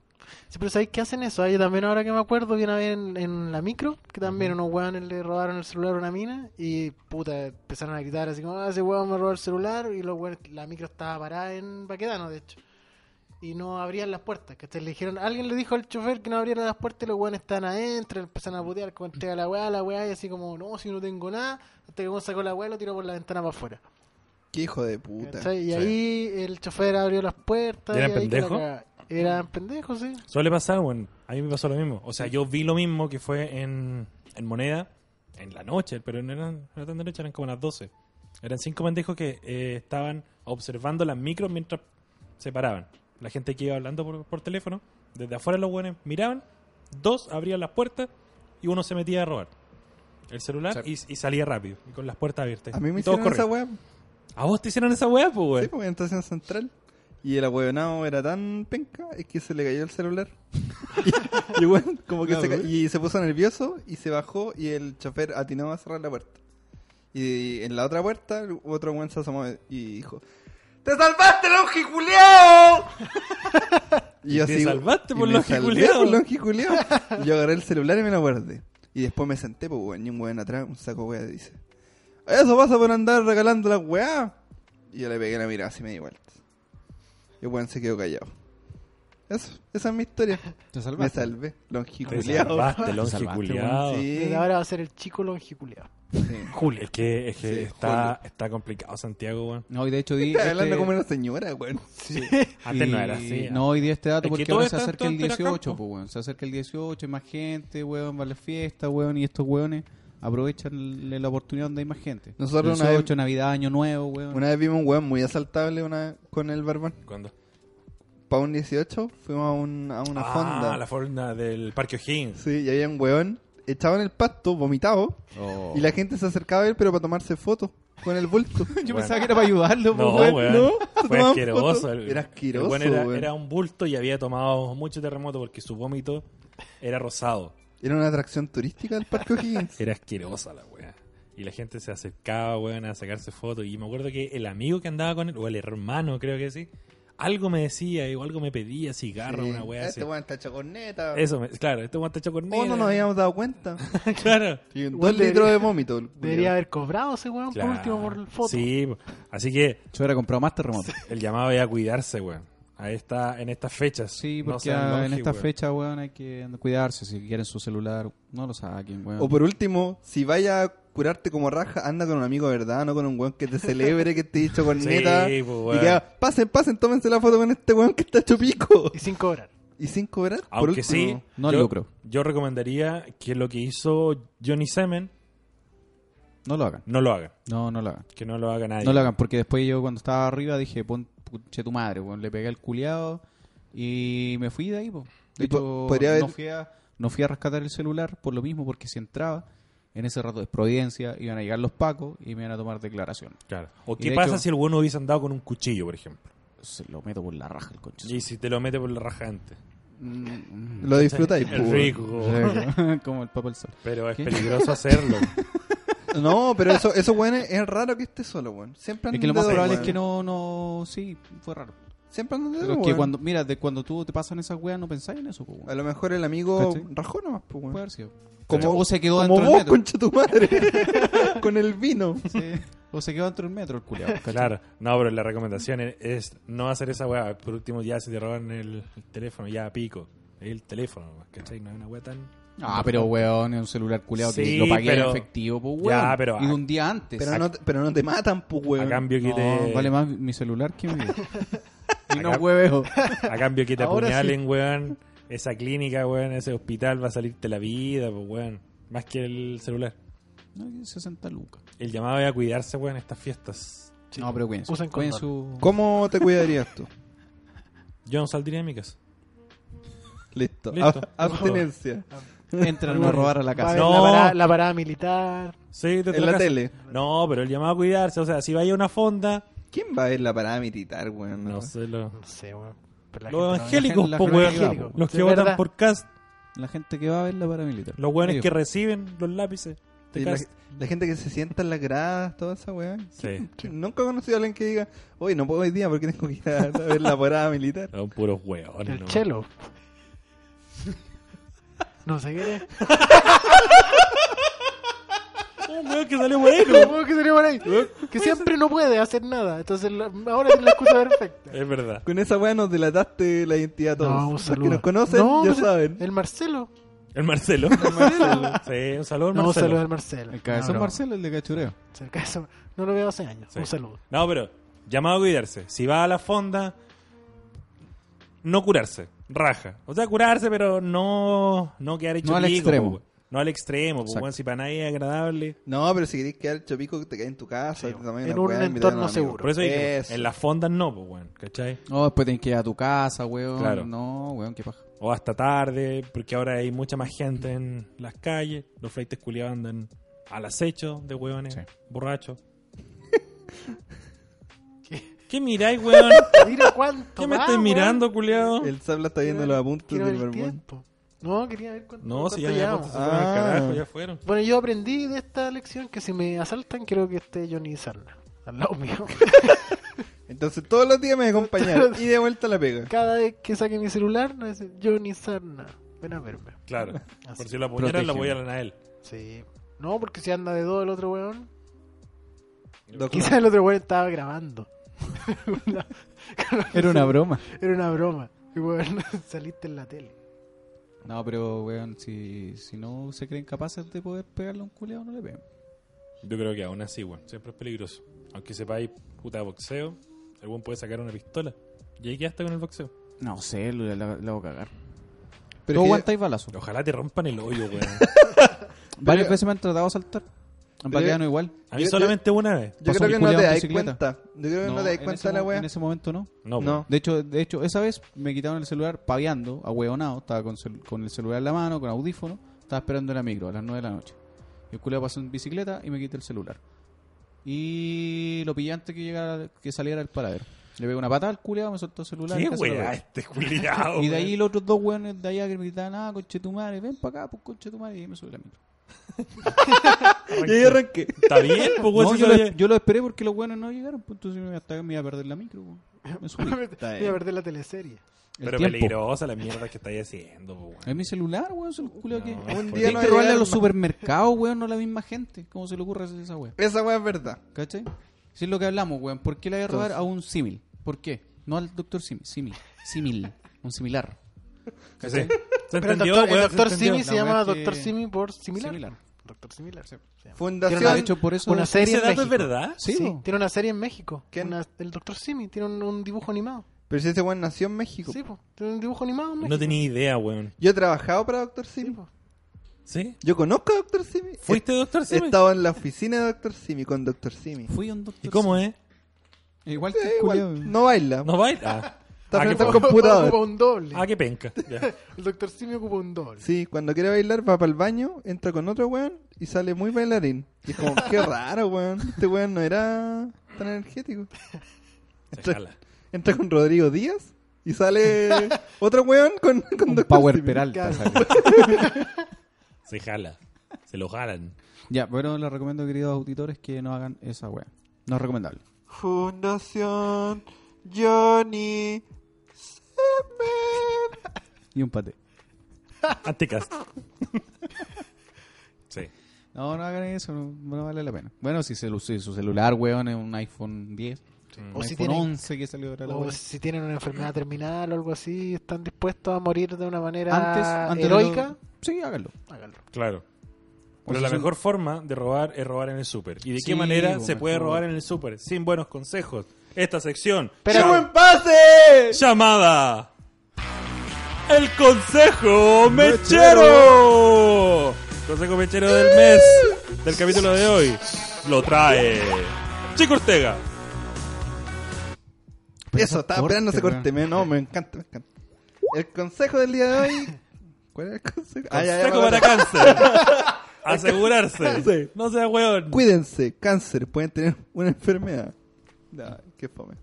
[SPEAKER 5] Sí, pero ¿sabéis qué hacen eso? Ahí también ahora que me acuerdo vi una vez en, en la micro, que también unos hueones le robaron el celular a una mina y puta, empezaron a gritar así como, ah, ese hueón me robó el celular y los hueones- la micro estaba parada en Baquedano, de hecho. Y no abrían las puertas, que le dijeron, alguien le dijo al chofer que no abriera las puertas y los hueones estaban adentro, empezaron a putear, como entrega la weá, la weá, y así como, no, si no tengo nada, hasta que uno sacó la weá y lo tiró por la ventana para afuera.
[SPEAKER 4] Qué hijo de puta.
[SPEAKER 5] ¿Cachai? Y ahí el chofer abrió las puertas.
[SPEAKER 3] ¿Y eran
[SPEAKER 5] y ahí que la
[SPEAKER 3] pendejos?
[SPEAKER 5] cagada. Eran pendejos, sí.
[SPEAKER 3] Suele pasar, bueno, a mí me pasó lo mismo. O sea, yo vi lo mismo que fue en, en Moneda, en la noche, pero no eran, no era tan de noche, eran como las 12. Eran cinco pendejos que eh, estaban observando las micros mientras se paraban. La gente que iba hablando por, por teléfono, desde afuera los buenos miraban, dos abrían las puertas y uno se metía a robar el celular y, y salía rápido, y con las puertas abiertas.
[SPEAKER 4] A mí me
[SPEAKER 3] Y todos
[SPEAKER 4] hicieron esa
[SPEAKER 3] corrían.
[SPEAKER 4] weá.
[SPEAKER 3] ¿A vos te hicieron esa weá, pues, weón?
[SPEAKER 4] Sí, pues en estación central. Y el ahueonado era tan penca, es que se le cayó el celular. y, y bueno, como que
[SPEAKER 2] No,
[SPEAKER 4] se, ca-
[SPEAKER 2] güey.
[SPEAKER 4] y se puso nervioso y se bajó y el chofer atinó a cerrar la puerta. Y en la otra puerta, el otro buen se asomó y dijo: ¡Te salvaste, longiculeado! y yo
[SPEAKER 3] Te
[SPEAKER 4] así,
[SPEAKER 3] salvaste
[SPEAKER 4] y
[SPEAKER 2] pues,
[SPEAKER 3] por
[SPEAKER 4] me
[SPEAKER 3] longiculeado.
[SPEAKER 4] salvé por longiculeado. Y yo agarré el celular y me lo guardé. Y después me senté, pues, weón, y un weón atrás, un saco weón, dice: Eso pasa por andar regalando las weá. Y yo le pegué la mirada así me di vuelta. Y el weón se quedó callado. Eso, esa es mi historia.
[SPEAKER 2] ¿Te
[SPEAKER 4] Me
[SPEAKER 2] salvaste?
[SPEAKER 4] salvé.
[SPEAKER 3] Te
[SPEAKER 4] Longiculeado.
[SPEAKER 3] salvaste, longe
[SPEAKER 2] Salvaste,
[SPEAKER 3] culiao.
[SPEAKER 4] Sí,
[SPEAKER 5] Desde ahora va a ser el chico longiculeado.
[SPEAKER 4] sí.
[SPEAKER 3] Es que, es que
[SPEAKER 4] Sí,
[SPEAKER 3] está, está complicado Santiago, weón.
[SPEAKER 2] No, y de hecho di.
[SPEAKER 4] Estás
[SPEAKER 2] este-
[SPEAKER 4] hablando como una señora, weón.
[SPEAKER 3] Antes no
[SPEAKER 2] y-
[SPEAKER 3] era así.
[SPEAKER 2] No, hoy día este dato
[SPEAKER 3] Es que
[SPEAKER 2] porque
[SPEAKER 3] todo
[SPEAKER 2] ahora
[SPEAKER 3] es
[SPEAKER 2] se
[SPEAKER 3] tanto
[SPEAKER 2] acerca el
[SPEAKER 3] antes era
[SPEAKER 2] 18,
[SPEAKER 3] campo.
[SPEAKER 2] pues, weón. Se acerca el 18, hay más gente, weón, va a la fiesta, weón, y estos weones aprovechan l- la oportunidad donde hay más gente.
[SPEAKER 4] Nosotros una
[SPEAKER 2] 18,
[SPEAKER 4] vez-
[SPEAKER 2] Navidad, Año Nuevo, weón.
[SPEAKER 4] Una vez vimos un weón muy asaltable una, con el barbón.
[SPEAKER 3] ¿Cuándo?
[SPEAKER 4] Para un 18 fuimos a, un- a una
[SPEAKER 3] ah,
[SPEAKER 4] fonda.
[SPEAKER 3] la fonda del Parque O'Higgins.
[SPEAKER 4] Sí, y había un weón echado en el pasto, vomitado.
[SPEAKER 2] Oh.
[SPEAKER 4] Y la gente se acercaba a él, pero para tomarse fotos con el bulto.
[SPEAKER 2] Yo
[SPEAKER 3] Bueno.
[SPEAKER 2] pensaba que era para ayudarlo, pues,
[SPEAKER 3] No,
[SPEAKER 2] weón.
[SPEAKER 3] weón.
[SPEAKER 4] no, se
[SPEAKER 3] fue
[SPEAKER 4] tomaban
[SPEAKER 3] asqueroso.
[SPEAKER 4] fotos.
[SPEAKER 3] el-
[SPEAKER 4] Era
[SPEAKER 3] el
[SPEAKER 4] asqueroso,
[SPEAKER 3] weón era,
[SPEAKER 4] weón.
[SPEAKER 3] era un bulto y había tomado mucho terremoto porque su vómito era rosado.
[SPEAKER 4] Era una atracción turística del Parque O'Higgins.
[SPEAKER 3] Era asquerosa la weá. Y la gente se acercaba, weón, a sacarse fotos. Y me acuerdo que el amigo que andaba con él, o el hermano, creo que sí, algo me decía, o algo me pedía, cigarro,
[SPEAKER 4] Sí.
[SPEAKER 3] una weá
[SPEAKER 4] Este
[SPEAKER 3] así.
[SPEAKER 4] weón está hecho corneta.
[SPEAKER 3] Eso, me- claro, este weón está hecho corneta.
[SPEAKER 4] Oh, no nos habíamos dado cuenta.
[SPEAKER 3] claro.
[SPEAKER 4] Y un
[SPEAKER 5] Weón,
[SPEAKER 4] dos
[SPEAKER 5] debería-
[SPEAKER 4] litros de vómito. el culiao.
[SPEAKER 5] Debería haber cobrado ese weón
[SPEAKER 3] Claro.
[SPEAKER 5] por último por foto.
[SPEAKER 3] Sí, po. así que
[SPEAKER 2] Yo hubiera comprado más terremotos.
[SPEAKER 3] el llamado es a cuidarse, weón. A esta, en estas fechas.
[SPEAKER 2] Sí,
[SPEAKER 3] No
[SPEAKER 2] porque
[SPEAKER 3] sean
[SPEAKER 2] ah, en
[SPEAKER 3] longe,
[SPEAKER 2] esta
[SPEAKER 3] weón.
[SPEAKER 2] fecha, weón, hay que cuidarse. Si quieren su celular, no lo saquen, weón.
[SPEAKER 4] O por último, si vaya a curarte como raja, anda con un amigo de verdad, no con un weón que te celebre, que te hecho
[SPEAKER 3] Sí,
[SPEAKER 4] corneta.
[SPEAKER 3] pues,
[SPEAKER 4] y
[SPEAKER 3] weón.
[SPEAKER 4] que haga, pasen, pasen, tómense la foto con este weón que está hecho pico.
[SPEAKER 5] Y sin cobrar.
[SPEAKER 4] Y sin cobrar. por
[SPEAKER 3] Aunque
[SPEAKER 4] último.
[SPEAKER 3] sí,
[SPEAKER 2] no
[SPEAKER 3] yo,
[SPEAKER 2] lucro.
[SPEAKER 3] Yo recomendaría que lo que hizo Johnny Semen
[SPEAKER 2] No lo hagan.
[SPEAKER 3] no lo hagan.
[SPEAKER 2] No, no lo hagan.
[SPEAKER 3] Que no lo haga nadie.
[SPEAKER 2] No lo hagan, porque después yo cuando estaba arriba dije, pon che tu madre, weón. Le pegué al culiado y me fui de ahí, po. De
[SPEAKER 4] Y po-
[SPEAKER 2] hecho,
[SPEAKER 4] podría haber-
[SPEAKER 2] no, fui a, no fui a rescatar el celular por lo mismo, porque si entraba en ese rato de Providencia, iban a llegar los pacos y me iban a tomar declaración.
[SPEAKER 3] Claro. O
[SPEAKER 2] Y
[SPEAKER 3] qué
[SPEAKER 2] de
[SPEAKER 3] pasa
[SPEAKER 2] hecho-
[SPEAKER 3] si el bueno hubiese andado con un cuchillo, por ejemplo.
[SPEAKER 2] Se lo meto por la raja el concho.
[SPEAKER 3] Y si te lo mete por la raja antes.
[SPEAKER 2] Mm, mm,
[SPEAKER 4] Lo disfrutáis.
[SPEAKER 3] Es
[SPEAKER 4] pues,
[SPEAKER 3] rico.
[SPEAKER 2] Como el papel sol.
[SPEAKER 3] Pero es
[SPEAKER 2] ¿Qué?
[SPEAKER 3] peligroso hacerlo.
[SPEAKER 4] weón. No, pero eso, eso weón, es es raro que esté solo, weón. Siempre
[SPEAKER 2] Es
[SPEAKER 4] andan
[SPEAKER 2] que lo
[SPEAKER 4] de
[SPEAKER 2] más
[SPEAKER 4] dos,
[SPEAKER 2] probable es
[SPEAKER 4] weón.
[SPEAKER 2] que no, no, sí, fue raro.
[SPEAKER 4] Siempre andan de
[SPEAKER 2] Pero
[SPEAKER 4] dos,
[SPEAKER 2] es que
[SPEAKER 4] weón.
[SPEAKER 2] cuando, mira, de cuando tú te pasan esas weas, no pensáis en eso, po,
[SPEAKER 4] A
[SPEAKER 2] weón.
[SPEAKER 4] lo mejor el amigo
[SPEAKER 2] ¿Cachai?
[SPEAKER 4] rajó nomás, pues, weón.
[SPEAKER 2] Puede haber sido.
[SPEAKER 4] Como-
[SPEAKER 2] o se quedó
[SPEAKER 4] Como
[SPEAKER 2] dentro
[SPEAKER 4] vos,
[SPEAKER 2] del metro.
[SPEAKER 4] concha tu madre. con el vino.
[SPEAKER 2] Sí. O se quedó dentro del metro el culiado.
[SPEAKER 3] claro. No, pero la recomendación es, es no hacer esa weá. Por último, ya si te roban el, el teléfono, ya pico. El teléfono, ¿cachai? No es una weá tan.
[SPEAKER 2] Ah, pero weón, es un celular culiado
[SPEAKER 3] Sí,
[SPEAKER 2] que lo pagué
[SPEAKER 3] pero-
[SPEAKER 2] en efectivo, pues weón.
[SPEAKER 3] Ya, pero-
[SPEAKER 2] y de un día antes.
[SPEAKER 4] Pero no, te- pero no te matan, pues,
[SPEAKER 3] A
[SPEAKER 4] weón.
[SPEAKER 3] cambio que
[SPEAKER 2] No,
[SPEAKER 3] te.
[SPEAKER 2] vale más mi celular que mi vida. y no
[SPEAKER 3] Acá-
[SPEAKER 2] hueveo.
[SPEAKER 3] A cambio que te
[SPEAKER 4] Ahora
[SPEAKER 3] apuñalen, weón. Esa clínica, weón, ese hospital va a salirte la vida, pues, weón. Más que el celular.
[SPEAKER 2] No, 60 lucas.
[SPEAKER 3] El llamado es a cuidarse, weón, estas fiestas.
[SPEAKER 2] No, pero cuídense.
[SPEAKER 5] Usen
[SPEAKER 2] Cuiden su-
[SPEAKER 4] ¿Cómo te cuidarías tú?
[SPEAKER 3] Yo no saldría de mi casa.
[SPEAKER 4] Listo.
[SPEAKER 3] Listo.
[SPEAKER 4] Ab- abstenencia.
[SPEAKER 2] Entran a robar a la
[SPEAKER 5] Va a
[SPEAKER 2] casa.
[SPEAKER 5] haber
[SPEAKER 3] No.
[SPEAKER 5] La, parada, la parada militar.
[SPEAKER 3] Sí, desde
[SPEAKER 4] En la
[SPEAKER 3] casa.
[SPEAKER 4] tele.
[SPEAKER 3] No, pero el llamado a cuidarse, o sea, si vaya a una fonda,
[SPEAKER 4] ¿Quién va a ir la parada militar, weón?
[SPEAKER 3] no sé, lo-
[SPEAKER 5] No sé, weón. Pero la
[SPEAKER 3] los
[SPEAKER 5] gente no-
[SPEAKER 3] evangélicos,
[SPEAKER 2] la
[SPEAKER 3] po,
[SPEAKER 2] gente
[SPEAKER 3] weón.
[SPEAKER 2] que va, po.
[SPEAKER 3] los que
[SPEAKER 5] De
[SPEAKER 3] votan
[SPEAKER 5] verdad.
[SPEAKER 3] por cast,
[SPEAKER 2] La gente que va a ver la paramilitar.
[SPEAKER 3] los weones
[SPEAKER 2] Ellos.
[SPEAKER 3] que reciben los lápices. este
[SPEAKER 4] Sí, la,
[SPEAKER 3] cast.
[SPEAKER 4] la gente que se sienta en las gradas, toda esa weá.
[SPEAKER 3] Sí.
[SPEAKER 4] Nunca he conocido a alguien que diga, hoy no puedo hoy día porque tengo que ir a, a ver la parada militar.
[SPEAKER 3] Son puros hueones.
[SPEAKER 5] El
[SPEAKER 3] ¿no?
[SPEAKER 5] chelo. No sé quién es.
[SPEAKER 3] Un hueón Ah, que salió bueno.
[SPEAKER 5] ¿Cómo que sería por ahí? Que siempre no puede hacer nada. Entonces la- ahora tiene la excusa perfecta.
[SPEAKER 3] Es verdad.
[SPEAKER 4] Con esa weá nos delataste la identidad a todos.
[SPEAKER 5] No, un
[SPEAKER 4] Los
[SPEAKER 5] saludo.
[SPEAKER 4] que nos conocen
[SPEAKER 5] No,
[SPEAKER 4] ya
[SPEAKER 5] pues,
[SPEAKER 4] saben.
[SPEAKER 5] El Marcelo.
[SPEAKER 3] El Marcelo. Sí, un saludo al
[SPEAKER 5] No, un
[SPEAKER 3] Marcelo.
[SPEAKER 5] saludo al Marcelo.
[SPEAKER 2] El cabezón
[SPEAKER 5] No, no.
[SPEAKER 2] Marcelo, el de cachureo.
[SPEAKER 5] El cabezón- No lo veo hace años.
[SPEAKER 3] Sí.
[SPEAKER 5] Un saludo.
[SPEAKER 3] No, pero llamado a cuidarse. Si va a la fonda, no curarse, raja. O sea, curarse, pero no, no quedar hecho
[SPEAKER 2] No al
[SPEAKER 3] pico,
[SPEAKER 2] extremo.
[SPEAKER 3] po, weón. no al extremo, pues
[SPEAKER 2] Exacto.
[SPEAKER 3] si para nadie es agradable.
[SPEAKER 4] No, pero si querés quedar chopico, te quedas en tu casa. te
[SPEAKER 5] Sí,
[SPEAKER 4] tomas
[SPEAKER 5] en
[SPEAKER 4] una
[SPEAKER 5] un
[SPEAKER 4] weá, invitar
[SPEAKER 5] entorno
[SPEAKER 4] a unos
[SPEAKER 5] seguro.
[SPEAKER 3] Por eso, digo,
[SPEAKER 4] Eso.
[SPEAKER 3] en las fondas no, pues weón, ¿cachai?
[SPEAKER 2] No, después tienes que ir a tu casa, weón.
[SPEAKER 3] Claro.
[SPEAKER 2] No, weón, qué paja.
[SPEAKER 3] O hasta tarde, porque ahora hay mucha más gente en las calles. Los freites culiados andan al acecho de hueones,
[SPEAKER 2] Sí.
[SPEAKER 3] borrachos.
[SPEAKER 5] ¿Qué?
[SPEAKER 3] ¿Qué miráis, hueón?
[SPEAKER 5] Mira cuánto.
[SPEAKER 3] ¿Qué me
[SPEAKER 5] más,
[SPEAKER 3] estáis
[SPEAKER 5] weón.
[SPEAKER 3] mirando, culiado?
[SPEAKER 4] El Sabla está viendo
[SPEAKER 5] Quiero-
[SPEAKER 4] los apuntes
[SPEAKER 5] quiero
[SPEAKER 4] del
[SPEAKER 5] ver el
[SPEAKER 4] Bermón.
[SPEAKER 5] tiempo. Pues No, quería ver cuánto.
[SPEAKER 3] No, si ya,
[SPEAKER 5] cuánto
[SPEAKER 3] ya,
[SPEAKER 5] llevamos.
[SPEAKER 3] pues, se fueron al
[SPEAKER 4] Ah.
[SPEAKER 3] carajo, ya fueron.
[SPEAKER 5] Bueno, yo aprendí de esta lección que si me asaltan, quiero que esté Johnny Sarna al lado mío.
[SPEAKER 4] Entonces todos los días me acompañaron y de vuelta a la pega.
[SPEAKER 5] Cada vez que saque mi celular, me dice Johnny Sarna, ven a verme.
[SPEAKER 3] Claro.
[SPEAKER 5] Así.
[SPEAKER 3] Por si la apoyaran,
[SPEAKER 2] Protégeme.
[SPEAKER 3] la apoyaran a él.
[SPEAKER 5] Sí. No, porque si anda de dos el otro weón.
[SPEAKER 4] Dos
[SPEAKER 5] Quizás el otro weón estaba grabando. Una-
[SPEAKER 2] Era una broma.
[SPEAKER 5] Era una broma. Y weón, saliste en la tele.
[SPEAKER 2] No, pero, weón, si, si no se creen capaces de poder pegarle a un culeado, no le peguen.
[SPEAKER 3] Yo creo que aún así, weón. Siempre es peligroso. Aunque sepáis, puta, boxeo, el weón puede sacar una pistola. Y ahí quedaste con el boxeo.
[SPEAKER 2] No sé, lo, la, la voy a cagar.
[SPEAKER 4] Pero
[SPEAKER 2] Pero
[SPEAKER 4] es que-
[SPEAKER 2] aguantáis balazos.
[SPEAKER 3] Ojalá te rompan el hoyo, weón.
[SPEAKER 2] Varias
[SPEAKER 4] Pero-
[SPEAKER 2] veces me han tratado de saltar. En Baquedano igual.
[SPEAKER 3] A mí
[SPEAKER 4] Yo-
[SPEAKER 3] solamente una vez.
[SPEAKER 4] Yo
[SPEAKER 2] Pasó
[SPEAKER 4] creo
[SPEAKER 2] un
[SPEAKER 4] que no
[SPEAKER 2] culiao
[SPEAKER 4] te
[SPEAKER 2] en
[SPEAKER 4] dais
[SPEAKER 2] bicicleta.
[SPEAKER 4] cuenta. Yo creo que no, te dais
[SPEAKER 2] en
[SPEAKER 4] cuenta
[SPEAKER 2] ese
[SPEAKER 4] de la
[SPEAKER 2] mo-
[SPEAKER 4] weá.
[SPEAKER 2] En ese momento no.
[SPEAKER 3] No,
[SPEAKER 4] No.
[SPEAKER 3] weón.
[SPEAKER 2] De hecho, de hecho, esa vez me quitaron el celular paviando, ahueonado, estaba con, cel- con el celular en la mano, con audífono, estaba esperando la micro a las 9 de la noche. Y el culiao pasó en bicicleta y me quité el celular. Y lo pillé antes que llegara, que saliera el paradero. Le pegué una patada al culiao, me soltó el celular.
[SPEAKER 3] Qué
[SPEAKER 2] y casi lo
[SPEAKER 3] weá
[SPEAKER 2] pego.
[SPEAKER 3] este culiado.
[SPEAKER 2] Y de ahí los otros dos weones de allá que me gritaban, ah, conche tu madre, ven para acá, pues conche tu madre, y me subí a la micro.
[SPEAKER 4] Y ahí arranqué.
[SPEAKER 3] Está bien, pues, weón.
[SPEAKER 2] No,
[SPEAKER 3] si
[SPEAKER 2] yo,
[SPEAKER 3] lo
[SPEAKER 2] lo,
[SPEAKER 3] había-
[SPEAKER 2] yo lo esperé porque los weones no llegaron, pues entonces me, hasta me iba a perder la micro. pues. Me subí.
[SPEAKER 5] Voy
[SPEAKER 4] bien.
[SPEAKER 5] a perder la teleserie.
[SPEAKER 2] El
[SPEAKER 3] Pero
[SPEAKER 2] tiempo.
[SPEAKER 3] peligrosa la mierda que estáis haciendo, pues, weón.
[SPEAKER 2] Es mi celular, weón, es el culo
[SPEAKER 3] No,
[SPEAKER 2] que...
[SPEAKER 3] Un
[SPEAKER 2] Tienes
[SPEAKER 4] día no va
[SPEAKER 2] que robarle
[SPEAKER 4] a llegar
[SPEAKER 2] a los
[SPEAKER 4] más.
[SPEAKER 2] supermercados, weón, no a la misma gente. ¿Cómo se le ocurre hacer esa weón?
[SPEAKER 4] Esa weá es verdad.
[SPEAKER 2] ¿Cachai? Si es lo que hablamos, weón. ¿Por qué le voy a robar
[SPEAKER 4] Entonces-
[SPEAKER 2] a un símil? ¿Por qué? No al doctor símil. Símil. Símil. Un similar.
[SPEAKER 3] Sí. ¿Se
[SPEAKER 5] Pero el
[SPEAKER 3] entendió,
[SPEAKER 5] doctor, el
[SPEAKER 3] weón? ¿Se
[SPEAKER 5] doctor
[SPEAKER 3] entendió?
[SPEAKER 5] Simi se
[SPEAKER 2] La
[SPEAKER 5] llama
[SPEAKER 2] weá es que-
[SPEAKER 5] Doctor Simi por similar.
[SPEAKER 2] Similar.
[SPEAKER 5] Doctor Similar. se llama.
[SPEAKER 2] De
[SPEAKER 4] Fundación.
[SPEAKER 2] hecho, por eso...
[SPEAKER 5] Una serie
[SPEAKER 3] ¿Ese
[SPEAKER 5] en
[SPEAKER 3] dato
[SPEAKER 5] México.
[SPEAKER 3] es verdad?
[SPEAKER 2] Sí,
[SPEAKER 5] Sí,
[SPEAKER 2] po.
[SPEAKER 5] tiene una serie en México.
[SPEAKER 4] ¿Quién?
[SPEAKER 5] Una- el Doctor Simi tiene un, un dibujo animado.
[SPEAKER 4] Pero si ese weón nació en México.
[SPEAKER 5] Sí, po. tiene un dibujo animado. en
[SPEAKER 3] No
[SPEAKER 5] México.
[SPEAKER 3] tenía idea, weón.
[SPEAKER 4] Yo he trabajado para Doctor
[SPEAKER 5] Sí,
[SPEAKER 4] Simi.
[SPEAKER 5] po.
[SPEAKER 3] ¿Sí?
[SPEAKER 4] Yo conozco a Doctor Simi.
[SPEAKER 3] ¿Fuiste doctor
[SPEAKER 4] He
[SPEAKER 3] Simi?
[SPEAKER 4] estado en la oficina de Doctor Simi con Doctor Simi.
[SPEAKER 2] Fui un doctor
[SPEAKER 3] ¿Y cómo es?
[SPEAKER 2] Simi. Igual que
[SPEAKER 4] Eh,
[SPEAKER 2] el culiao.
[SPEAKER 4] Igual, no baila.
[SPEAKER 3] ¿No baila? Ah,
[SPEAKER 4] Está
[SPEAKER 3] qué
[SPEAKER 4] frente al
[SPEAKER 3] pobre.
[SPEAKER 4] computador.
[SPEAKER 5] Ocupa un doble.
[SPEAKER 3] Ah, qué penca. Ya.
[SPEAKER 5] El Doctor Simi ocupa un doble.
[SPEAKER 4] Sí, cuando quiere bailar va para el baño, entra con otro weón y sale muy bailarín. Y es como, qué raro, weón. Este weón no era tan energético.
[SPEAKER 3] Se
[SPEAKER 4] Entra,
[SPEAKER 3] jala.
[SPEAKER 4] entra con Rodrigo Díaz y sale otro weón con, con
[SPEAKER 2] Un
[SPEAKER 4] Dr.
[SPEAKER 2] Power
[SPEAKER 4] Simi.
[SPEAKER 2] Peralta.
[SPEAKER 5] Claro.
[SPEAKER 2] ¿sabes?
[SPEAKER 3] Se jala. Se lo jalan.
[SPEAKER 2] ya, pero les recomiendo, queridos auditores, que no hagan esa weón. No es recomendable.
[SPEAKER 4] Fundación Johnny Semen.
[SPEAKER 2] Y un pate.
[SPEAKER 3] Anticast. sí.
[SPEAKER 2] No, no hagan eso, no, no vale la pena. Bueno, si, celu- si su celular, weón, es un iPhone 10, un
[SPEAKER 5] O si
[SPEAKER 2] iPhone
[SPEAKER 5] tienen-
[SPEAKER 2] 11 que salió ahora la
[SPEAKER 5] O
[SPEAKER 2] weá.
[SPEAKER 5] si tienen una enfermedad terminal o algo así, están dispuestos a morir de una manera
[SPEAKER 2] Antes, antes de lo-
[SPEAKER 5] heroica,
[SPEAKER 2] Sí, háganlo.
[SPEAKER 5] háganlo.
[SPEAKER 3] Claro.
[SPEAKER 2] O
[SPEAKER 3] Pero
[SPEAKER 2] si
[SPEAKER 3] la
[SPEAKER 2] son-
[SPEAKER 3] mejor forma de robar es robar en el súper. ¿Y de
[SPEAKER 2] Sí,
[SPEAKER 3] qué manera
[SPEAKER 2] pues,
[SPEAKER 3] se puede
[SPEAKER 2] mejor.
[SPEAKER 3] robar en el súper? Sin buenos consejos. Esta sección.
[SPEAKER 5] Pero-
[SPEAKER 4] ¡Qué
[SPEAKER 3] llam-
[SPEAKER 4] buen pase!
[SPEAKER 3] Llamada. El consejo mechero. Consejo mechero del mes. Del capítulo de hoy. Lo trae. Chico Ortega.
[SPEAKER 2] Pero
[SPEAKER 4] Eso, estaba
[SPEAKER 2] corte,
[SPEAKER 4] esperando ese
[SPEAKER 2] weón.
[SPEAKER 4] corte. me- No, me encanta, me encanta. El consejo del día de hoy. ¿Cuál era el consejo? Ah, ya, ya,
[SPEAKER 3] Consejo
[SPEAKER 4] me
[SPEAKER 3] para
[SPEAKER 4] acuerdo.
[SPEAKER 3] cáncer. Asegurarse.
[SPEAKER 4] Sí.
[SPEAKER 3] No sea weón.
[SPEAKER 4] Cuídense, cáncer, pueden tener una enfermedad. No, qué fome.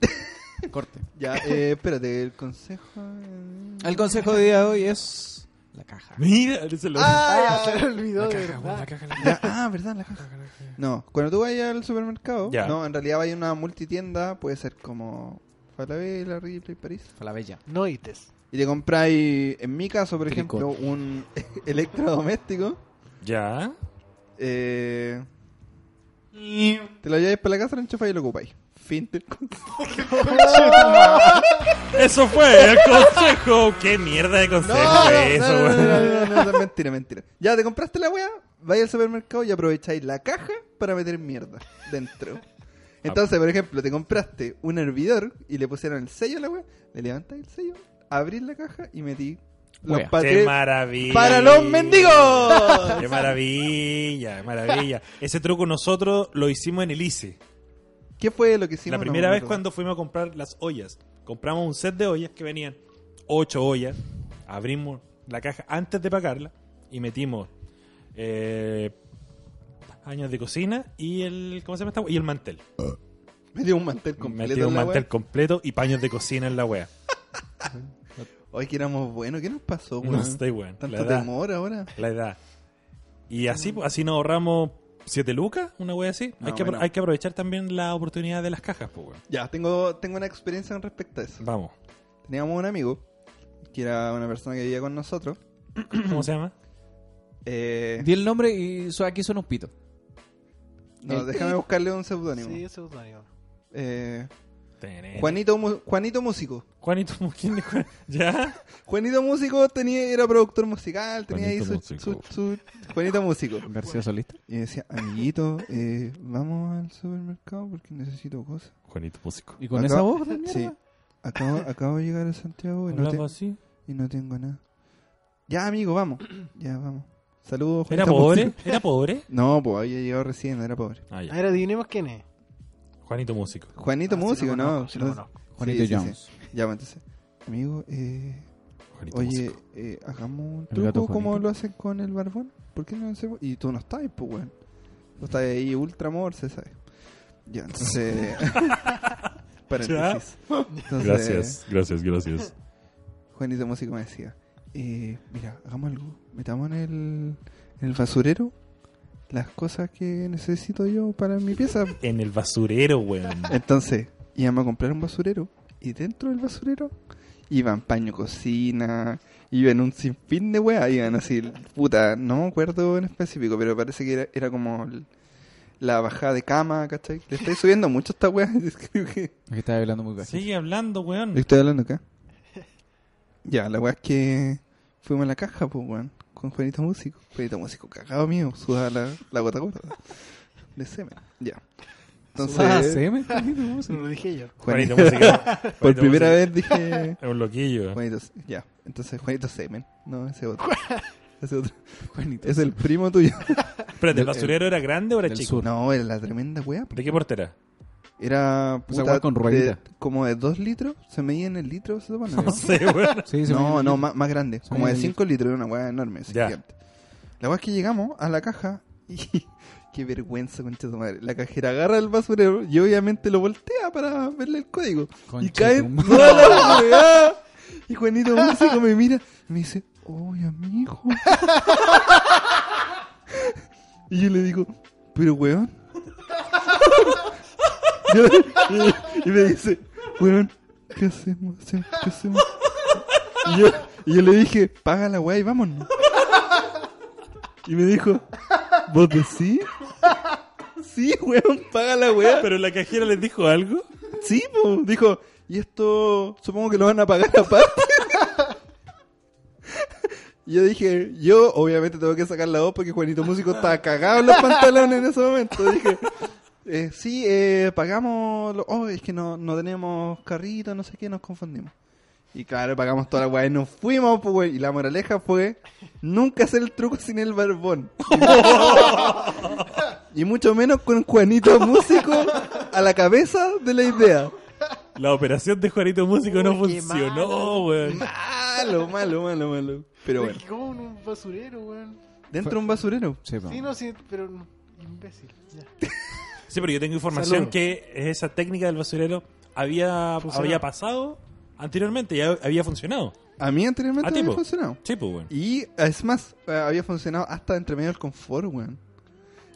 [SPEAKER 2] Corte.
[SPEAKER 4] Ya, eh, espérate, el consejo. eh,
[SPEAKER 2] El consejo de día de hoy es
[SPEAKER 5] La caja.
[SPEAKER 3] Mira, se lo
[SPEAKER 5] Ah, ya se me olvidó,
[SPEAKER 3] la
[SPEAKER 5] de
[SPEAKER 3] caja, weón,
[SPEAKER 5] verdad.
[SPEAKER 3] la caja, la
[SPEAKER 4] Ya, ah, verdad, la caja. No, cuando tú vayas al supermercado,
[SPEAKER 3] Ya.
[SPEAKER 4] no, en realidad vayas a una multitienda, puede ser como Falabella, Ripley, París.
[SPEAKER 2] Fue la bella.
[SPEAKER 5] Noites.
[SPEAKER 4] Y te compráis, en mi caso, por
[SPEAKER 2] Tricot.
[SPEAKER 4] ejemplo, un electrodoméstico.
[SPEAKER 3] Ya.
[SPEAKER 4] Eh, te lo lleváis para la casa, lo enchufáis y lo ocupáis. Fin del consejo.
[SPEAKER 3] Eso fue el consejo. Qué mierda de consejo es eso,
[SPEAKER 4] no, no,
[SPEAKER 3] weón.
[SPEAKER 4] no, no, no, no, mentira, mentira. Ya te compraste la weá, vais al supermercado y aprovecháis la caja para meter mierda dentro. Entonces, por ejemplo, te compraste un hervidor y le pusieron el sello a la weá, le levantáis el sello, abrís la caja y metí los
[SPEAKER 2] Wea.
[SPEAKER 3] Qué
[SPEAKER 4] patres
[SPEAKER 3] maravilla.
[SPEAKER 4] para los mendigos.
[SPEAKER 3] Qué maravilla, maravilla. Ese truco nosotros lo hicimos en el ICE.
[SPEAKER 4] ¿Qué fue lo que
[SPEAKER 3] la
[SPEAKER 4] hicimos? No
[SPEAKER 3] primera
[SPEAKER 4] me
[SPEAKER 3] vez
[SPEAKER 4] acuerdo.
[SPEAKER 3] cuando fuimos a comprar las ollas. Compramos un set de ollas que venían ocho ollas. Abrimos la caja antes de pagarla y metimos eh, años de cocina y el ¿cómo se llama esta wea? Y el mantel.
[SPEAKER 4] Metí un mantel completo.
[SPEAKER 3] Metimos
[SPEAKER 4] en
[SPEAKER 3] un
[SPEAKER 4] la
[SPEAKER 3] mantel
[SPEAKER 4] wea.
[SPEAKER 3] completo y paños de cocina en la wea.
[SPEAKER 4] Ay, que éramos buenos. ¿Qué nos pasó, weón?
[SPEAKER 3] No estoy bueno. La
[SPEAKER 4] Tanto
[SPEAKER 3] edad,
[SPEAKER 4] temor ahora.
[SPEAKER 3] la edad. Y así, pues, así nos ahorramos siete lucas, una wea así. hay,
[SPEAKER 4] No,
[SPEAKER 3] que, apro-
[SPEAKER 4] bueno.
[SPEAKER 3] hay que aprovechar también la oportunidad de las cajas, pues weón.
[SPEAKER 4] Ya, tengo, tengo una experiencia con respecto a eso.
[SPEAKER 3] Vamos.
[SPEAKER 4] Teníamos un amigo, que era una persona que vivía con nosotros.
[SPEAKER 3] ¿Cómo se llama?
[SPEAKER 4] Eh,
[SPEAKER 2] Di el nombre y su- aquí son un pito.
[SPEAKER 4] no, déjame buscarle un seudónimo.
[SPEAKER 5] Sí, ese es un amigo.
[SPEAKER 4] Eh, Juanito, Mu- Juanito Músico.
[SPEAKER 3] Juanito Mujín, Juan- ¿Ya?
[SPEAKER 4] Juanito Músico tenía, era productor musical, tenía
[SPEAKER 3] Juanito
[SPEAKER 4] ahí su,
[SPEAKER 3] Músico.
[SPEAKER 4] su- su- Juanito Músico.
[SPEAKER 2] García Solista.
[SPEAKER 4] Y decía, amiguito, eh, vamos al supermercado porque necesito cosas.
[SPEAKER 3] Juanito Músico. Ah,
[SPEAKER 2] Y con
[SPEAKER 4] Acá-
[SPEAKER 2] esa voz de
[SPEAKER 4] Sí.
[SPEAKER 2] mierda.
[SPEAKER 4] Acabo, acabo de llegar a Santiago y no, te-
[SPEAKER 3] Hablaba así.
[SPEAKER 4] y no tengo nada. Ya, amigo, vamos. Ya, vamos. Saludos.
[SPEAKER 3] ¿Era
[SPEAKER 4] Juanito
[SPEAKER 3] pobre?
[SPEAKER 4] Músico.
[SPEAKER 3] ¿Era pobre?
[SPEAKER 4] No, pues había llegado recién, era pobre.
[SPEAKER 3] Ah, ya.
[SPEAKER 5] Ahora adivinemos quién es.
[SPEAKER 3] Juanito Músico.
[SPEAKER 4] Juanito
[SPEAKER 5] Ah, sí lo
[SPEAKER 4] Músico,
[SPEAKER 5] conozco,
[SPEAKER 4] ¿no?
[SPEAKER 5] sí lo
[SPEAKER 4] Entonces-
[SPEAKER 5] conozco.
[SPEAKER 2] Juanito
[SPEAKER 4] Sí, sí,
[SPEAKER 2] Jones.
[SPEAKER 4] sí. Ya, pues, entonces. Amigo, eh,
[SPEAKER 3] Juanito
[SPEAKER 4] oye,
[SPEAKER 3] Músico.
[SPEAKER 4] eh, hagamos un
[SPEAKER 2] El gato
[SPEAKER 4] truco como
[SPEAKER 2] Juanito.
[SPEAKER 4] lo hacen con el barbón. ¿Por qué no hacemos? Y tú no estás, pues, weón. Tú estás ahí ultra morse, ¿sabes? Ya, entonces. Paréntesis. Entonces,
[SPEAKER 3] gracias, gracias.
[SPEAKER 4] Juanito Músico me decía, eh, mira, hagamos algo, metamos en el, en el basurero las cosas que necesito yo para mi pieza.
[SPEAKER 3] En el basurero, weón.
[SPEAKER 4] Entonces, íbamos a comprar un basurero y dentro del basurero iban paño cocina, iban un sinfín de weas, iban así, puta, no me acuerdo en específico, pero parece que era, era como el- la bajada de cama, ¿cachai? Le estoy subiendo mucho a esta wea, creo que...
[SPEAKER 2] Aquí estaba hablando muy bajito.
[SPEAKER 3] Sigue hablando,
[SPEAKER 4] Le
[SPEAKER 3] weón.
[SPEAKER 4] estoy hablando acá. Ya, la weá es que fuimos a la caja, pues, weón. Con Juanito Músico. Juanito Músico, cagado mío. Sudaba la, la gota gorda. De semen. Ya.
[SPEAKER 2] Ah,
[SPEAKER 4] Entonces,
[SPEAKER 2] se me Juanito
[SPEAKER 5] Se
[SPEAKER 2] Músico.
[SPEAKER 5] lo dije yo.
[SPEAKER 3] Juanito
[SPEAKER 4] Juanito,
[SPEAKER 3] Músico.
[SPEAKER 4] por
[SPEAKER 3] Juanito
[SPEAKER 4] primera
[SPEAKER 3] Músico.
[SPEAKER 4] vez dije.
[SPEAKER 3] Es un loquillo.
[SPEAKER 4] Juanito, ya. Entonces, Juanito Semen. No, ese otro. Ese otro.
[SPEAKER 2] Juanito.
[SPEAKER 4] Es el primo tuyo.
[SPEAKER 3] Espérate, ¿el basurero era grande o era
[SPEAKER 2] Del
[SPEAKER 3] chico?
[SPEAKER 2] sur.
[SPEAKER 4] No, era la tremenda weá. po.
[SPEAKER 3] ¿De qué portera?
[SPEAKER 4] Era.
[SPEAKER 2] Esa
[SPEAKER 4] puta,
[SPEAKER 2] weá con ruedita.
[SPEAKER 4] de- Como de 2 litros. Se medía en el litro, se supone.
[SPEAKER 3] No sé, weón.
[SPEAKER 2] Sí, se
[SPEAKER 4] No,
[SPEAKER 2] me-
[SPEAKER 4] no, más, más grande. Como de
[SPEAKER 2] Sí.
[SPEAKER 4] 5 litros, una hueá enorme. así,
[SPEAKER 3] Ya.
[SPEAKER 4] gigante. La hueá es que llegamos a la caja y. Qué vergüenza, concha tu madre. La cajera agarra el basurero y obviamente lo voltea para verle el código. y
[SPEAKER 2] Concha
[SPEAKER 4] cae
[SPEAKER 2] tu madre.
[SPEAKER 4] toda la hueá. Y Juanito Músico me mira y me dice: ¡Oye, amigo! y yo le digo: Pero weón. Yo- y, y me dice: Weón, ¿qué hacemos? ¿Qué hacemos? Y yo, y yo le dije, paga la weá y vámonos. Y me dijo, ¿vos decís? Sí, weón, paga la weá.
[SPEAKER 3] Pero la cajera les dijo algo.
[SPEAKER 4] Sí, po. dijo, y esto supongo que lo van a pagar aparte. Y yo dije, yo obviamente tengo que sacar la voz porque Juanito Músico estaba cagado en los pantalones en ese momento. Dije, eh, sí, eh, pagamos, lo- oh, es que no, no tenemos carrito, no sé qué, nos confundimos. Y claro, pagamos toda la weá y nos fuimos, pues, güey. Y la moraleja fue, nunca hacer el truco sin el barbón. y mucho menos con Juanito Músico a la cabeza de la idea.
[SPEAKER 3] La operación de Juanito Músico no
[SPEAKER 5] Uy, qué
[SPEAKER 3] funcionó,
[SPEAKER 5] malo.
[SPEAKER 3] weón.
[SPEAKER 4] Malo, malo, malo, malo. Pero bueno,
[SPEAKER 5] Es que como en un basurero, weón.
[SPEAKER 4] dentro de un basurero.
[SPEAKER 2] Sí, po.
[SPEAKER 5] Sí, no, sí, pero no, imbécil. Ya.
[SPEAKER 3] Sí, pero yo tengo información
[SPEAKER 5] Salud.
[SPEAKER 3] que esa técnica del basurero había,
[SPEAKER 5] Funcionó.
[SPEAKER 3] había pasado anteriormente y ha- había funcionado.
[SPEAKER 4] a mí anteriormente
[SPEAKER 3] Ah,
[SPEAKER 4] no había
[SPEAKER 3] tipo.
[SPEAKER 4] funcionado.
[SPEAKER 3] Sí, pues, weón.
[SPEAKER 4] Y es más, eh, había funcionado hasta entre medio del confort, weón.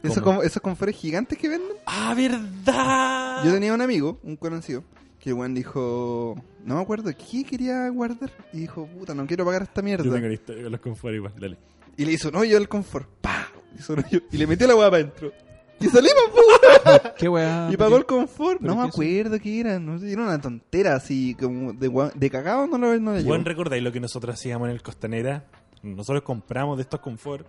[SPEAKER 4] Esos,
[SPEAKER 3] ¿Cómo?
[SPEAKER 4] con- esos confores gigantes que venden.
[SPEAKER 3] ¡Ah, verdad!
[SPEAKER 4] Yo tenía un amigo, un conocido, que el weón dijo, no me acuerdo qué quería guardar. Y dijo, puta, no quiero pagar esta mierda.
[SPEAKER 3] Yo tengo la historia con los confort igual, dale.
[SPEAKER 4] Y le hizo un hoyo al confort. ¡Pah! Le hizo un hoyo. Y le metió la weá para adentro. Y salimos, po.
[SPEAKER 2] ¿Qué weá?
[SPEAKER 4] Y pagó el confort.
[SPEAKER 2] Ah, ¿Pero
[SPEAKER 4] No me
[SPEAKER 2] qué es eso?
[SPEAKER 4] acuerdo qué era. No sé, era una tontera así, como de, gua- de cagado no lo no le
[SPEAKER 3] Buen
[SPEAKER 4] llegó.
[SPEAKER 3] recordáis lo que nosotros hacíamos en el Costanera. Nosotros compramos de estos confort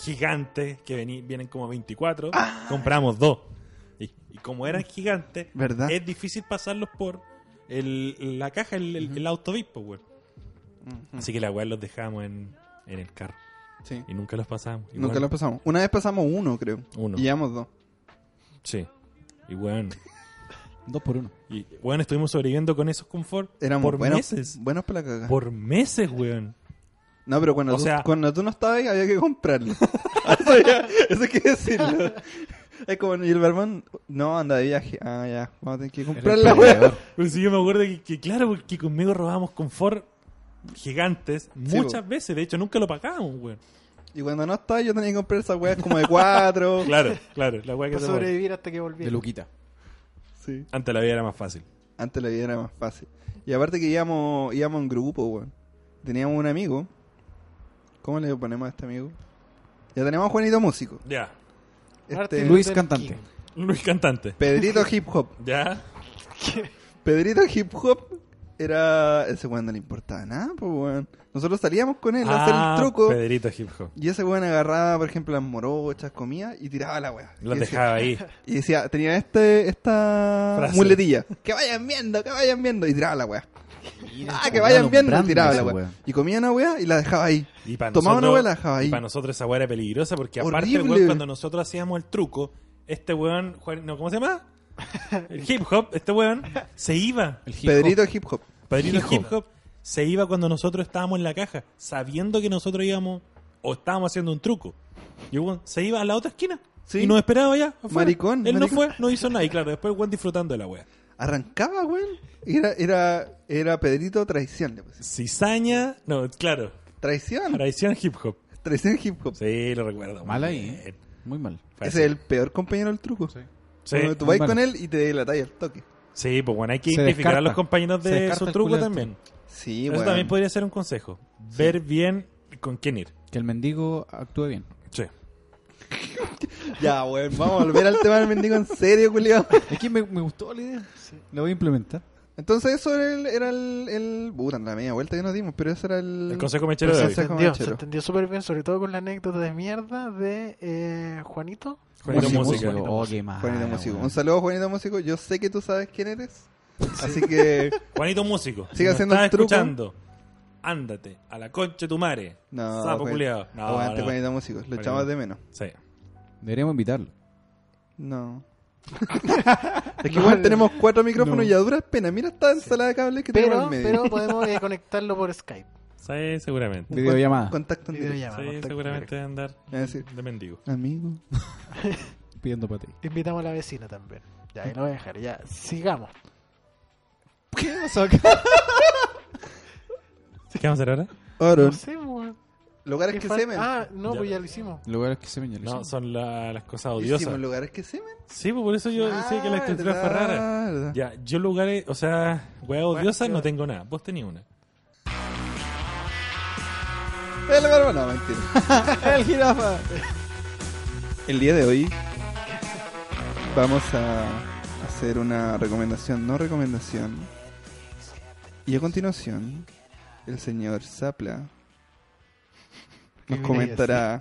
[SPEAKER 3] gigantes que veni- vienen como 24.
[SPEAKER 5] Ah.
[SPEAKER 3] Compramos dos. Y, y como eran gigantes,
[SPEAKER 4] ¿Verdad?
[SPEAKER 3] es difícil pasarlos por el- la caja, el, el, el autobispo, güey. pues,
[SPEAKER 4] Mm.
[SPEAKER 3] Así que la weá los dejábamos en, en el carro.
[SPEAKER 4] Sí.
[SPEAKER 3] Y nunca los pasábamos. Y,
[SPEAKER 4] Nunca
[SPEAKER 3] weón,
[SPEAKER 4] lo pasamos. Una vez pasamos uno, creo.
[SPEAKER 3] Uno.
[SPEAKER 4] Y llevamos dos.
[SPEAKER 3] Sí. Y weón.
[SPEAKER 2] Dos por uno.
[SPEAKER 3] Y weón, estuvimos sobreviviendo con esos confort
[SPEAKER 4] Éramos
[SPEAKER 3] por
[SPEAKER 4] buenos,
[SPEAKER 3] meses.
[SPEAKER 4] buenos para la cagada.
[SPEAKER 3] Por meses, weón.
[SPEAKER 4] No, pero cuando,
[SPEAKER 3] O
[SPEAKER 4] tú,
[SPEAKER 3] sea-
[SPEAKER 4] cuando tú no estabas ahí, había que comprarlo. eso, ya- eso hay que decirlo. Es como, y el barbón, no, anda de viaje. Ah, ya, vamos a tener que comprar la wea.
[SPEAKER 3] Pero si yo me acuerdo que, que claro, porque conmigo robábamos confort gigantes muchas
[SPEAKER 4] po.
[SPEAKER 3] veces. De hecho, nunca lo pagábamos, weón.
[SPEAKER 4] Y cuando no estabas, yo tenía que comprar esas weas como de cuatro.
[SPEAKER 3] Claro, claro. La weá que
[SPEAKER 5] Para
[SPEAKER 3] se puede.
[SPEAKER 5] sobrevivir hasta que volviera.
[SPEAKER 2] De Luquita.
[SPEAKER 4] Sí.
[SPEAKER 3] Antes la vida era más fácil.
[SPEAKER 4] Antes la vida era más fácil. Y aparte que íbamos, íbamos en grupo, weón. Teníamos un amigo. ¿Cómo le ponemos a este amigo? Ya tenemos a Juanito Músico.
[SPEAKER 3] Ya.
[SPEAKER 4] Este,
[SPEAKER 5] Martin
[SPEAKER 2] Luis
[SPEAKER 5] Luther
[SPEAKER 2] Cantante.
[SPEAKER 5] King.
[SPEAKER 3] Luis Cantante.
[SPEAKER 4] Pedrito Hip Hop.
[SPEAKER 3] Ya.
[SPEAKER 4] Pedrito Hip Hop era. Ese weón no le importaba nada, pues weón. Nosotros salíamos con él a hacer
[SPEAKER 3] Ah,
[SPEAKER 4] el truco.
[SPEAKER 3] Pedrito Hip Hop.
[SPEAKER 4] Y ese weón agarraba, por ejemplo, las morochas, comía y tiraba la weá.
[SPEAKER 3] Los
[SPEAKER 4] y decía-
[SPEAKER 3] dejaba ahí.
[SPEAKER 4] Y decía, tenía este, esta
[SPEAKER 3] Frase.
[SPEAKER 4] muletilla. Que vayan viendo, que vayan viendo. Y tiraba la weá. Ah, que
[SPEAKER 2] Estaba
[SPEAKER 4] vayan viendo. Y
[SPEAKER 2] alumbrando
[SPEAKER 4] tiraba la
[SPEAKER 2] esa
[SPEAKER 4] weá.
[SPEAKER 2] weá.
[SPEAKER 4] Y comía una weá y la dejaba ahí.
[SPEAKER 3] Y para
[SPEAKER 4] Tomaba una
[SPEAKER 3] nosotros,
[SPEAKER 4] weá y la dejaba ahí.
[SPEAKER 3] para nosotros esa weá era peligrosa porque aparte,
[SPEAKER 4] Horrible.
[SPEAKER 3] weón, cuando nosotros hacíamos el truco, este weón, Juan- no, ¿cómo se llama? El hip hop, este weón, se iba.
[SPEAKER 2] El hip hop.
[SPEAKER 4] Pedrito Hip Hop.
[SPEAKER 3] Padrino
[SPEAKER 2] Hip
[SPEAKER 3] Hip Hop se iba cuando nosotros estábamos en la caja, sabiendo que nosotros íbamos o estábamos haciendo un truco. Y el weón se iba a la otra esquina
[SPEAKER 4] Sí.
[SPEAKER 3] y nos esperaba allá. afuera.
[SPEAKER 4] Maricón,
[SPEAKER 3] Él no
[SPEAKER 4] maricón.
[SPEAKER 3] fue, no hizo nada. Y claro, después el weón disfrutando de la wea.
[SPEAKER 4] Arrancaba, weón. Era, era, era Pedrito traición. le pusieron.
[SPEAKER 3] Cizaña, no, claro,
[SPEAKER 4] Traición.
[SPEAKER 3] traición hip hop.
[SPEAKER 4] Traición Hip Hop.
[SPEAKER 3] Sí, lo recuerdo. muy
[SPEAKER 2] Mal ahí,
[SPEAKER 3] bien.
[SPEAKER 2] ¿eh? Muy mal.
[SPEAKER 3] Fue
[SPEAKER 4] Ese es
[SPEAKER 3] así.
[SPEAKER 4] el peor compañero del truco.
[SPEAKER 3] Sí,
[SPEAKER 4] Cuando tú
[SPEAKER 2] muy
[SPEAKER 4] vas
[SPEAKER 2] malo.
[SPEAKER 4] con él y te la talla al toque.
[SPEAKER 3] sí, pues bueno, hay que
[SPEAKER 2] Se
[SPEAKER 3] identificar a
[SPEAKER 2] descarta.
[SPEAKER 3] los compañeros
[SPEAKER 2] Se
[SPEAKER 3] de
[SPEAKER 2] descarta
[SPEAKER 3] su
[SPEAKER 2] el
[SPEAKER 3] truco
[SPEAKER 2] culiao.
[SPEAKER 3] también.
[SPEAKER 4] este. Sí,
[SPEAKER 3] Eso
[SPEAKER 4] weón.
[SPEAKER 3] también podría ser un consejo. Ver bien con quién ir.
[SPEAKER 2] Que el mendigo actúe bien.
[SPEAKER 3] Sí.
[SPEAKER 4] Ya, weón. Vamos a volver al tema del mendigo en serio, culiao.
[SPEAKER 2] Es que me, me gustó la idea. La voy a implementar.
[SPEAKER 4] Entonces eso era el... Era el, el puta, la media vuelta que nos dimos, pero eso era el...
[SPEAKER 3] El consejo mechero de
[SPEAKER 4] Pues
[SPEAKER 3] hoy.
[SPEAKER 4] ese-
[SPEAKER 5] Se
[SPEAKER 4] Consejo
[SPEAKER 5] entendió,
[SPEAKER 4] Manchero.
[SPEAKER 5] se entendió súper bien, sobre todo con la anécdota de mierda de eh, Juanito.
[SPEAKER 3] Juanito
[SPEAKER 4] Juanito
[SPEAKER 3] Música.
[SPEAKER 2] Músico, Oh, qué mal.
[SPEAKER 4] Ah,
[SPEAKER 5] Ah,
[SPEAKER 4] Juanito Músico.
[SPEAKER 2] weón.
[SPEAKER 4] Un saludo, Juanito Músico. Yo sé que tú sabes quién eres. Así que...
[SPEAKER 3] Juanito Músico.
[SPEAKER 4] Sigue
[SPEAKER 3] nos
[SPEAKER 4] haciendo
[SPEAKER 3] estás
[SPEAKER 4] el truco.
[SPEAKER 3] escuchando. Ándate a la concha de tu madre.
[SPEAKER 4] No,
[SPEAKER 3] Sapo
[SPEAKER 4] Juan-
[SPEAKER 3] culiao. No,
[SPEAKER 4] aguante,
[SPEAKER 3] no.
[SPEAKER 4] Juanito Músico. Lo echabas de menos.
[SPEAKER 3] Sí.
[SPEAKER 2] Deberíamos invitarlo.
[SPEAKER 4] No. es que igual tenemos cuatro micrófonos y a duras penas. Mira esta ensalada de cables que tenemos
[SPEAKER 5] Pero,
[SPEAKER 4] en medio.
[SPEAKER 5] pero podemos eh, conectarlo por Skype.
[SPEAKER 3] Sí, seguramente.
[SPEAKER 4] Con-
[SPEAKER 2] Videollamada.
[SPEAKER 4] Contacto en directo.
[SPEAKER 5] Videollamada,
[SPEAKER 3] Sí,
[SPEAKER 5] contacto
[SPEAKER 3] seguramente de andar
[SPEAKER 4] Es decir,
[SPEAKER 3] de mendigo.
[SPEAKER 4] amigo.
[SPEAKER 2] Pidiendo para ti.
[SPEAKER 5] Invitamos a la vecina también. Ya, ahí lo voy a dejar, ya. Sigamos.
[SPEAKER 2] ¿Qué pasó acá?
[SPEAKER 3] ¿Qué vamos a hacer ahora?
[SPEAKER 5] No
[SPEAKER 4] Aaron.
[SPEAKER 5] sé, weón.
[SPEAKER 4] Lugares
[SPEAKER 5] ¿Qué
[SPEAKER 4] que
[SPEAKER 5] fal-
[SPEAKER 4] semen.
[SPEAKER 5] Ah, no,
[SPEAKER 3] Ya.
[SPEAKER 5] pues ya lo hicimos.
[SPEAKER 2] Lugares que se me
[SPEAKER 3] No, son la- las cosas
[SPEAKER 4] Hicimos
[SPEAKER 3] odiosas.
[SPEAKER 4] lugares que semen.
[SPEAKER 3] Sí, pues por eso
[SPEAKER 4] Ah,
[SPEAKER 3] yo decía que la estructura fue rara.
[SPEAKER 4] rara.
[SPEAKER 3] Ya, yo lugares, o sea, weá odiosa
[SPEAKER 5] yo-
[SPEAKER 3] no tengo nada. Vos tenías una.
[SPEAKER 4] El bárbaro, no, mentira. El jirafa. El día de hoy vamos a hacer una recomendación, no recomendación. Y a continuación, el señor Zapla nos
[SPEAKER 5] Qué
[SPEAKER 4] comentará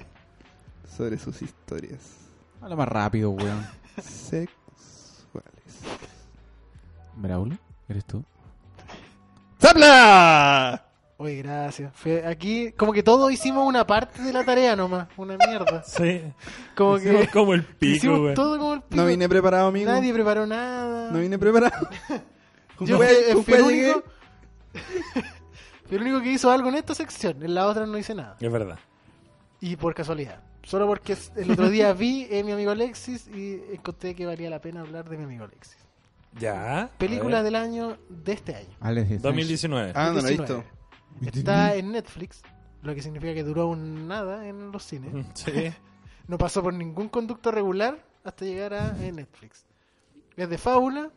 [SPEAKER 4] sobre sus historias
[SPEAKER 2] Habla más rápido, weón.
[SPEAKER 4] sexuales.
[SPEAKER 2] ¿Braulio? ¿Eres tú?
[SPEAKER 4] ¡Zapla!
[SPEAKER 5] Oye, gracias. Fue aquí, como que todos hicimos una parte de la tarea nomás. Una mierda.
[SPEAKER 3] Sí.
[SPEAKER 5] Como
[SPEAKER 3] Hicimos
[SPEAKER 5] que
[SPEAKER 3] como el pico,
[SPEAKER 5] hicimos
[SPEAKER 3] weón.
[SPEAKER 5] todo como el pico.
[SPEAKER 4] No vine preparado, amigo.
[SPEAKER 5] Nadie preparó nada.
[SPEAKER 4] No vine preparado.
[SPEAKER 5] Yo
[SPEAKER 4] Fue-
[SPEAKER 5] fui, fui
[SPEAKER 4] fue
[SPEAKER 5] el
[SPEAKER 4] llegué-
[SPEAKER 5] único. fui el único que hizo algo en esta sección. En la otra no hice nada.
[SPEAKER 3] Es verdad.
[SPEAKER 5] Y por casualidad. Solo porque s- el otro día vi a mi amigo Alexis y encontré que valía la pena hablar de mi amigo Alexis.
[SPEAKER 3] Ya. a
[SPEAKER 5] Película
[SPEAKER 3] ver.
[SPEAKER 5] del año de este año.
[SPEAKER 2] Alex de Sánchez.
[SPEAKER 3] 2019.
[SPEAKER 4] Ah, no lo he
[SPEAKER 5] 19.
[SPEAKER 4] visto.
[SPEAKER 5] Está en Netflix, lo que significa que duró un nada en los cines.
[SPEAKER 3] Sí.
[SPEAKER 5] No pasó por ningún conducto regular hasta llegar a eh, Netflix. Es de fábula.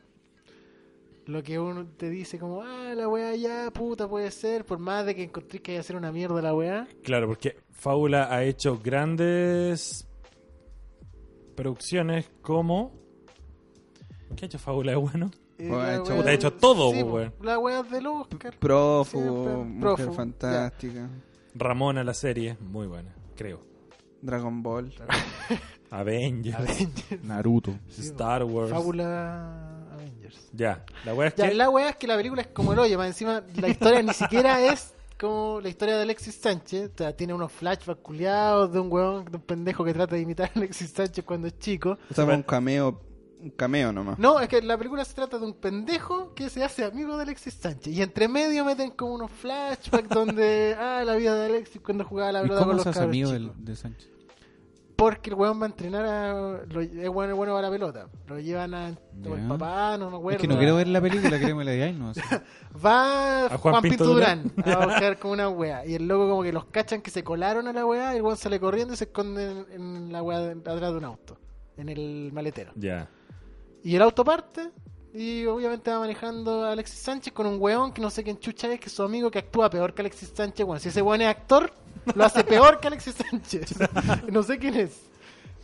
[SPEAKER 5] Lo que uno te dice como, ah, la weá ya, puta, puede ser. Por más de que encontré que haya sido una mierda la weá.
[SPEAKER 3] Claro, porque Fábula ha hecho grandes producciones como. ¿Qué ha hecho Fábula de bueno?
[SPEAKER 5] eh,
[SPEAKER 4] Bueno,
[SPEAKER 5] la
[SPEAKER 4] ha hecho-
[SPEAKER 5] weá
[SPEAKER 4] puta,
[SPEAKER 3] ha hecho todo, pues,
[SPEAKER 5] sí,
[SPEAKER 3] weón.
[SPEAKER 5] po, La weá del Oscar.
[SPEAKER 4] Prófugo,
[SPEAKER 5] Siempre,
[SPEAKER 4] Mujer
[SPEAKER 5] prófugo,
[SPEAKER 4] Fantástica,
[SPEAKER 3] Ramona, la serie, muy buena, creo.
[SPEAKER 4] Dragon Ball.
[SPEAKER 3] Avengers,
[SPEAKER 5] Avengers.
[SPEAKER 2] Naruto.
[SPEAKER 3] Star Wars.
[SPEAKER 5] Fábula Avengers.
[SPEAKER 3] Ya, la weá es
[SPEAKER 5] Ya,
[SPEAKER 3] que.
[SPEAKER 5] la weá es que la película es como el hoyo, más encima la historia ni siquiera es como la historia de Alexis Sánchez. O sea, tiene unos flashbacks culiados de un weón, de un pendejo que trata de imitar a Alexis Sánchez cuando es chico.
[SPEAKER 4] O sea, fue un cameo, un cameo nomás.
[SPEAKER 5] No, es que la película se trata de un pendejo que se hace amigo de Alexis Sánchez. Y entre medio meten como unos flashbacks donde, ah, la vida de Alexis cuando jugaba a la
[SPEAKER 2] ¿Y
[SPEAKER 5] pelota con
[SPEAKER 2] cómo
[SPEAKER 5] los
[SPEAKER 2] se hace
[SPEAKER 5] cabros
[SPEAKER 2] amigo
[SPEAKER 5] chicos.
[SPEAKER 2] del- de Sánchez?
[SPEAKER 5] Porque el weón va a entrenar a... Lo, eh, el weón es bueno para la pelota. Lo llevan a... o el
[SPEAKER 2] Ya.
[SPEAKER 5] papá, no me acuerdo.
[SPEAKER 2] Es que no quiero ver la película, créeme la de ahí, no. así.
[SPEAKER 5] Va
[SPEAKER 3] A
[SPEAKER 5] Juan,
[SPEAKER 3] Juan
[SPEAKER 5] Pinto
[SPEAKER 3] Pinto
[SPEAKER 5] Durán a buscar con una wea. Y el loco como que los cachan que se colaron a la wea. Y el weón sale corriendo y se esconde en, en la wea de- atrás de un auto. En el maletero.
[SPEAKER 3] Ya.
[SPEAKER 5] Y el auto parte. Y obviamente va manejando a Alexis Sánchez con un weón que no sé quién chucha es, que es su amigo que actúa peor que Alexis Sánchez. Bueno, si ese weón es actor, lo hace peor que Alexis Sánchez. no sé quién es.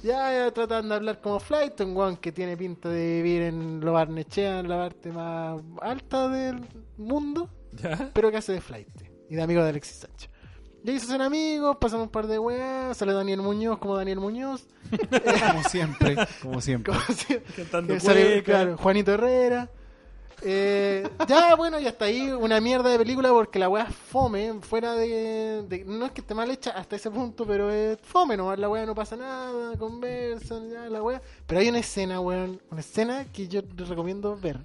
[SPEAKER 5] Ya, ya tratan de hablar como Flight, un weón que tiene pinta de vivir en lo Barnechea, en la parte más alta del mundo
[SPEAKER 3] Ya.
[SPEAKER 5] pero que hace de flight y de amigo de Alexis Sánchez. Y ahí se hacen amigos, pasan un par de weas, sale Daniel Muñoz como Daniel Muñoz,
[SPEAKER 2] como siempre, como siempre.
[SPEAKER 5] como si-
[SPEAKER 3] Cantando
[SPEAKER 5] eh, sale,
[SPEAKER 3] cueca.
[SPEAKER 5] claro, Juanito Herrera. Eh, ya, bueno, y hasta ahí una mierda de película porque la wea es fome, fuera de, de- No es que esté mal hecha hasta ese punto, pero es fome, nomás la wea no pasa nada, conversan, ya, la wea. Pero hay una escena, weón, una escena que yo les recomiendo ver.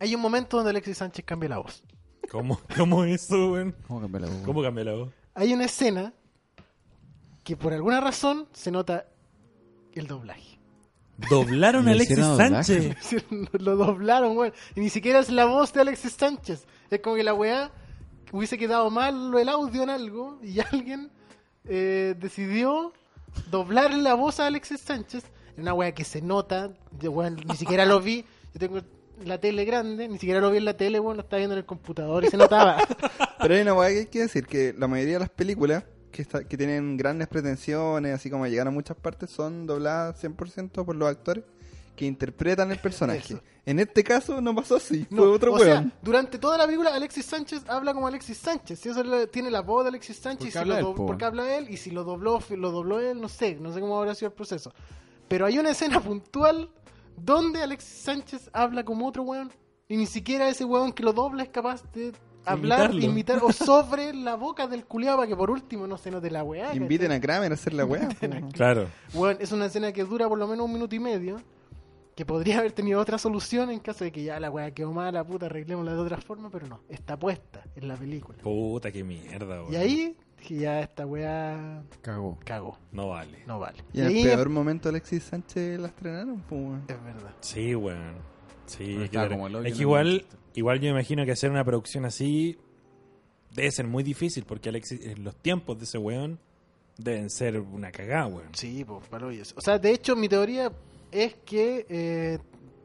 [SPEAKER 5] Hay un momento donde Alexis Sánchez cambia la voz.
[SPEAKER 3] ¿Cómo, ¿Cómo eso, weón?
[SPEAKER 2] ¿Cómo cambiar la voz?
[SPEAKER 3] ¿Cómo cambió la voz?
[SPEAKER 5] hay una escena que por alguna razón se nota el doblaje.
[SPEAKER 3] Doblaron
[SPEAKER 2] Le
[SPEAKER 3] a Alexis
[SPEAKER 2] hicieron doblaje.
[SPEAKER 3] Sánchez.
[SPEAKER 5] Lo doblaron, weón. Y ni siquiera es la voz de Alexis Sánchez. Es como que la weá hubiese quedado mal el audio en algo y alguien eh, decidió doblar la voz a Alexis Sánchez. Una weá que se nota. Yo, weón, ni siquiera lo vi. Yo tengo la tele grande, ni siquiera lo vi en la tele, weón, lo estaba viendo en el computador y se notaba.
[SPEAKER 4] Pero hay una weá que hay que decir, que la mayoría de las películas que, está- que tienen grandes pretensiones, así como llegar a muchas partes, son dobladas 100% por los actores que interpretan el personaje.
[SPEAKER 5] Eso.
[SPEAKER 4] En este caso no pasó así,
[SPEAKER 5] No,
[SPEAKER 4] fue otro
[SPEAKER 5] o sea,
[SPEAKER 4] weón.
[SPEAKER 5] durante toda la película Alexis Sánchez habla como Alexis Sánchez. Si eso le- tiene la voz de Alexis Sánchez,
[SPEAKER 2] Porque
[SPEAKER 5] y si
[SPEAKER 2] habla
[SPEAKER 5] lo
[SPEAKER 2] él,
[SPEAKER 5] dob-
[SPEAKER 2] po.
[SPEAKER 5] porque habla él, y si lo dobló, fi- lo dobló él, no sé, no sé cómo habrá sido el proceso. Pero hay una escena puntual donde Alexis Sánchez habla como otro weón, y ni siquiera ese weón que lo dobla es capaz de hablar,
[SPEAKER 3] Imitarlo.
[SPEAKER 5] imitar o sobre la boca del culiaba que por último no se note la weá.
[SPEAKER 4] Inviten a Kramer a hacer la weá.
[SPEAKER 3] Claro.
[SPEAKER 5] Bueno, es una escena que dura por lo menos un minuto y medio. Que podría haber tenido otra solución en caso de que ya la weá quedó mala, puta, arreglémosla de otra forma, pero no. Está puesta en la película.
[SPEAKER 3] Puta, qué mierda, weón.
[SPEAKER 5] Y ahí dije, ya esta weá
[SPEAKER 2] Cagó.
[SPEAKER 5] cagó,
[SPEAKER 3] No vale.
[SPEAKER 5] no vale.
[SPEAKER 4] Y en el peor momento Alexis Sánchez la estrenaron, pues, weón.
[SPEAKER 5] es verdad.
[SPEAKER 3] Sí, weón. Sí,
[SPEAKER 2] Pero
[SPEAKER 3] hay que
[SPEAKER 2] estaba
[SPEAKER 3] ver.
[SPEAKER 2] como el hoyo
[SPEAKER 3] Es que
[SPEAKER 2] en el
[SPEAKER 3] igual,
[SPEAKER 2] Manchester.
[SPEAKER 3] igual yo me imagino que hacer una producción así debe ser muy difícil porque Alexis- eh, los tiempos de ese weón deben ser una cagada, weón.
[SPEAKER 5] Sí, pues, palo y eso. O sea, de hecho, mi teoría es que eh,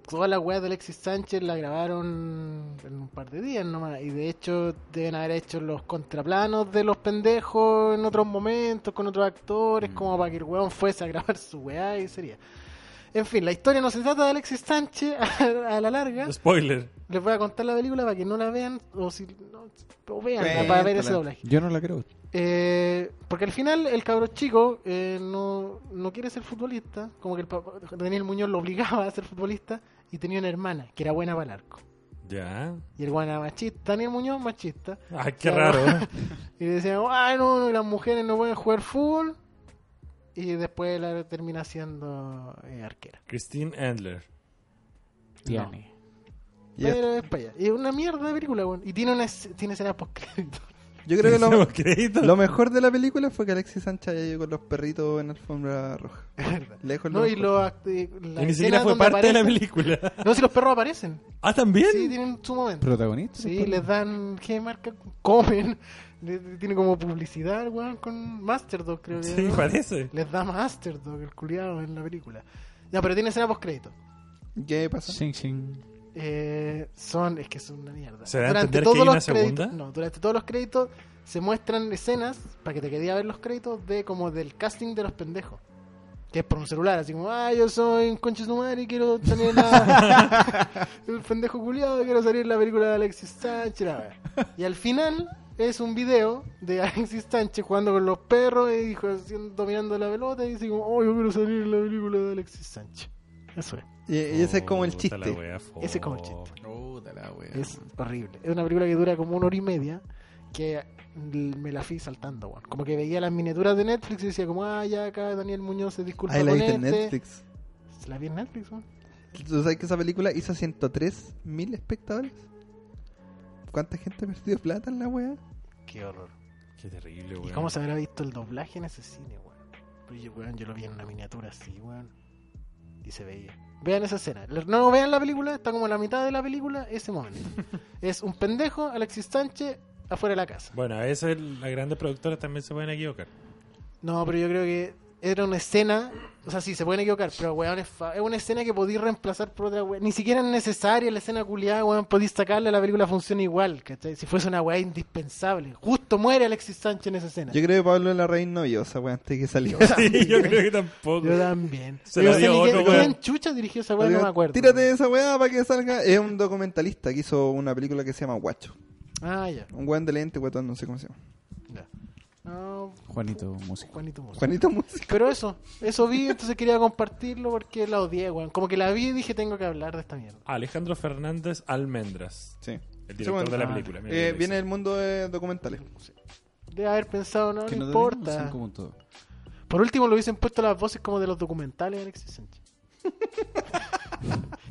[SPEAKER 5] toda la weá de Alexis Sánchez la grabaron en un par de días nomás. Y de hecho, deben haber hecho los contraplanos de los pendejos en otros momentos, con otros actores, como para que el weón fuese a grabar su weá y sería. En fin, la historia no se trata de Alexis Sánchez a, a la larga.
[SPEAKER 3] Spoiler.
[SPEAKER 5] Les voy a contar la película para que no la vean o si no, o vean para
[SPEAKER 4] Cuéntala.
[SPEAKER 5] ver ese doblaje.
[SPEAKER 2] Yo no la creo.
[SPEAKER 5] Eh, porque al final el cabro chico eh, no, no quiere ser futbolista, como que el papá, Daniel Muñoz lo obligaba a ser futbolista y tenía una hermana que era buena para el arco.
[SPEAKER 3] Ya.
[SPEAKER 5] Y el guan era machista, Daniel Muñoz machista.
[SPEAKER 3] Ah, qué
[SPEAKER 5] Ya,
[SPEAKER 3] raro.
[SPEAKER 5] ¿no? Y le decían, ah, no, no, las mujeres no pueden jugar fútbol. Y después la termina siendo eh, arquera.
[SPEAKER 3] Christine Endler.
[SPEAKER 5] Tiene.
[SPEAKER 4] Y es-
[SPEAKER 5] Pero es para allá. Y es una mierda de película, weón. Y tiene una esce- tiene escena post
[SPEAKER 4] Yo creo que lo,
[SPEAKER 3] Hacemos créditos.
[SPEAKER 4] lo mejor de la película fue que Alexis Sánchez haya ido con los perritos en alfombra roja. Lejos
[SPEAKER 5] No,
[SPEAKER 4] lo
[SPEAKER 5] y
[SPEAKER 4] mejor.
[SPEAKER 5] lo act- eh, la
[SPEAKER 3] Y ni
[SPEAKER 5] escena
[SPEAKER 3] siquiera fue
[SPEAKER 5] donde
[SPEAKER 3] parte de la
[SPEAKER 5] aparecen-
[SPEAKER 3] película.
[SPEAKER 5] No, si los perros aparecen.
[SPEAKER 3] Ah, también.
[SPEAKER 5] Sí, tienen su momento.
[SPEAKER 2] ¿Protagonista?
[SPEAKER 5] Sí, les dan. ¿Qué marca? Comen. Le- le- Tiene como publicidad, weón, con Masterdog, creo que.
[SPEAKER 3] Sí,
[SPEAKER 5] ¿no?
[SPEAKER 3] parece.
[SPEAKER 5] Les da Masterdog, el culiado en la película. Ya, pero tiene escena post-crédito.
[SPEAKER 4] ¿Qué pasa?
[SPEAKER 2] Shing, shing.
[SPEAKER 5] Eh, son, es que son una mierda.
[SPEAKER 3] ¿Se da a entender que hay una
[SPEAKER 5] los créditos,
[SPEAKER 3] segunda?
[SPEAKER 5] no, durante todos los créditos se muestran escenas para que te quería ver los créditos de como del casting de los pendejos. Que es por un celular, así como, ah, yo soy un conche de su madre y quiero salir en la... el pendejo culiado, quiero salir en la película de Alexis Sánchez. la wea. Y al final es un video de Alexis Sánchez jugando con los perros y jue- haciendo- dominando la pelota y dice como, oh, yo quiero salir en la película de Alexis Sánchez. Eso es.
[SPEAKER 4] Y, y ese es como el
[SPEAKER 3] Puta la
[SPEAKER 4] chiste.
[SPEAKER 3] wea,
[SPEAKER 5] Ese es como el
[SPEAKER 3] fo.
[SPEAKER 5] chiste.
[SPEAKER 2] Puta la wea.
[SPEAKER 5] Es horrible. Es una película que dura como una hora y media que l- me la fui saltando, weón. Como que veía las miniaturas de Netflix y decía como, ah, ya acá Daniel Muñoz se disculpa
[SPEAKER 4] Ahí la
[SPEAKER 5] con
[SPEAKER 4] viste en
[SPEAKER 5] este".
[SPEAKER 4] Netflix.
[SPEAKER 5] Se La vi en Netflix, weón.
[SPEAKER 4] ¿Tú sabes que esa película hizo 103.000 espectadores? ¿Cuánta gente ha perdido plata en la wea?
[SPEAKER 5] Qué horror.
[SPEAKER 3] Qué terrible,
[SPEAKER 5] ¿Y
[SPEAKER 3] weón.
[SPEAKER 5] cómo se habrá visto el doblaje en ese cine, weón? Pero yo, weón, yo lo vi en una miniatura así, weón. Y se veía. Vean esa escena. Le- No vean la película, está como a la mitad de la película, ese momento. es un pendejo, Alexis Sánchez, afuera de la casa.
[SPEAKER 3] Bueno, a veces las grandes productoras también se pueden equivocar.
[SPEAKER 5] No, pero yo creo que era una escena. O sea, sí, se pueden equivocar, pero weón, es, fa- es una escena que podéis reemplazar por otra weón. Ni siquiera es necesaria la escena culiada, weón. Podéis sacarla, la película funciona igual, ¿cachai? Si fuese una weá indispensable. Justo muere Alexis Sánchez en esa escena.
[SPEAKER 4] Yo creo que Pablo Larraín no vio esa wea antes que salió.
[SPEAKER 3] Sí, yo creo que tampoco.
[SPEAKER 5] Yo también.
[SPEAKER 3] Se
[SPEAKER 5] Yo
[SPEAKER 3] la
[SPEAKER 5] no sé
[SPEAKER 3] dio
[SPEAKER 5] ni
[SPEAKER 3] otro
[SPEAKER 5] quién-
[SPEAKER 3] weón.
[SPEAKER 5] ¿Quién chucha dirigió esa weá? No me acuerdo.
[SPEAKER 4] Tírate de esa weá para que salga. Es un documentalista que hizo una película que se llama Guacho.
[SPEAKER 5] Ah, ya.
[SPEAKER 4] Un weón de lente, guatón, no sé cómo se llama.
[SPEAKER 5] ya. No,
[SPEAKER 2] Juanito, músico.
[SPEAKER 5] Juanito Musa.
[SPEAKER 4] Juanito Música.
[SPEAKER 5] Pero eso, eso vi, entonces quería compartirlo porque la odié, weón. Como que la vi y dije, tengo que hablar de esta mierda.
[SPEAKER 3] Alejandro Fernández Almendras,
[SPEAKER 4] Sí.
[SPEAKER 3] el
[SPEAKER 4] Sí,
[SPEAKER 3] director
[SPEAKER 4] bueno,
[SPEAKER 3] de la
[SPEAKER 5] ah,
[SPEAKER 3] película. Mira,
[SPEAKER 4] eh,
[SPEAKER 3] lo
[SPEAKER 4] viene
[SPEAKER 3] dice.
[SPEAKER 4] del mundo de documentales.
[SPEAKER 5] De haber pensado, no,
[SPEAKER 2] Que
[SPEAKER 5] no
[SPEAKER 2] no
[SPEAKER 5] importa.
[SPEAKER 2] tenemos 5.2.
[SPEAKER 5] Por último, le hubiesen puesto las voces como de los documentales de Alexis Sánchez.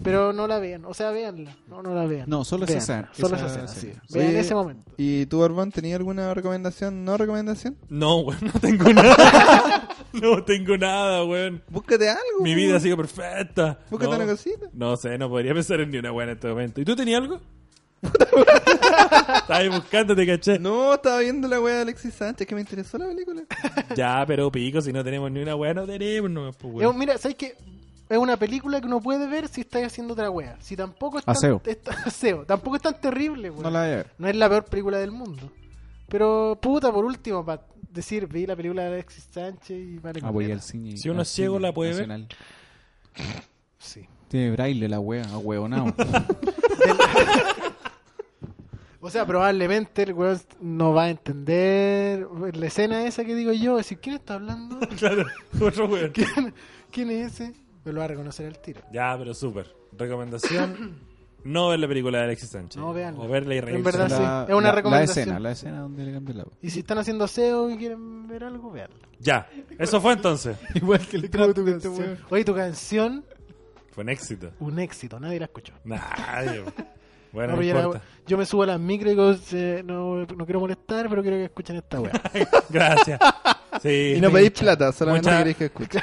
[SPEAKER 5] Pero no la vean, o sea, veanla. No, no la vean.
[SPEAKER 2] No, solo esa
[SPEAKER 5] vean,
[SPEAKER 2] escena,
[SPEAKER 5] Solo
[SPEAKER 2] esa
[SPEAKER 5] esa escena, sí.
[SPEAKER 2] escena.
[SPEAKER 5] Vean
[SPEAKER 4] Oye,
[SPEAKER 5] ese momento.
[SPEAKER 4] ¿Y tú, Arbón, tenías alguna recomendación, no recomendación?
[SPEAKER 3] No, weón, no tengo nada. no tengo nada, weón.
[SPEAKER 4] Búscate algo.
[SPEAKER 3] Mi
[SPEAKER 4] po.
[SPEAKER 3] vida ha sido perfecta.
[SPEAKER 4] Búscate
[SPEAKER 3] no,
[SPEAKER 4] una cosita.
[SPEAKER 3] No sé, no podría pensar en ni una buena en este momento. ¿Y tú tenías algo? Estaba ahí buscando, te caché.
[SPEAKER 4] No, estaba viendo la wea de Alexis Sánchez, que me interesó la película.
[SPEAKER 3] Ya, pero pico, si no tenemos ni una buena, no tenemos. No, pues,
[SPEAKER 5] Es un-
[SPEAKER 3] weón.
[SPEAKER 5] Eh, mira, ¿sabes qué? Es una película que uno puede ver si estáis haciendo otra wea. Si tampoco es tan,
[SPEAKER 2] Aseo.
[SPEAKER 5] es tan- aseo. Tampoco es tan terrible, weón.
[SPEAKER 2] No la voy a ver.
[SPEAKER 5] No es la peor película del mundo. Pero, puta, por último, para decir, vi la película de Alexis Sánchez y vale
[SPEAKER 2] Ah, voy al cine.
[SPEAKER 3] Si uno
[SPEAKER 2] al
[SPEAKER 3] es ciego,
[SPEAKER 2] cine
[SPEAKER 3] la puede ver.
[SPEAKER 2] nacional.
[SPEAKER 5] Sí.
[SPEAKER 2] Tiene braille la wea, a huevonao.
[SPEAKER 5] Ah, O sea, probablemente el weón no va a entender la escena esa que digo yo. Es decir, ¿quién está hablando?
[SPEAKER 3] Claro, otro weón.
[SPEAKER 5] ¿Quién, quién es ese? Me lo va a reconocer al tiro.
[SPEAKER 3] Ya, pero súper. Recomendación: no ver la película de Alexis Sánchez.
[SPEAKER 5] No, véanla.
[SPEAKER 3] O verla y
[SPEAKER 5] En
[SPEAKER 3] reírse.
[SPEAKER 5] verdad, sí.
[SPEAKER 2] La-
[SPEAKER 5] Es una
[SPEAKER 2] la-
[SPEAKER 5] recomendación.
[SPEAKER 2] La escena, la escena donde le cambian la voz.
[SPEAKER 5] Y si están haciendo SEO y quieren ver algo, veanlo.
[SPEAKER 3] Ya, eso fue entonces.
[SPEAKER 2] Igual que el
[SPEAKER 5] tu
[SPEAKER 3] este
[SPEAKER 5] canción. Oye, tu canción,
[SPEAKER 3] Fue un éxito.
[SPEAKER 5] un éxito, nadie la escuchó.
[SPEAKER 3] Nadie. Bueno,
[SPEAKER 5] No,
[SPEAKER 3] no
[SPEAKER 5] pero yo, era-
[SPEAKER 3] importa.
[SPEAKER 5] yo me subo a las micro y digo, "Eh, no, no quiero molestar, pero quiero que escuchen esta weá.
[SPEAKER 3] Gracias. Sí.
[SPEAKER 4] Y no pedís plata, solamente
[SPEAKER 3] Mucha-
[SPEAKER 4] queréis que escuche.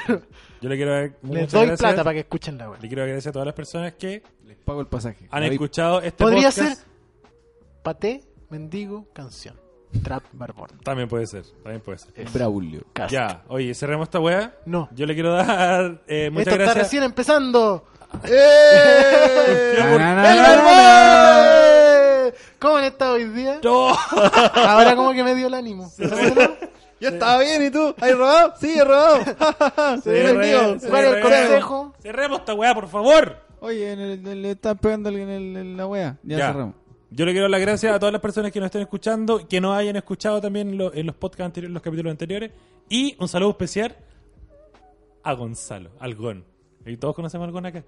[SPEAKER 3] Yo le quiero dar
[SPEAKER 5] Les
[SPEAKER 3] muchas
[SPEAKER 5] doy
[SPEAKER 3] gracias.
[SPEAKER 5] plata para que escuchen la weá.
[SPEAKER 3] Le quiero agradecer a todas las personas que
[SPEAKER 2] Les pago el pasaje.
[SPEAKER 3] han
[SPEAKER 2] Ahí-
[SPEAKER 3] escuchado este
[SPEAKER 5] Podría
[SPEAKER 3] podcast.
[SPEAKER 5] ser paté, mendigo, canción. Trap, barbón.
[SPEAKER 3] También puede ser, también puede ser.
[SPEAKER 2] Braulio.
[SPEAKER 5] Cast.
[SPEAKER 3] Ya, oye, cerremos esta wea.
[SPEAKER 5] No.
[SPEAKER 3] Yo le quiero dar eh, muchas
[SPEAKER 5] Esto está
[SPEAKER 3] gracias.
[SPEAKER 5] recién empezando.
[SPEAKER 4] ¡Eh!
[SPEAKER 2] Na, na,
[SPEAKER 5] ¡El
[SPEAKER 2] na, na, na.
[SPEAKER 5] barbón! ¡Eh! ¿Cómo han estado hoy día?
[SPEAKER 3] No.
[SPEAKER 5] Ahora como que me dio el ánimo.
[SPEAKER 4] Yo estaba bien, ¿y tú? ¿Has robado? Sí, he robado. Se
[SPEAKER 3] Cierre-
[SPEAKER 4] divertido.
[SPEAKER 3] cierre-
[SPEAKER 5] ¿Cuál es el consejo?
[SPEAKER 3] Cerremos esta wea, por favor.
[SPEAKER 2] Oye, en el- en- le están pegando a alguien en, en la wea. Ya,
[SPEAKER 3] Ya.
[SPEAKER 2] cerramos.
[SPEAKER 3] Yo le quiero dar las gracias a todas las personas que nos estén escuchando, que nos hayan escuchado también en, lo- en los podcasts anteriores, en los capítulos anteriores. Y un saludo especial a Gonzalo, al Gon. Y todos conocemos al Gon acá.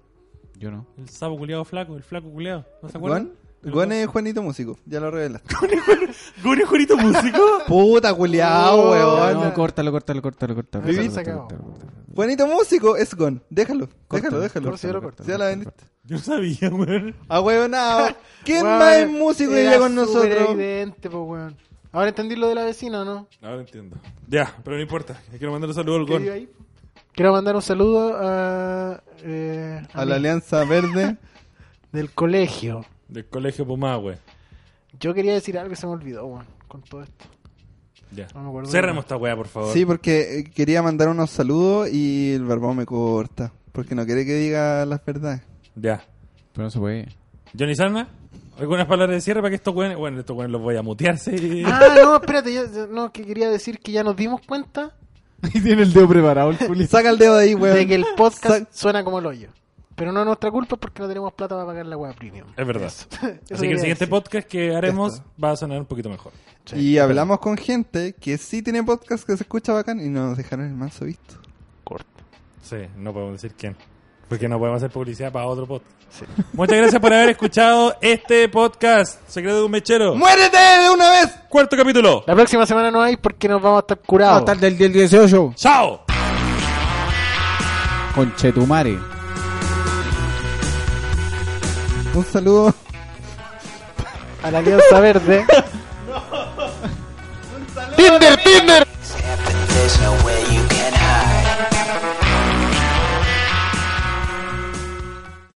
[SPEAKER 2] Yo no.
[SPEAKER 3] El sapo culeado flaco, el flaco culeado. ¿No se acuerdan?
[SPEAKER 4] ¿Gon? Gon es Juanito Músico, ya lo revelaste.
[SPEAKER 3] ¿Gon es Juanito Músico?
[SPEAKER 4] Puta, culiao,
[SPEAKER 5] Oh,
[SPEAKER 4] weón.
[SPEAKER 5] Hola.
[SPEAKER 2] No, córtalo, córtalo, córtalo, córtalo.
[SPEAKER 5] Viví,
[SPEAKER 2] córtalo,
[SPEAKER 5] se acabó.
[SPEAKER 2] córtalo, córtalo, córtalo.
[SPEAKER 4] Juanito Músico es Gon. Déjalo,
[SPEAKER 2] Córtalo,
[SPEAKER 4] déjalo, déjalo.
[SPEAKER 5] por si yo lo corto.
[SPEAKER 4] Ya la vendiste.
[SPEAKER 3] Yo no sabía, weón.
[SPEAKER 4] Ah, weón, ¿Quién
[SPEAKER 5] Weón,
[SPEAKER 4] más es músico que
[SPEAKER 5] era
[SPEAKER 4] llega con
[SPEAKER 5] súper
[SPEAKER 4] nosotros?
[SPEAKER 5] evidente, po, weón. Ahora entendí lo de la vecina, ¿o ¿no?
[SPEAKER 3] Ahora entiendo. Ya, pero no importa. Quiero mandar un saludo al
[SPEAKER 5] ¿Qué
[SPEAKER 3] Gon.
[SPEAKER 5] vive ahí? Quiero mandar un saludo a, eh,
[SPEAKER 4] A
[SPEAKER 5] a
[SPEAKER 4] la
[SPEAKER 5] mi-
[SPEAKER 4] Alianza Verde.
[SPEAKER 5] del colegio.
[SPEAKER 3] Del colegio Pumahue.
[SPEAKER 5] Yo quería decir algo que se me olvidó, weón, con todo esto.
[SPEAKER 3] Ya.
[SPEAKER 5] No me acuerdo.
[SPEAKER 3] Cerremos esta weá, por favor.
[SPEAKER 4] Sí, porque eh, quería mandar unos saludos y el barbón me corta. Porque no quiere que diga las verdades.
[SPEAKER 3] Ya.
[SPEAKER 2] Pero no se puede.
[SPEAKER 3] Johnny Salma, algunas palabras de cierre para que estos weones. Bueno, estos weones los voy a mutear, sí.
[SPEAKER 5] Ah, no, espérate, yo- yo- no, que quería decir que ya nos dimos cuenta
[SPEAKER 2] y tiene el dedo preparado el Juli.
[SPEAKER 4] Saca el dedo de ahí,
[SPEAKER 5] de
[SPEAKER 4] weón.
[SPEAKER 5] que el podcast
[SPEAKER 4] Sac-
[SPEAKER 5] suena como el hoyo. Pero no es nuestra culpa porque no tenemos plata para pagar la web premium.
[SPEAKER 3] Es verdad.
[SPEAKER 5] Eso. Eso
[SPEAKER 3] Eh, Así
[SPEAKER 5] quería
[SPEAKER 3] que el siguiente
[SPEAKER 5] decir.
[SPEAKER 3] podcast que haremos
[SPEAKER 4] Esto.
[SPEAKER 3] va a sonar un poquito mejor.
[SPEAKER 4] Y hablamos con gente que sí tiene podcast que se escucha bacán y nos dejaron el manso visto.
[SPEAKER 3] Sí, no podemos decir quién. Porque no podemos hacer publicidad para otro podcast. Muchas gracias por haber escuchado este podcast. Secreto de un mechero.
[SPEAKER 4] ¡Muérete de una vez!
[SPEAKER 3] Cuarto capítulo.
[SPEAKER 5] La próxima semana no hay porque nos vamos a estar curados.
[SPEAKER 2] Hasta el del 18.
[SPEAKER 3] ¡Chao!
[SPEAKER 2] Con Chetumare.
[SPEAKER 4] Un saludo.
[SPEAKER 5] a la Alianza Verde. ¡Tinder, Tinder!
[SPEAKER 6] There's no way you can hide.